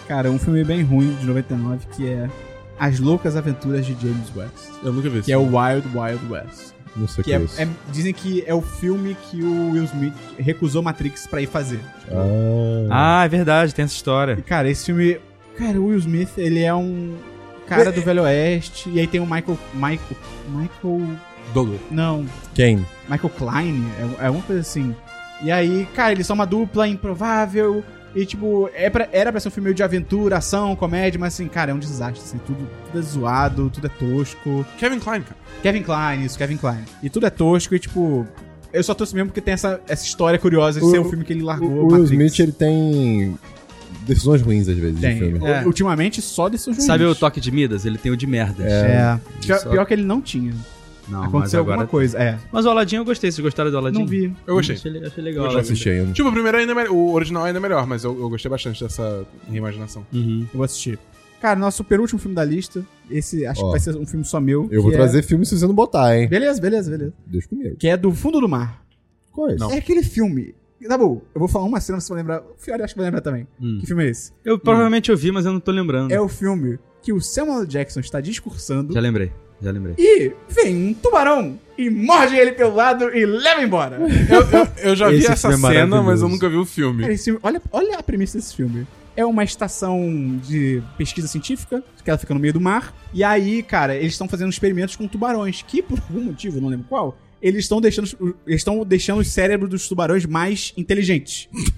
[SPEAKER 1] Cara, um filme bem ruim de 99 que é As Loucas Aventuras de James West.
[SPEAKER 2] Eu nunca vi isso.
[SPEAKER 1] Que é o Wild Wild West.
[SPEAKER 4] Não sei o
[SPEAKER 1] Que
[SPEAKER 4] que
[SPEAKER 1] é,
[SPEAKER 4] é isso.
[SPEAKER 1] é- dizem que é o filme que o Will Smith recusou Matrix pra ir fazer.
[SPEAKER 4] Ah.
[SPEAKER 3] Ah, é verdade, tem essa
[SPEAKER 1] E,
[SPEAKER 3] história.
[SPEAKER 1] cara, esse filme. Cara, o Will Smith, ele é um cara do Velho Oeste. E aí tem o Michael. Michael. Michael. Não.
[SPEAKER 4] Quem?
[SPEAKER 1] Michael Klein, é, é uma coisa assim. E aí, cara, eles são uma dupla improvável. E, tipo, é pra- era pra ser um filme de aventura, ação, comédia, mas assim, cara, é um desastre. Assim, tudo, tudo é zoado, tudo é tosco.
[SPEAKER 2] Kevin Klein, cara.
[SPEAKER 1] Kevin Klein, isso, Kevin Klein. E tudo é tosco e, tipo. Eu só trouxe mesmo porque tem essa, essa história curiosa de
[SPEAKER 4] O-
[SPEAKER 1] ser um filme que ele largou.
[SPEAKER 4] O, o Will
[SPEAKER 1] Matrix.
[SPEAKER 4] Smith, ele tem decisões ruins às vezes de
[SPEAKER 1] tem.
[SPEAKER 4] filme.
[SPEAKER 3] É.
[SPEAKER 1] Ultimamente, só de juiz.
[SPEAKER 3] Sabe o toque de Midas? Ele tem o de merda.
[SPEAKER 1] É. Pior,
[SPEAKER 3] Só-
[SPEAKER 1] pior que ele não tinha.
[SPEAKER 3] Não, mas
[SPEAKER 1] Aconteceu
[SPEAKER 3] agora...
[SPEAKER 1] alguma coisa. É.
[SPEAKER 3] Mas o Aladdin eu gostei. Vocês gostaram do Aladdin?
[SPEAKER 1] Não vi.
[SPEAKER 2] Eu gostei.
[SPEAKER 3] Achei, achei legal.
[SPEAKER 4] Eu não assisti ainda.
[SPEAKER 2] Tipo, o primeiro ainda é melhor. O original ainda é melhor, mas eu, eu gostei bastante dessa reimaginação.
[SPEAKER 3] Uhum.
[SPEAKER 1] Eu vou assistir. Cara, nosso penúltimo filme da lista. Esse acho
[SPEAKER 4] Ó.
[SPEAKER 1] que vai ser um filme só meu.
[SPEAKER 4] Eu vou
[SPEAKER 1] que é-
[SPEAKER 4] trazer filme se você não botar, hein?
[SPEAKER 1] Beleza, beleza, beleza.
[SPEAKER 4] Deus comigo.
[SPEAKER 1] Que é do fundo do mar.
[SPEAKER 4] Qual é esse?
[SPEAKER 2] Não.
[SPEAKER 1] É aquele filme Dabu, eu vou falar uma cena, você vai lembrar. O Fiore acho que vai lembrar também. Que filme é esse?
[SPEAKER 3] Eu provavelmente eu vi, mas eu não tô lembrando.
[SPEAKER 1] É o filme que o Samuel Jackson está discursando
[SPEAKER 3] Hum. Já lembrei, já lembrei.
[SPEAKER 1] e vem um tubarão e morde ele pelo lado e leva embora.
[SPEAKER 2] Eu, eu- eu já vi
[SPEAKER 3] Esse
[SPEAKER 2] essa
[SPEAKER 3] filme é
[SPEAKER 2] cena, mas
[SPEAKER 3] maravilhoso.
[SPEAKER 2] eu nunca vi o filme.
[SPEAKER 1] Cara, esse filme- olha, olha a premissa desse filme. É uma estação de pesquisa científica, que ela fica no meio do mar. E aí, cara, eles estão fazendo experimentos com tubarões, que por algum motivo, não lembro qual, eles estão deixando, os- eles estão deixando os cérebros dos tubarões mais inteligentes.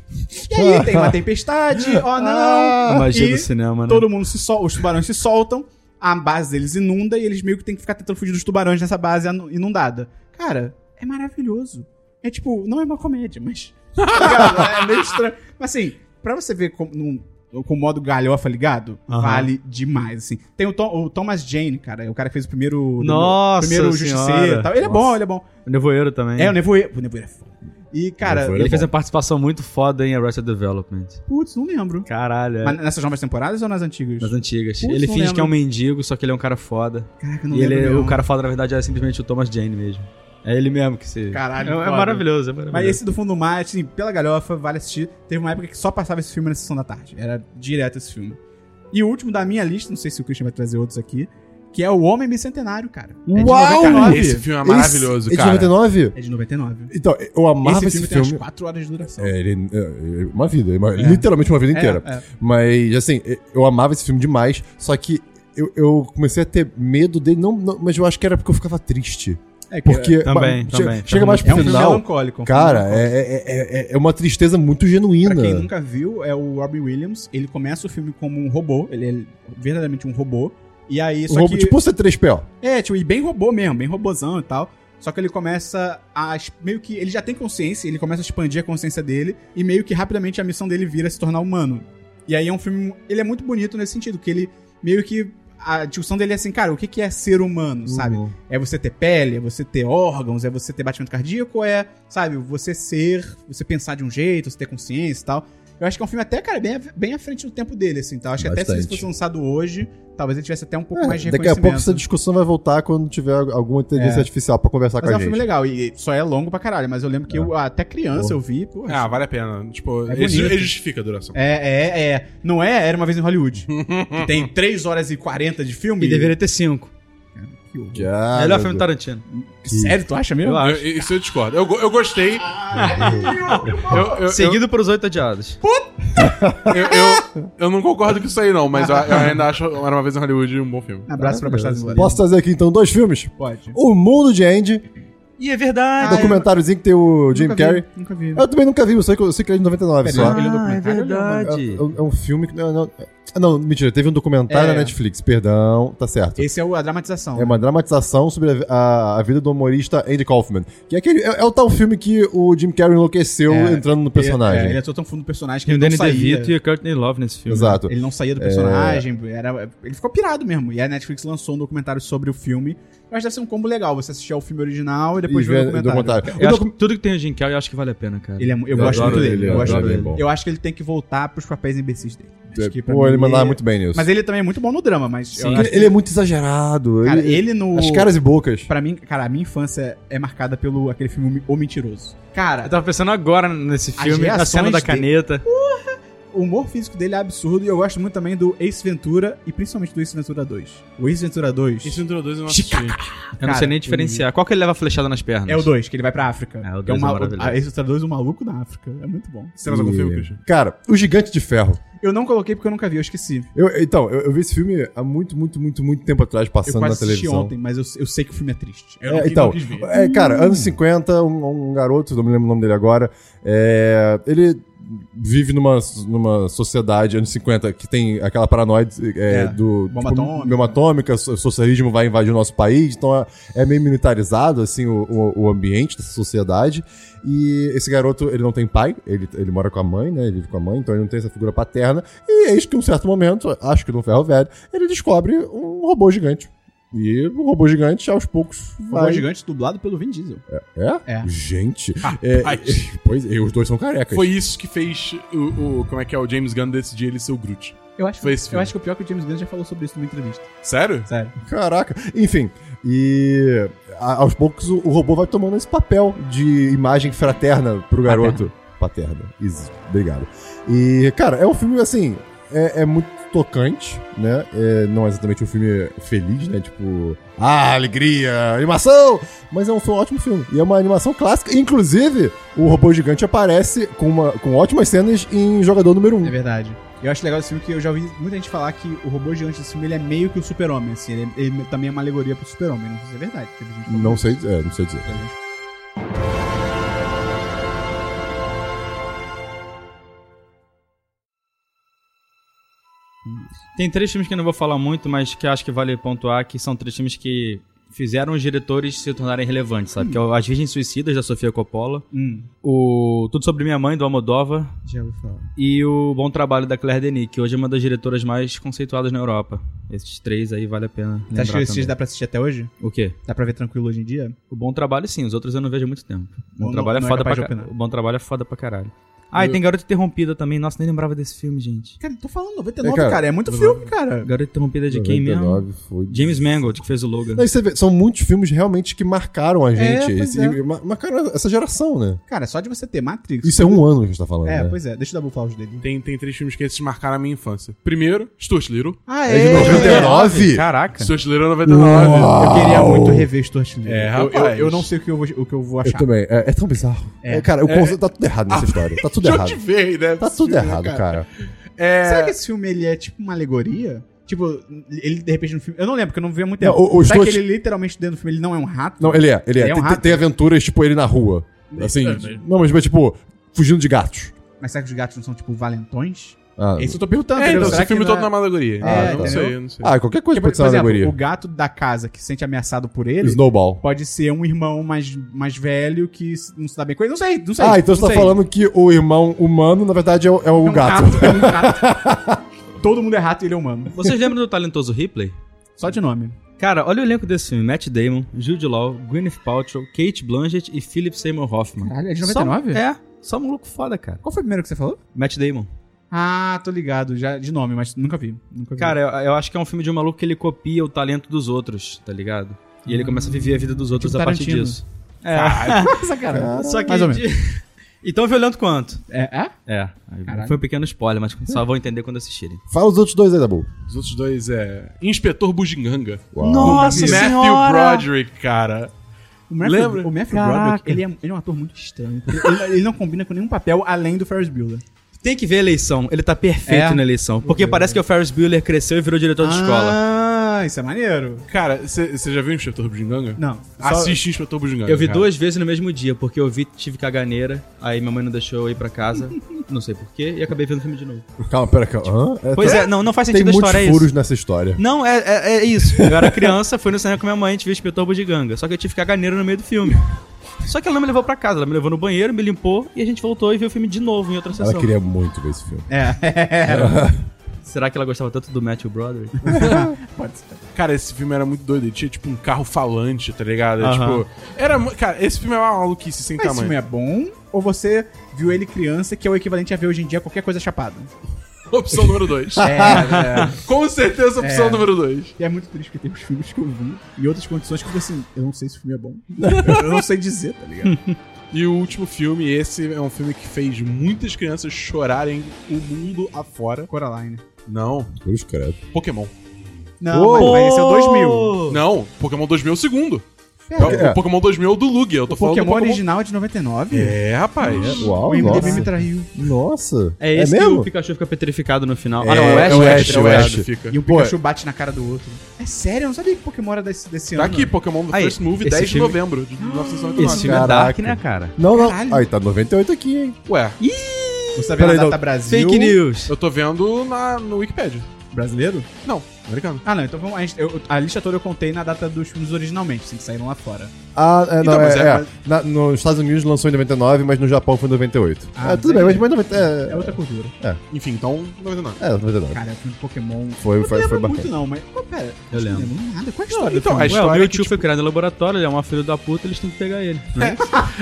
[SPEAKER 1] E aí tem uma tempestade, oh não!
[SPEAKER 3] A magia
[SPEAKER 1] e
[SPEAKER 3] do cinema, né?
[SPEAKER 1] Todo mundo se sol, os tubarões se soltam, a base deles inunda e eles meio que tem que ficar tentando fugir dos tubarões nessa base anu- inundada. Cara, é maravilhoso. É tipo, não é uma comédia, mas. tá ligado? é meio estranho. Mas assim, pra você ver com, num- com o modo galhofa ligado,
[SPEAKER 3] Aham.
[SPEAKER 1] vale demais, assim. Tem o, Tom- o Thomas Jane, cara, é o cara que fez o primeiro.
[SPEAKER 3] Nossa
[SPEAKER 1] Primeiro
[SPEAKER 3] Senhora.
[SPEAKER 1] Justiceiro e tal. Ele é bom, ele é bom.
[SPEAKER 3] O Nevoeiro também.
[SPEAKER 1] É, o Nevoeiro. O Nevoeiro é foda. E, cara,
[SPEAKER 4] Nevoeiro
[SPEAKER 3] Ele
[SPEAKER 4] é
[SPEAKER 3] fez
[SPEAKER 4] bom.
[SPEAKER 3] uma participação muito foda em Arrested Development.
[SPEAKER 1] putz, não lembro.
[SPEAKER 3] Caralho, é.
[SPEAKER 1] Mas nessas novas temporadas ou nas antigas?
[SPEAKER 3] Das antigas.
[SPEAKER 1] Putz,
[SPEAKER 3] ele
[SPEAKER 1] não
[SPEAKER 3] finge
[SPEAKER 1] lembro.
[SPEAKER 3] que é um mendigo, só que ele é um cara foda.
[SPEAKER 1] Caraca,
[SPEAKER 3] e ele,
[SPEAKER 1] mesmo.
[SPEAKER 3] o cara foda, na verdade, é simplesmente o Thomas Jane mesmo. É ele mesmo que se.
[SPEAKER 1] Caralho,
[SPEAKER 3] É, é
[SPEAKER 1] foda.
[SPEAKER 3] maravilhoso, é maravilhoso.
[SPEAKER 4] Tá
[SPEAKER 1] Mas esse do fundo do mar, assim, pela galhofa, vale assistir. Teve uma época que só passava esse filme na sessão da tarde. Era direto esse filme. E o último da minha lista, não sei se o Christian vai trazer outros aqui, que é O Homem Bicentenário, cara. É de
[SPEAKER 4] Uau!
[SPEAKER 1] 99.
[SPEAKER 2] Esse filme é maravilhoso,
[SPEAKER 4] Esse-
[SPEAKER 2] cara.
[SPEAKER 4] É de 99?
[SPEAKER 1] É de 99.
[SPEAKER 4] Então, eu amava
[SPEAKER 1] esse
[SPEAKER 4] esse
[SPEAKER 1] filme tem
[SPEAKER 4] filme.
[SPEAKER 1] umas 4 horas de duração.
[SPEAKER 4] É, ele, é, é uma vida, uma- literalmente uma vida inteira.
[SPEAKER 1] É, é.
[SPEAKER 4] Mas, assim, eu amava esse filme demais, só que eu, eu comecei a ter medo dele, não, não- mas eu acho que era porque eu ficava triste.
[SPEAKER 1] É que
[SPEAKER 4] Porque.
[SPEAKER 3] Também,
[SPEAKER 4] ma-
[SPEAKER 3] também,
[SPEAKER 4] chega-
[SPEAKER 3] também.
[SPEAKER 4] Chega mais
[SPEAKER 1] é, é
[SPEAKER 4] pro
[SPEAKER 1] um filme
[SPEAKER 4] final.
[SPEAKER 1] melancólico. é um filme
[SPEAKER 4] Cara,
[SPEAKER 1] melancólico.
[SPEAKER 4] é, é, é- é uma tristeza muito
[SPEAKER 1] Pra
[SPEAKER 4] genuína.
[SPEAKER 1] quem nunca viu, é o Robbie Williams. Ele começa o filme como um robô. Ele é verdadeiramente um robô. E aí,
[SPEAKER 4] O
[SPEAKER 1] só
[SPEAKER 4] roubo-
[SPEAKER 1] que...
[SPEAKER 4] Tipo o C3PO.
[SPEAKER 1] É, tipo, e bem robô mesmo, bem robozão e tal. Só que ele começa a. es- Meio que. Ele já tem consciência, ele começa a expandir a consciência dele. E meio que rapidamente a missão dele vira se tornar humano. E aí é um filme. Ele é muito bonito nesse sentido, que ele meio que. A discussão dele é assim, cara, o que que é ser humano, sabe?
[SPEAKER 3] Uhum.
[SPEAKER 1] É você ter pele, é você ter órgãos, é você ter batimento cardíaco, é, sabe, você ser, você pensar de um jeito, você ter consciência e tal. Eu acho que é um filme até, cara, bem, bem à frente do tempo dele, assim, tá? Eu Acho que até se ele
[SPEAKER 4] Bastante.
[SPEAKER 1] fosse lançado hoje, talvez ele tivesse até um pouco
[SPEAKER 4] É,
[SPEAKER 1] mais de
[SPEAKER 4] daqui a
[SPEAKER 1] reconhecimento.
[SPEAKER 4] pouco essa discussão vai voltar quando tiver alguma inteligência
[SPEAKER 1] É.
[SPEAKER 4] artificial pra conversar
[SPEAKER 1] Mas
[SPEAKER 4] tá com
[SPEAKER 1] é
[SPEAKER 4] a
[SPEAKER 1] um
[SPEAKER 4] gente. É.
[SPEAKER 1] filme legal, e só é longo pra caralho, mas eu lembro que eu, até criança
[SPEAKER 4] Porra.
[SPEAKER 1] eu vi, pô.
[SPEAKER 2] Ah, vale a pena. Tipo,
[SPEAKER 1] É
[SPEAKER 2] ele, ju-
[SPEAKER 1] bonito.
[SPEAKER 2] ele justifica a duração.
[SPEAKER 1] É, é, é. Não é? Era uma vez em Hollywood. que tem 3 horas e 40 de filme.
[SPEAKER 3] E deveria ter cinco.
[SPEAKER 1] Que horror.
[SPEAKER 4] Já,
[SPEAKER 3] Melhor
[SPEAKER 4] Ah, meu
[SPEAKER 3] filme do
[SPEAKER 4] Deus.
[SPEAKER 3] Tarantino.
[SPEAKER 1] Sério, tu acha mesmo?
[SPEAKER 3] Eu acho.
[SPEAKER 2] Eu- isso eu discordo. Eu, go- eu gostei. Eu, eu, eu,
[SPEAKER 3] Seguido por Os Oito Adiados.
[SPEAKER 2] eu, eu- eu não concordo com isso aí, não, mas eu, eu ainda acho Era uma vez em Hollywood um bom filme.
[SPEAKER 1] Abraço pra Bastardos
[SPEAKER 3] tá-
[SPEAKER 1] Inglórios.
[SPEAKER 4] Posso trazer aqui então dois filmes?
[SPEAKER 1] Pode.
[SPEAKER 4] O Mundo de Andy, um
[SPEAKER 3] E é verdade.
[SPEAKER 4] documentáriozinho que tem o Jim
[SPEAKER 1] Ah, Nunca vi,
[SPEAKER 4] Carrey.
[SPEAKER 1] Nunca vi.
[SPEAKER 4] Eu também nunca vi, eu sei que, eu sei que ele é de 99
[SPEAKER 1] Pera,
[SPEAKER 4] só.
[SPEAKER 1] ele é um
[SPEAKER 3] Ah, é
[SPEAKER 1] documentário, ele é uma-
[SPEAKER 4] É,
[SPEAKER 3] verdade.
[SPEAKER 4] é um- é um filme que. Não, não, ah, não, mentira, teve um documentário
[SPEAKER 1] É.
[SPEAKER 4] na Netflix, perdão, tá certo.
[SPEAKER 1] Esse é o- a dramatização.
[SPEAKER 4] É uma dramatização sobre a, a- a vida do humorista Andy Kaufman. Que é, aquele, é, é o tal filme que o Jim Carrey enlouqueceu
[SPEAKER 1] É,
[SPEAKER 4] entrando no
[SPEAKER 1] Ele,
[SPEAKER 4] personagem.
[SPEAKER 1] é, ele entrou tão fundo do personagem que
[SPEAKER 3] Tem o
[SPEAKER 1] ele não
[SPEAKER 3] Danny
[SPEAKER 1] saía.
[SPEAKER 3] DeVito e o Courtney Love nesse filme.
[SPEAKER 4] Exato.
[SPEAKER 1] Ele não saía do
[SPEAKER 4] É.
[SPEAKER 1] personagem, era, ele ficou pirado mesmo. E a Netflix lançou um documentário sobre o filme. Eu acho que deve ser um combo legal. Você assistir ao filme original e depois
[SPEAKER 4] E
[SPEAKER 1] ver o
[SPEAKER 4] vê-
[SPEAKER 1] documentário.
[SPEAKER 4] documentário.
[SPEAKER 3] Eu
[SPEAKER 4] O
[SPEAKER 3] acho
[SPEAKER 4] docu-
[SPEAKER 3] que tudo que tem o Jim Carrey, eu acho que vale a pena, cara.
[SPEAKER 1] Ele é mu- eu,
[SPEAKER 4] Eu
[SPEAKER 1] gosto
[SPEAKER 4] adoro
[SPEAKER 1] muito dele.
[SPEAKER 4] ele,
[SPEAKER 1] eu,
[SPEAKER 4] eu
[SPEAKER 1] gosto
[SPEAKER 4] adoro
[SPEAKER 1] muito
[SPEAKER 4] ele, é
[SPEAKER 1] dele.
[SPEAKER 4] bom.
[SPEAKER 1] Eu acho que ele tem que voltar pros papéis imbecis dele. Acho que pra
[SPEAKER 4] É, Pô, ele
[SPEAKER 1] mim,
[SPEAKER 4] mandava muito bem nisso.
[SPEAKER 1] Mas ele também é muito bom no drama, mas eu
[SPEAKER 3] Sim.
[SPEAKER 1] acho
[SPEAKER 4] Ele, ele é muito exagerado.
[SPEAKER 1] que- cara,
[SPEAKER 4] ele-
[SPEAKER 1] ele é no.
[SPEAKER 4] As caras e bocas.
[SPEAKER 1] Pra mim, cara, a minha infância é marcada pelo aquele filme O Mentiroso. Cara,
[SPEAKER 3] Eu tava pensando agora nesse filme, na
[SPEAKER 1] reações
[SPEAKER 3] cena da
[SPEAKER 1] dele-
[SPEAKER 3] caneta.
[SPEAKER 1] O humor físico dele é absurdo e eu gosto muito também do Ace Ventura e principalmente do Ace Ventura 2. O Ace Ventura é 2
[SPEAKER 2] Esse entrou dois eu não assisti.
[SPEAKER 3] Chica- Eu não
[SPEAKER 1] Cara,
[SPEAKER 3] sei nem diferenciar. Qual que ele leva flechada nas pernas?
[SPEAKER 1] é o 2, que ele vai pra África.
[SPEAKER 3] É, o
[SPEAKER 1] Que é
[SPEAKER 3] dois é
[SPEAKER 1] malu-
[SPEAKER 3] maravilhoso.
[SPEAKER 1] a Ace Ventura 2 é o maluco da África. É muito bom.
[SPEAKER 2] Você traz algum
[SPEAKER 4] E-
[SPEAKER 2] filme, Christian?
[SPEAKER 4] Cara, O Gigante de Ferro.
[SPEAKER 1] Eu não coloquei porque eu nunca vi, eu esqueci.
[SPEAKER 4] Eu- então, eu, eu vi esse filme há muito, muito, muito, muito tempo atrás,
[SPEAKER 1] Eu
[SPEAKER 4] passando na
[SPEAKER 1] quase assisti
[SPEAKER 4] televisão.
[SPEAKER 1] ontem, mas eu, eu sei que o filme é triste. Eu
[SPEAKER 4] É,
[SPEAKER 1] não, quis-
[SPEAKER 4] então,
[SPEAKER 1] não quis ver.
[SPEAKER 4] é, cara, anos 50, um, um garoto, não me lembro o nome dele agora, é, ele vive numa, numa sociedade, anos 50, que tem aquela paranoia é,
[SPEAKER 1] É,
[SPEAKER 4] do
[SPEAKER 1] bomba atômica. né?
[SPEAKER 4] bomba atômica, so- socialismo vai invadir o nosso país, então é, é meio militarizado, assim, o, o- o ambiente dessa sociedade, e esse garoto, ele não tem pai, ele, ele mora com a mãe, né, ele vive com a mãe, então ele não tem essa figura paterna, e eis que, em um certo momento, acho que no ferro velho, ele descobre um robô gigante. E o robô gigante, aos poucos,
[SPEAKER 1] O
[SPEAKER 4] vai
[SPEAKER 1] Robô um Gigante dublado pelo Vin Diesel.
[SPEAKER 4] é?
[SPEAKER 1] É.
[SPEAKER 4] Gente.
[SPEAKER 2] Rapaz.
[SPEAKER 4] É, pois é, os dois são carecas.
[SPEAKER 2] Foi isso que fez o, o- Como é que é? O James Gunn decidir ele ser o Groot.
[SPEAKER 1] Eu acho,
[SPEAKER 2] Foi esse
[SPEAKER 1] eu
[SPEAKER 2] filme.
[SPEAKER 1] acho que o pior é que o James Gunn já falou sobre isso numa entrevista.
[SPEAKER 2] Sério?
[SPEAKER 1] Sério.
[SPEAKER 4] Caraca. Enfim. E a- aos poucos o, o robô vai tomando esse papel de imagem fraterna pro garoto. Paterna. paterna. Isso, obrigado. E, cara, é um filme, assim, é, é muito tocante, né? É, não é exatamente um filme feliz, né? Tipo, ah, alegria, animação! Mas é um, foi um ótimo filme. E é uma animação clássica. Inclusive, o robô gigante aparece com, uma, com ótimas cenas em Jogador Número 1.
[SPEAKER 1] É verdade. Eu acho legal esse filme que eu já ouvi muita gente falar que o robô gigante desse filme ele é meio que o super-homem, assim. Ele, é- ele também é uma alegoria pro super-homem. Não sei se é verdade. teve gente falando
[SPEAKER 4] Não
[SPEAKER 1] isso.
[SPEAKER 4] sei, é, não sei dizer.
[SPEAKER 3] Tem três filmes que eu não vou falar muito, mas que eu acho que vale pontuar que são três filmes que fizeram os diretores se tornarem relevantes, sabe? Que é o As Virgens Suicidas, da Sofia Coppola,
[SPEAKER 1] Hum,
[SPEAKER 3] o Tudo Sobre Minha Mãe, do Almodóvar,
[SPEAKER 1] já ouvi falar.
[SPEAKER 3] e o Bom Trabalho, da Claire Denis, que hoje é uma das diretoras mais conceituadas na Europa. Esses três aí vale a pena
[SPEAKER 1] Você
[SPEAKER 3] lembrar
[SPEAKER 1] acha que Tá esses
[SPEAKER 3] também.
[SPEAKER 1] dá pra assistir até hoje?
[SPEAKER 3] O quê?
[SPEAKER 1] Dá pra ver tranquilo hoje em dia?
[SPEAKER 3] O Bom Trabalho sim, os outros eu não vejo há muito tempo. O Bom
[SPEAKER 1] Não-
[SPEAKER 3] Trabalho
[SPEAKER 1] não
[SPEAKER 3] é
[SPEAKER 1] é
[SPEAKER 3] foda
[SPEAKER 1] capaz
[SPEAKER 3] pra
[SPEAKER 1] de
[SPEAKER 3] caralho.
[SPEAKER 1] opinar.
[SPEAKER 3] O Bom Trabalho é foda pra caralho. Ah, e
[SPEAKER 1] Eu-
[SPEAKER 3] tem Garota Interrompida também. Nossa, nem lembrava desse filme, gente.
[SPEAKER 1] Cara, eu tô falando 99,
[SPEAKER 4] É, cara,
[SPEAKER 1] cara, É muito filme, cara.
[SPEAKER 3] Garota Interrompida de quem mesmo?
[SPEAKER 4] 99 foi-
[SPEAKER 3] James Mangold, que fez o Logan.
[SPEAKER 4] Aí você vê, são muitos filmes realmente que marcaram a gente.
[SPEAKER 1] pois
[SPEAKER 4] esse-
[SPEAKER 1] é.
[SPEAKER 4] e ma- marcaram essa geração, né?
[SPEAKER 1] Cara, só de você ter Matrix.
[SPEAKER 4] Isso é um ano que a gente tá falando.
[SPEAKER 1] É,
[SPEAKER 4] né?
[SPEAKER 1] pois é. Deixa eu dar bufar os dele.
[SPEAKER 2] Tem, tem três filmes que esses marcaram a minha infância. Primeiro, Stuart Little.
[SPEAKER 1] Ah,
[SPEAKER 4] É de
[SPEAKER 1] É,
[SPEAKER 4] 99?
[SPEAKER 3] Caraca.
[SPEAKER 2] Stuart Little é 99.
[SPEAKER 1] Eu queria
[SPEAKER 4] Uau!
[SPEAKER 1] muito rever Stuart Little.
[SPEAKER 2] É,
[SPEAKER 1] eu, eu,
[SPEAKER 2] rapaz.
[SPEAKER 1] eu não sei o que eu vou, o que eu vou
[SPEAKER 4] Eu
[SPEAKER 1] achar.
[SPEAKER 4] também. É, é tão bizarro. É, cara, o conceito tá tudo errado nessa história. Tá tudo
[SPEAKER 2] Já
[SPEAKER 4] errado.
[SPEAKER 2] te veio, né?
[SPEAKER 4] Tá tudo errado, cara.
[SPEAKER 2] É...
[SPEAKER 1] Será que esse filme ele é tipo uma alegoria? Tipo, ele de repente no filme. Eu não lembro, porque eu não vi há muito
[SPEAKER 4] Não,
[SPEAKER 1] tempo.
[SPEAKER 4] o- o
[SPEAKER 1] Será
[SPEAKER 4] Stuart-
[SPEAKER 1] que ele literalmente dentro do filme ele não é um rato?
[SPEAKER 4] Não, ele é. Ele é.
[SPEAKER 1] Ele é um
[SPEAKER 4] tem,
[SPEAKER 1] rato.
[SPEAKER 4] tem aventuras, tipo, ele na rua.
[SPEAKER 2] É,
[SPEAKER 4] Assim.
[SPEAKER 2] então,
[SPEAKER 4] Não, mas, mas, tipo, fugindo de gatos.
[SPEAKER 1] Mas será que os gatos não são tipo valentões?
[SPEAKER 4] Ah,
[SPEAKER 1] Isso eu tô perguntando,
[SPEAKER 2] É,
[SPEAKER 1] entendeu?
[SPEAKER 2] então,
[SPEAKER 1] Será
[SPEAKER 2] esse filme
[SPEAKER 1] que na-
[SPEAKER 2] todo não é uma alegoria.
[SPEAKER 1] É,
[SPEAKER 2] Ah, não
[SPEAKER 1] entendeu?
[SPEAKER 2] sei, eu não sei.
[SPEAKER 4] ah, qualquer coisa
[SPEAKER 1] Porque, por,
[SPEAKER 4] pode ser
[SPEAKER 1] por
[SPEAKER 4] uma
[SPEAKER 1] exemplo,
[SPEAKER 4] alegoria.
[SPEAKER 1] o gato da casa que se sente ameaçado por ele
[SPEAKER 4] Snowball.
[SPEAKER 1] pode ser um irmão mais, mais velho que s- não se dá bem com ele. Não sei, não sei.
[SPEAKER 4] Ah, então você
[SPEAKER 1] não
[SPEAKER 4] tá
[SPEAKER 1] sei.
[SPEAKER 4] falando que o irmão humano, na verdade, é o, é o
[SPEAKER 1] É um
[SPEAKER 4] gato.
[SPEAKER 1] rato, é um rato. Todo mundo é rato e ele é humano.
[SPEAKER 3] Vocês lembram do talentoso Ripley?
[SPEAKER 1] Só de nome.
[SPEAKER 3] Cara, olha o elenco desse filme. Matt Damon, Jude Law, Gwyneth Paltrow, Kate Blanchett e Philip Seymour Hoffman.
[SPEAKER 1] Caralho, é de 99?
[SPEAKER 3] Só, é, só maluco foda, cara.
[SPEAKER 1] Qual foi o primeiro que você falou?
[SPEAKER 3] Matt Damon.
[SPEAKER 1] Ah, tô ligado, já de nome, mas nunca vi. Nunca vi.
[SPEAKER 3] Cara, eu, eu acho que é um filme de um maluco que ele copia o talento dos outros, tá ligado? E ele começa a viver a vida dos outros
[SPEAKER 1] Tipo
[SPEAKER 3] a partir
[SPEAKER 1] Tarantino.
[SPEAKER 3] disso. É.
[SPEAKER 1] sacanagem.
[SPEAKER 3] Só que
[SPEAKER 1] Mais ou
[SPEAKER 3] de- Então e tão violento quanto.
[SPEAKER 1] É, é?
[SPEAKER 3] É.
[SPEAKER 1] Caralho.
[SPEAKER 3] Foi um pequeno spoiler, mas só vão entender quando assistirem.
[SPEAKER 4] Fala os outros dois aí, Dabu.
[SPEAKER 2] Os outros dois é... Inspetor Bugiganga.
[SPEAKER 3] Nossa
[SPEAKER 2] Matthew Broderick, cara.
[SPEAKER 1] O Matthew,
[SPEAKER 2] Lembra?
[SPEAKER 1] o Matthew
[SPEAKER 3] Caraca.
[SPEAKER 1] Broderick, ele é, ele é um ator muito estranho. Ele, ele não combina com nenhum papel além do Ferris Bueller.
[SPEAKER 3] Tem que ver a eleição. Ele tá perfeito
[SPEAKER 1] É.
[SPEAKER 3] na eleição. Porque parece que o Ferris Bueller cresceu e virou diretor de escola.
[SPEAKER 1] Ah, isso é maneiro.
[SPEAKER 2] Cara, você já viu Inspetor Bugiganga?
[SPEAKER 1] Não.
[SPEAKER 2] Assiste Inspetor Bugiganga.
[SPEAKER 3] Eu vi
[SPEAKER 2] cara.
[SPEAKER 3] duas vezes no mesmo dia, porque eu vi, tive caganeira, aí minha mãe não deixou eu ir pra casa, não sei porquê, e acabei vendo o filme de novo.
[SPEAKER 4] Calma, pera, calma. Hã?
[SPEAKER 3] Pois
[SPEAKER 4] tá-
[SPEAKER 3] é, não, não faz
[SPEAKER 4] Tem
[SPEAKER 3] sentido a
[SPEAKER 4] muitos
[SPEAKER 3] história, é
[SPEAKER 4] furos
[SPEAKER 3] isso.
[SPEAKER 4] nessa história.
[SPEAKER 3] Não, é, é, é isso. Eu era criança, fui no cinema com minha mãe, a gente viu Espetor Budiganga, só que eu tive caganeira no meio do filme. Só que ela não me levou pra casa, ela me levou no banheiro, me limpou, e a gente voltou e viu o filme de novo em outra
[SPEAKER 4] Ela
[SPEAKER 3] sessão.
[SPEAKER 4] queria muito ver esse filme.
[SPEAKER 1] É.
[SPEAKER 3] Será que ela gostava tanto do Matthew Broderick?
[SPEAKER 1] Pode ser.
[SPEAKER 2] Cara, esse filme era muito doido. Ele tinha, tipo, um carro falante, tá ligado? É,
[SPEAKER 3] Aham.
[SPEAKER 2] Tipo, era... mu- Cara, esse filme é uma maluquice sem
[SPEAKER 1] Mas esse
[SPEAKER 2] tamanho.
[SPEAKER 1] filme é bom? Ou você viu ele criança, que é o equivalente a ver hoje em dia qualquer coisa chapada? é
[SPEAKER 2] Opção número 2. Com certeza, opção número 2.
[SPEAKER 1] E é muito triste porque tem os filmes que eu vi e outras condições que eu fico assim, eu não sei se o filme é bom. eu, eu não sei dizer, tá ligado?
[SPEAKER 2] E o último filme, esse é um filme que fez muitas crianças chorarem o mundo afora.
[SPEAKER 1] Coraline.
[SPEAKER 2] Não,
[SPEAKER 4] Cruz, credo.
[SPEAKER 2] Pokémon.
[SPEAKER 1] Não, mas, mas esse é o 2000.
[SPEAKER 2] Não, Pokémon 2000 é o segundo. É,
[SPEAKER 1] Cara,
[SPEAKER 2] o- O Pokémon 2000 é o do Lugia. Eu tô
[SPEAKER 1] o
[SPEAKER 2] falando
[SPEAKER 1] Pokémon
[SPEAKER 2] do Pokémon...
[SPEAKER 1] original é de 99?
[SPEAKER 2] É, rapaz.
[SPEAKER 4] Uau,
[SPEAKER 1] o IMDB
[SPEAKER 4] nossa.
[SPEAKER 1] me traiu.
[SPEAKER 4] Nossa.
[SPEAKER 3] É esse que o
[SPEAKER 4] mesmo?
[SPEAKER 3] Pikachu fica petrificado no final. Ah,
[SPEAKER 4] É, é o Ash,
[SPEAKER 2] Ash,
[SPEAKER 4] é o
[SPEAKER 2] Ash
[SPEAKER 4] Ash.
[SPEAKER 2] fica.
[SPEAKER 1] E o
[SPEAKER 4] Pô,
[SPEAKER 1] Pikachu bate na cara do outro. É sério? Eu não sabia que Pokémon era desse, desse
[SPEAKER 2] Tá
[SPEAKER 1] ano.
[SPEAKER 2] aqui, Pokémon The
[SPEAKER 3] Aí,
[SPEAKER 2] First Movie,
[SPEAKER 3] esse
[SPEAKER 2] 10 de
[SPEAKER 3] filme-
[SPEAKER 2] novembro de 1999.
[SPEAKER 3] Esse filme é
[SPEAKER 4] Caraca.
[SPEAKER 3] dark, né, cara?
[SPEAKER 4] Não, não.
[SPEAKER 1] Caralho.
[SPEAKER 4] Aí, tá 98 aqui, hein?
[SPEAKER 2] Ué,
[SPEAKER 1] Você tá vendo
[SPEAKER 4] Peraí,
[SPEAKER 1] a data
[SPEAKER 4] não.
[SPEAKER 1] Brasil?
[SPEAKER 3] Fake news.
[SPEAKER 2] eu tô vendo na, no Wikipedia.
[SPEAKER 1] Brasileiro?
[SPEAKER 2] Não, americano.
[SPEAKER 1] Ah, não. Então vamos, a, gente- eu- a lista toda eu contei na data dos filmes originalmente, assim, que saíram lá fora.
[SPEAKER 4] Ah, é, não,
[SPEAKER 2] Então, mas
[SPEAKER 4] é,
[SPEAKER 2] é,
[SPEAKER 4] é. Na- nos Estados Unidos lançou em 99, mas no Japão foi em 98.
[SPEAKER 1] Ah,
[SPEAKER 4] é, tudo bem,
[SPEAKER 1] entendi.
[SPEAKER 4] mas, mas 90,
[SPEAKER 1] É
[SPEAKER 4] é,
[SPEAKER 1] outra cultura.
[SPEAKER 2] Enfim, então, 99.
[SPEAKER 4] é, 99.
[SPEAKER 1] Cara, é o filme de Pokémon.
[SPEAKER 4] Foi, foi,
[SPEAKER 1] não
[SPEAKER 4] foi
[SPEAKER 1] lembro
[SPEAKER 4] bacana.
[SPEAKER 1] muito, não, mas. Pô, pera,
[SPEAKER 3] Eu
[SPEAKER 1] não
[SPEAKER 3] lembro.
[SPEAKER 1] lembro nada. Qual é a história
[SPEAKER 2] então,
[SPEAKER 1] do filme?
[SPEAKER 2] a
[SPEAKER 3] Ué, o
[SPEAKER 2] história
[SPEAKER 3] Mewtwo
[SPEAKER 2] é que, tipo-
[SPEAKER 3] foi criado em laboratório, ele é uma filha da puta, eles têm que pegar ele. né?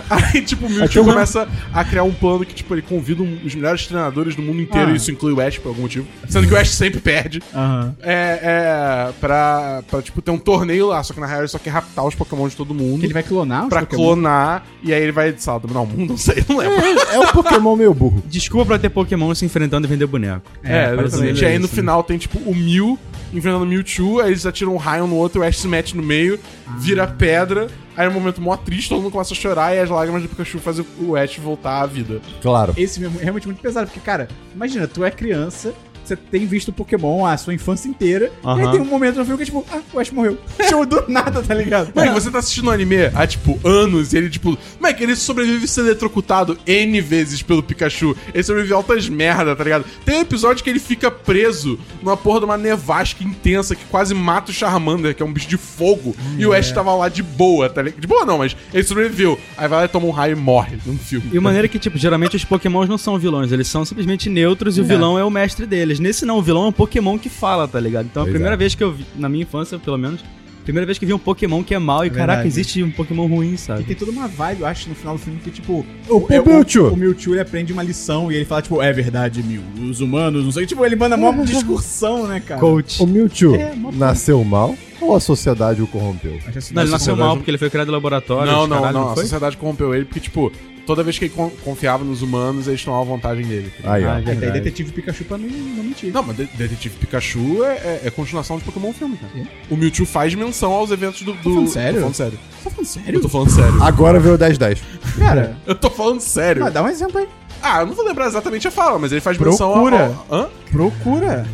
[SPEAKER 2] Aí, tipo, o
[SPEAKER 1] um
[SPEAKER 2] Mewtwo começa a criar um plano que, tipo, ele convida um- os melhores treinadores do mundo inteiro,
[SPEAKER 1] Ah.
[SPEAKER 2] e isso inclui o Ash por algum motivo. Sendo que o Ash sempre perde.
[SPEAKER 1] Aham.
[SPEAKER 2] É, é, é pra, pra, tipo, ter um torneio lá, só que na real ele só quer raptar os Pokémon de todo mundo.
[SPEAKER 1] Que ele vai clonar os
[SPEAKER 2] pra
[SPEAKER 1] Pokémon.
[SPEAKER 2] clonar, e aí ele vai, sei lá, dominar o mundo, não sei, não lembro.
[SPEAKER 4] É um Pokémon meio burro.
[SPEAKER 3] Desculpa É, pra ter Pokémon se enfrentando e vender boneco.
[SPEAKER 2] É, exatamente.
[SPEAKER 3] parece
[SPEAKER 2] E aí no
[SPEAKER 3] isso, né?
[SPEAKER 2] final tem, tipo, o Mew enfrentando o Mewtwo, aí eles atiram um raio um no outro, o Ash se mete no meio, vira pedra, aí é um momento mó triste, todo mundo começa a chorar, e as lágrimas do Pikachu fazem o Ash voltar à vida.
[SPEAKER 4] Claro.
[SPEAKER 1] Esse mesmo é realmente muito pesado, porque, cara, imagina, tu é criança, você tem visto Pokémon a sua infância inteira, e aí
[SPEAKER 3] Aham.
[SPEAKER 1] tem um momento no filme que é tipo, ah, o Ash morreu. Show do nada, tá ligado?
[SPEAKER 2] Mãe, você tá assistindo o anime há, tipo, anos, e ele, tipo... Mike, ele sobrevive sendo eletrocutado N vezes pelo Pikachu. Ele sobrevive a altas merda, tá ligado? Tem um episódio que ele fica preso numa porra de uma nevasca intensa que quase mata o Charmander, que é um bicho de fogo. e
[SPEAKER 3] É.
[SPEAKER 2] o Ash tava lá de boa, tá ligado? De boa não, mas ele sobreviveu. Aí vai lá, toma um raio e morre num filme.
[SPEAKER 3] E a maneira que, tipo, geralmente os pokémons não são vilões, eles são simplesmente neutros e o vilão é o mestre deles. Nesse não, o vilão é um pokémon que fala, tá ligado? Então a
[SPEAKER 4] Pois
[SPEAKER 3] primeira
[SPEAKER 4] é.
[SPEAKER 3] vez que eu vi, na minha infância, pelo menos, primeira vez que vi um pokémon que é mal e, caraca,
[SPEAKER 1] verdade.
[SPEAKER 3] existe um pokémon ruim,
[SPEAKER 1] E
[SPEAKER 3] sabe?
[SPEAKER 1] tem toda uma vibe, eu acho, no final do filme, que tipo.
[SPEAKER 4] O- o Mewtwo.
[SPEAKER 1] O, Mewtwo ele aprende uma lição e ele fala, tipo, é verdade, Mew. Os humanos, não sei. Tipo, ele manda uma discussão, né, cara?
[SPEAKER 3] Coach.
[SPEAKER 4] O Mewtwo
[SPEAKER 1] É, mó-
[SPEAKER 4] nasceu mal ou a sociedade o corrompeu?
[SPEAKER 1] Acho assim,
[SPEAKER 3] Não, ele
[SPEAKER 1] nossa,
[SPEAKER 3] nasceu
[SPEAKER 1] como-
[SPEAKER 3] mal porque ele foi criado em laboratório.
[SPEAKER 2] Não,
[SPEAKER 3] os
[SPEAKER 2] não,
[SPEAKER 3] caralho,
[SPEAKER 2] não. A
[SPEAKER 3] foi?
[SPEAKER 2] sociedade corrompeu ele porque, tipo, toda vez que ele con- confiava nos humanos, eles tomavam vantagem tá dele.
[SPEAKER 4] Aí,
[SPEAKER 3] Ah,
[SPEAKER 4] ó.
[SPEAKER 1] É, daí
[SPEAKER 3] verdade.
[SPEAKER 1] detetive Pikachu pra não, não mentir.
[SPEAKER 2] Não, mas De- Detetive Pikachu é, é- é continuação de Pokémon filme, cara.
[SPEAKER 1] Quê?
[SPEAKER 2] O Mewtwo faz menção aos eventos do. do...
[SPEAKER 1] falando sério?
[SPEAKER 2] Tô falando sério.
[SPEAKER 1] Você tá falando sério?
[SPEAKER 2] Eu tô falando sério.
[SPEAKER 4] Agora veio o 10-10.
[SPEAKER 1] Cara,
[SPEAKER 2] Eu tô falando sério.
[SPEAKER 1] mas dá um exemplo aí.
[SPEAKER 2] Ah, eu não vou lembrar exatamente a fala, mas ele faz
[SPEAKER 1] Procura.
[SPEAKER 2] menção ao. Hã?
[SPEAKER 1] Procura.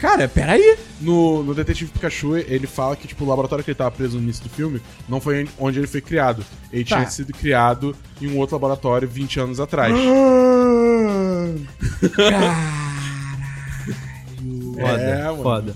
[SPEAKER 1] cara, peraí.
[SPEAKER 2] No, no Detetive Pikachu, ele fala que, tipo, o laboratório que ele tava preso no início do filme não foi onde ele foi criado. Ele
[SPEAKER 1] Tá.
[SPEAKER 2] tinha sido criado em um outro laboratório 20 anos
[SPEAKER 1] Ah.
[SPEAKER 2] atrás.
[SPEAKER 1] Ah,
[SPEAKER 3] Foda,
[SPEAKER 2] É, mano.
[SPEAKER 3] foda.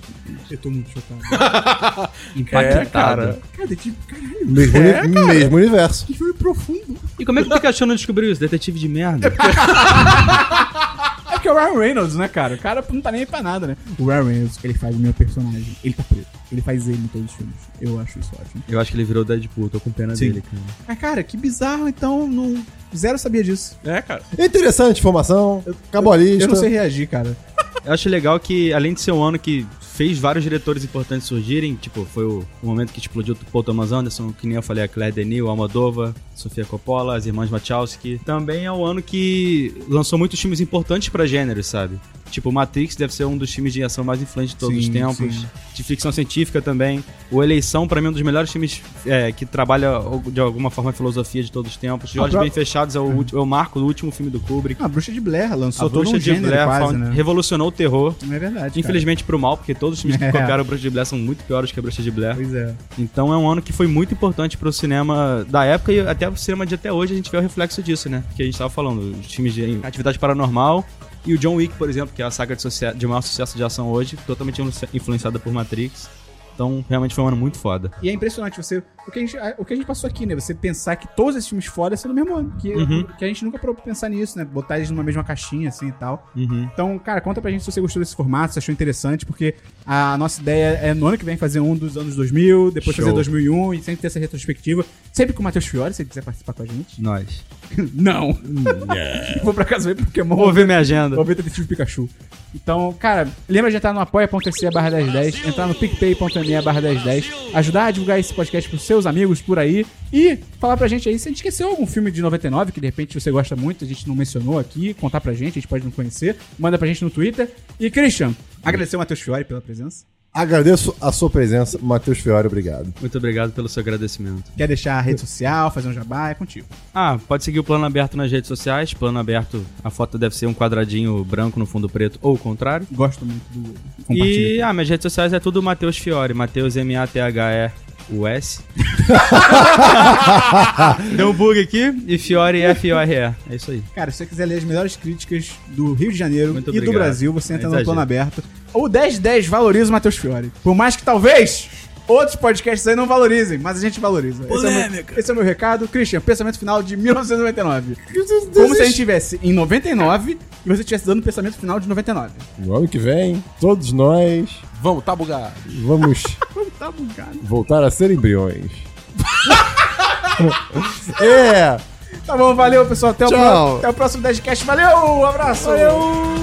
[SPEAKER 1] Eu tô muito chocado.
[SPEAKER 2] É,
[SPEAKER 3] Impactado.
[SPEAKER 2] cara.
[SPEAKER 1] Cara, detetive, caralho,
[SPEAKER 4] Mesmo, uni- mesmo universo.
[SPEAKER 1] que filme profundo.
[SPEAKER 3] E como é que o Pikachu não descobriu isso? Detetive de merda.
[SPEAKER 1] É porque é o Ryan Reynolds, né, cara? O cara não tá nem aí pra nada, né? O Ryan Reynolds, ele faz o meu personagem. Ele tá preso. Ele faz ele em todos os filmes. Eu acho isso ótimo.
[SPEAKER 3] Eu acho que ele virou Deadpool, tô com pena dele, cara.
[SPEAKER 1] Mas, cara, que bizarro, então. Não... Zero sabia disso.
[SPEAKER 2] É, cara.
[SPEAKER 4] Interessante informação. Acabou a lista.
[SPEAKER 1] Eu não sei reagir, cara.
[SPEAKER 3] Eu acho legal que, além de ser um ano que fez vários diretores importantes surgirem, tipo, foi o, o momento que explodiu o Paul Thomas Anderson, que nem eu falei, a Claire Denis, o Almodova, Sofia Coppola, as irmãs Wachowski. Também é um ano que lançou muitos filmes importantes pra gêneros, sabe? Tipo, Matrix deve ser um dos filmes de ação mais influentes de todos
[SPEAKER 1] Sim,
[SPEAKER 3] os tempos.
[SPEAKER 1] sim.
[SPEAKER 3] De ficção científica também. O Eleição, pra mim, é um dos melhores filmes é, que trabalha de alguma forma a filosofia de todos os tempos. Olhos
[SPEAKER 1] pra-
[SPEAKER 3] Bem Fechados é o,
[SPEAKER 1] Hum.
[SPEAKER 3] ulti- é o marco do último filme do Kubrick.
[SPEAKER 1] A Ah, Bruxa de Blair lançou
[SPEAKER 3] a
[SPEAKER 1] todo
[SPEAKER 3] bruxa
[SPEAKER 1] um
[SPEAKER 3] de
[SPEAKER 1] gênero
[SPEAKER 3] Blair
[SPEAKER 1] quase,
[SPEAKER 3] Found-
[SPEAKER 1] né?
[SPEAKER 3] revolucionou o terror.
[SPEAKER 1] Não é verdade,
[SPEAKER 3] Infelizmente pro mal, porque todos os filmes
[SPEAKER 1] É.
[SPEAKER 3] que copiaram a Bruxa de Blair são muito piores que a Bruxa de
[SPEAKER 1] Cara.
[SPEAKER 3] Blair.
[SPEAKER 1] Pois é.
[SPEAKER 3] Então é um ano que foi muito importante pro cinema da época e até o cinema de até hoje a gente vê o reflexo disso, né? Que a gente tava falando, os filmes de atividade paranormal e o John Wick, por exemplo, que é a saga de, suce- de maior sucesso de ação hoje, totalmente influ- influenciada por Matrix. Então realmente foi um ano muito foda.
[SPEAKER 1] E é impressionante você. O que, a gente, o que a gente passou aqui, né? Você pensar que todos esses filmes fora são do mesmo ano. Que,
[SPEAKER 3] Uhum.
[SPEAKER 1] que a gente nunca parou pra pensar nisso, né? Botar eles numa mesma caixinha, assim e tal.
[SPEAKER 3] Uhum.
[SPEAKER 1] Então, cara, conta pra gente se você gostou desse formato, se achou interessante, porque a nossa ideia é no ano que vem fazer um dos anos 2000, depois
[SPEAKER 3] Show.
[SPEAKER 1] fazer 2001 e sempre ter essa retrospectiva. Sempre com o Matheus Fiore, se ele quiser participar com a gente.
[SPEAKER 3] Nós.
[SPEAKER 1] Não! Vou pra casa ver Pokémon.
[SPEAKER 3] Vou ver minha agenda.
[SPEAKER 1] Vou ver Detetive Pikachu. Então, cara, lembra de entrar no apoia.se barra 1010, entrar no picpay.me barra 1010, ajudar a divulgar esse podcast pros seus amigos por aí e falar pra gente aí se a gente esqueceu algum filme de 99 que de repente você gosta muito, a gente não mencionou aqui, contar pra gente, a gente pode não conhecer, manda pra gente no Twitter. E Christian, agradecer o Matheus Fiore pela presença.
[SPEAKER 4] Agradeço a sua presença, Matheus Fiore, obrigado.
[SPEAKER 3] Muito obrigado pelo seu agradecimento.
[SPEAKER 1] Quer deixar a rede social, fazer um jabá, é contigo.
[SPEAKER 3] Ah, pode seguir o Plano Aberto nas redes sociais. Plano Aberto, a foto deve ser um quadradinho branco no fundo preto ou o contrário.
[SPEAKER 1] Gosto muito do compartilha.
[SPEAKER 3] E ah, minhas redes sociais é tudo Matheus Fiore, Matheus M-A-T-H-E-U-S. Deu um bug aqui e Fiore F-O-R-E. É isso aí.
[SPEAKER 1] Cara, se você quiser ler as melhores críticas do Rio de Janeiro
[SPEAKER 3] Muito
[SPEAKER 1] e do
[SPEAKER 3] obrigado.
[SPEAKER 1] Brasil, você entra
[SPEAKER 3] É
[SPEAKER 1] no
[SPEAKER 3] exagero.
[SPEAKER 1] plano aberto. O 1010 valoriza o Matheus Fiore. Por mais que talvez outros podcasts aí não valorizem, mas a gente valoriza. Esse é, o meu, esse é o meu recado. Christian, pensamento final de 1999. Como se a gente estivesse em 99 e você estivesse dando pensamento final de 99.
[SPEAKER 4] No ano que vem, todos nós
[SPEAKER 2] Vamos, tá bugado.
[SPEAKER 4] vamos
[SPEAKER 1] Tá bugado.
[SPEAKER 4] voltar a ser embriões. é!
[SPEAKER 1] Tá bom, valeu, pessoal. Até, o,
[SPEAKER 4] Tchau.
[SPEAKER 1] próximo, até o próximo 10cast. Valeu, um abraço. Valeu.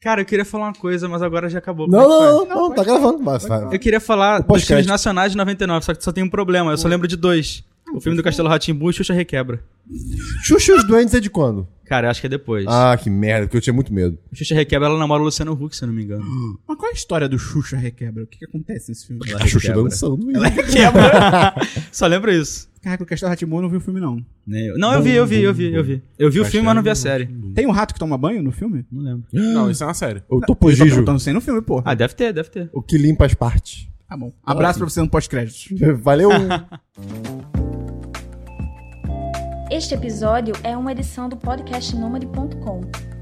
[SPEAKER 3] Cara, eu queria falar uma coisa, mas agora já acabou.
[SPEAKER 4] Não,
[SPEAKER 3] Como é que
[SPEAKER 4] não, não,
[SPEAKER 3] faz?
[SPEAKER 4] não, tá gravando. Mas, vai.
[SPEAKER 3] Eu queria falar dos
[SPEAKER 4] pós-crédito.
[SPEAKER 3] filmes nacionais de 99, só que só tem um problema. Eu só lembro de dois. O filme do Castelo Ratimbu e Xuxa Requebra.
[SPEAKER 4] Xuxa e os Duendes é de quando?
[SPEAKER 3] Cara, eu acho que é depois.
[SPEAKER 4] Ah, que merda, porque eu tinha muito medo.
[SPEAKER 3] Xuxa Requebra, ela namora o Luciano Huck, se eu não me engano.
[SPEAKER 1] Mas qual é a história do Xuxa Requebra? O que, que acontece nesse filme?
[SPEAKER 4] A Xuxa
[SPEAKER 3] Requebra.
[SPEAKER 4] dançando.
[SPEAKER 3] Só lembro isso.
[SPEAKER 1] Caraca, o Castelo Ratimbu não viu o filme, não.
[SPEAKER 3] Né, eu- Não, eu vi, eu vi, eu vi, eu vi. Eu vi o filme, mas não vi a série.
[SPEAKER 1] Tem um rato que toma banho no filme?
[SPEAKER 3] Não lembro.
[SPEAKER 2] Não, isso é uma série.
[SPEAKER 4] O
[SPEAKER 1] Eu tô tá
[SPEAKER 4] Topogijo,
[SPEAKER 1] perguntando sem no filme, pô.
[SPEAKER 3] Ah, deve ter, deve ter.
[SPEAKER 4] o que limpa as partes.
[SPEAKER 1] Tá bom. Abraço pra você no pós-créditos.
[SPEAKER 4] Valeu.
[SPEAKER 5] Este episódio é uma edição do podcast Nômade.com.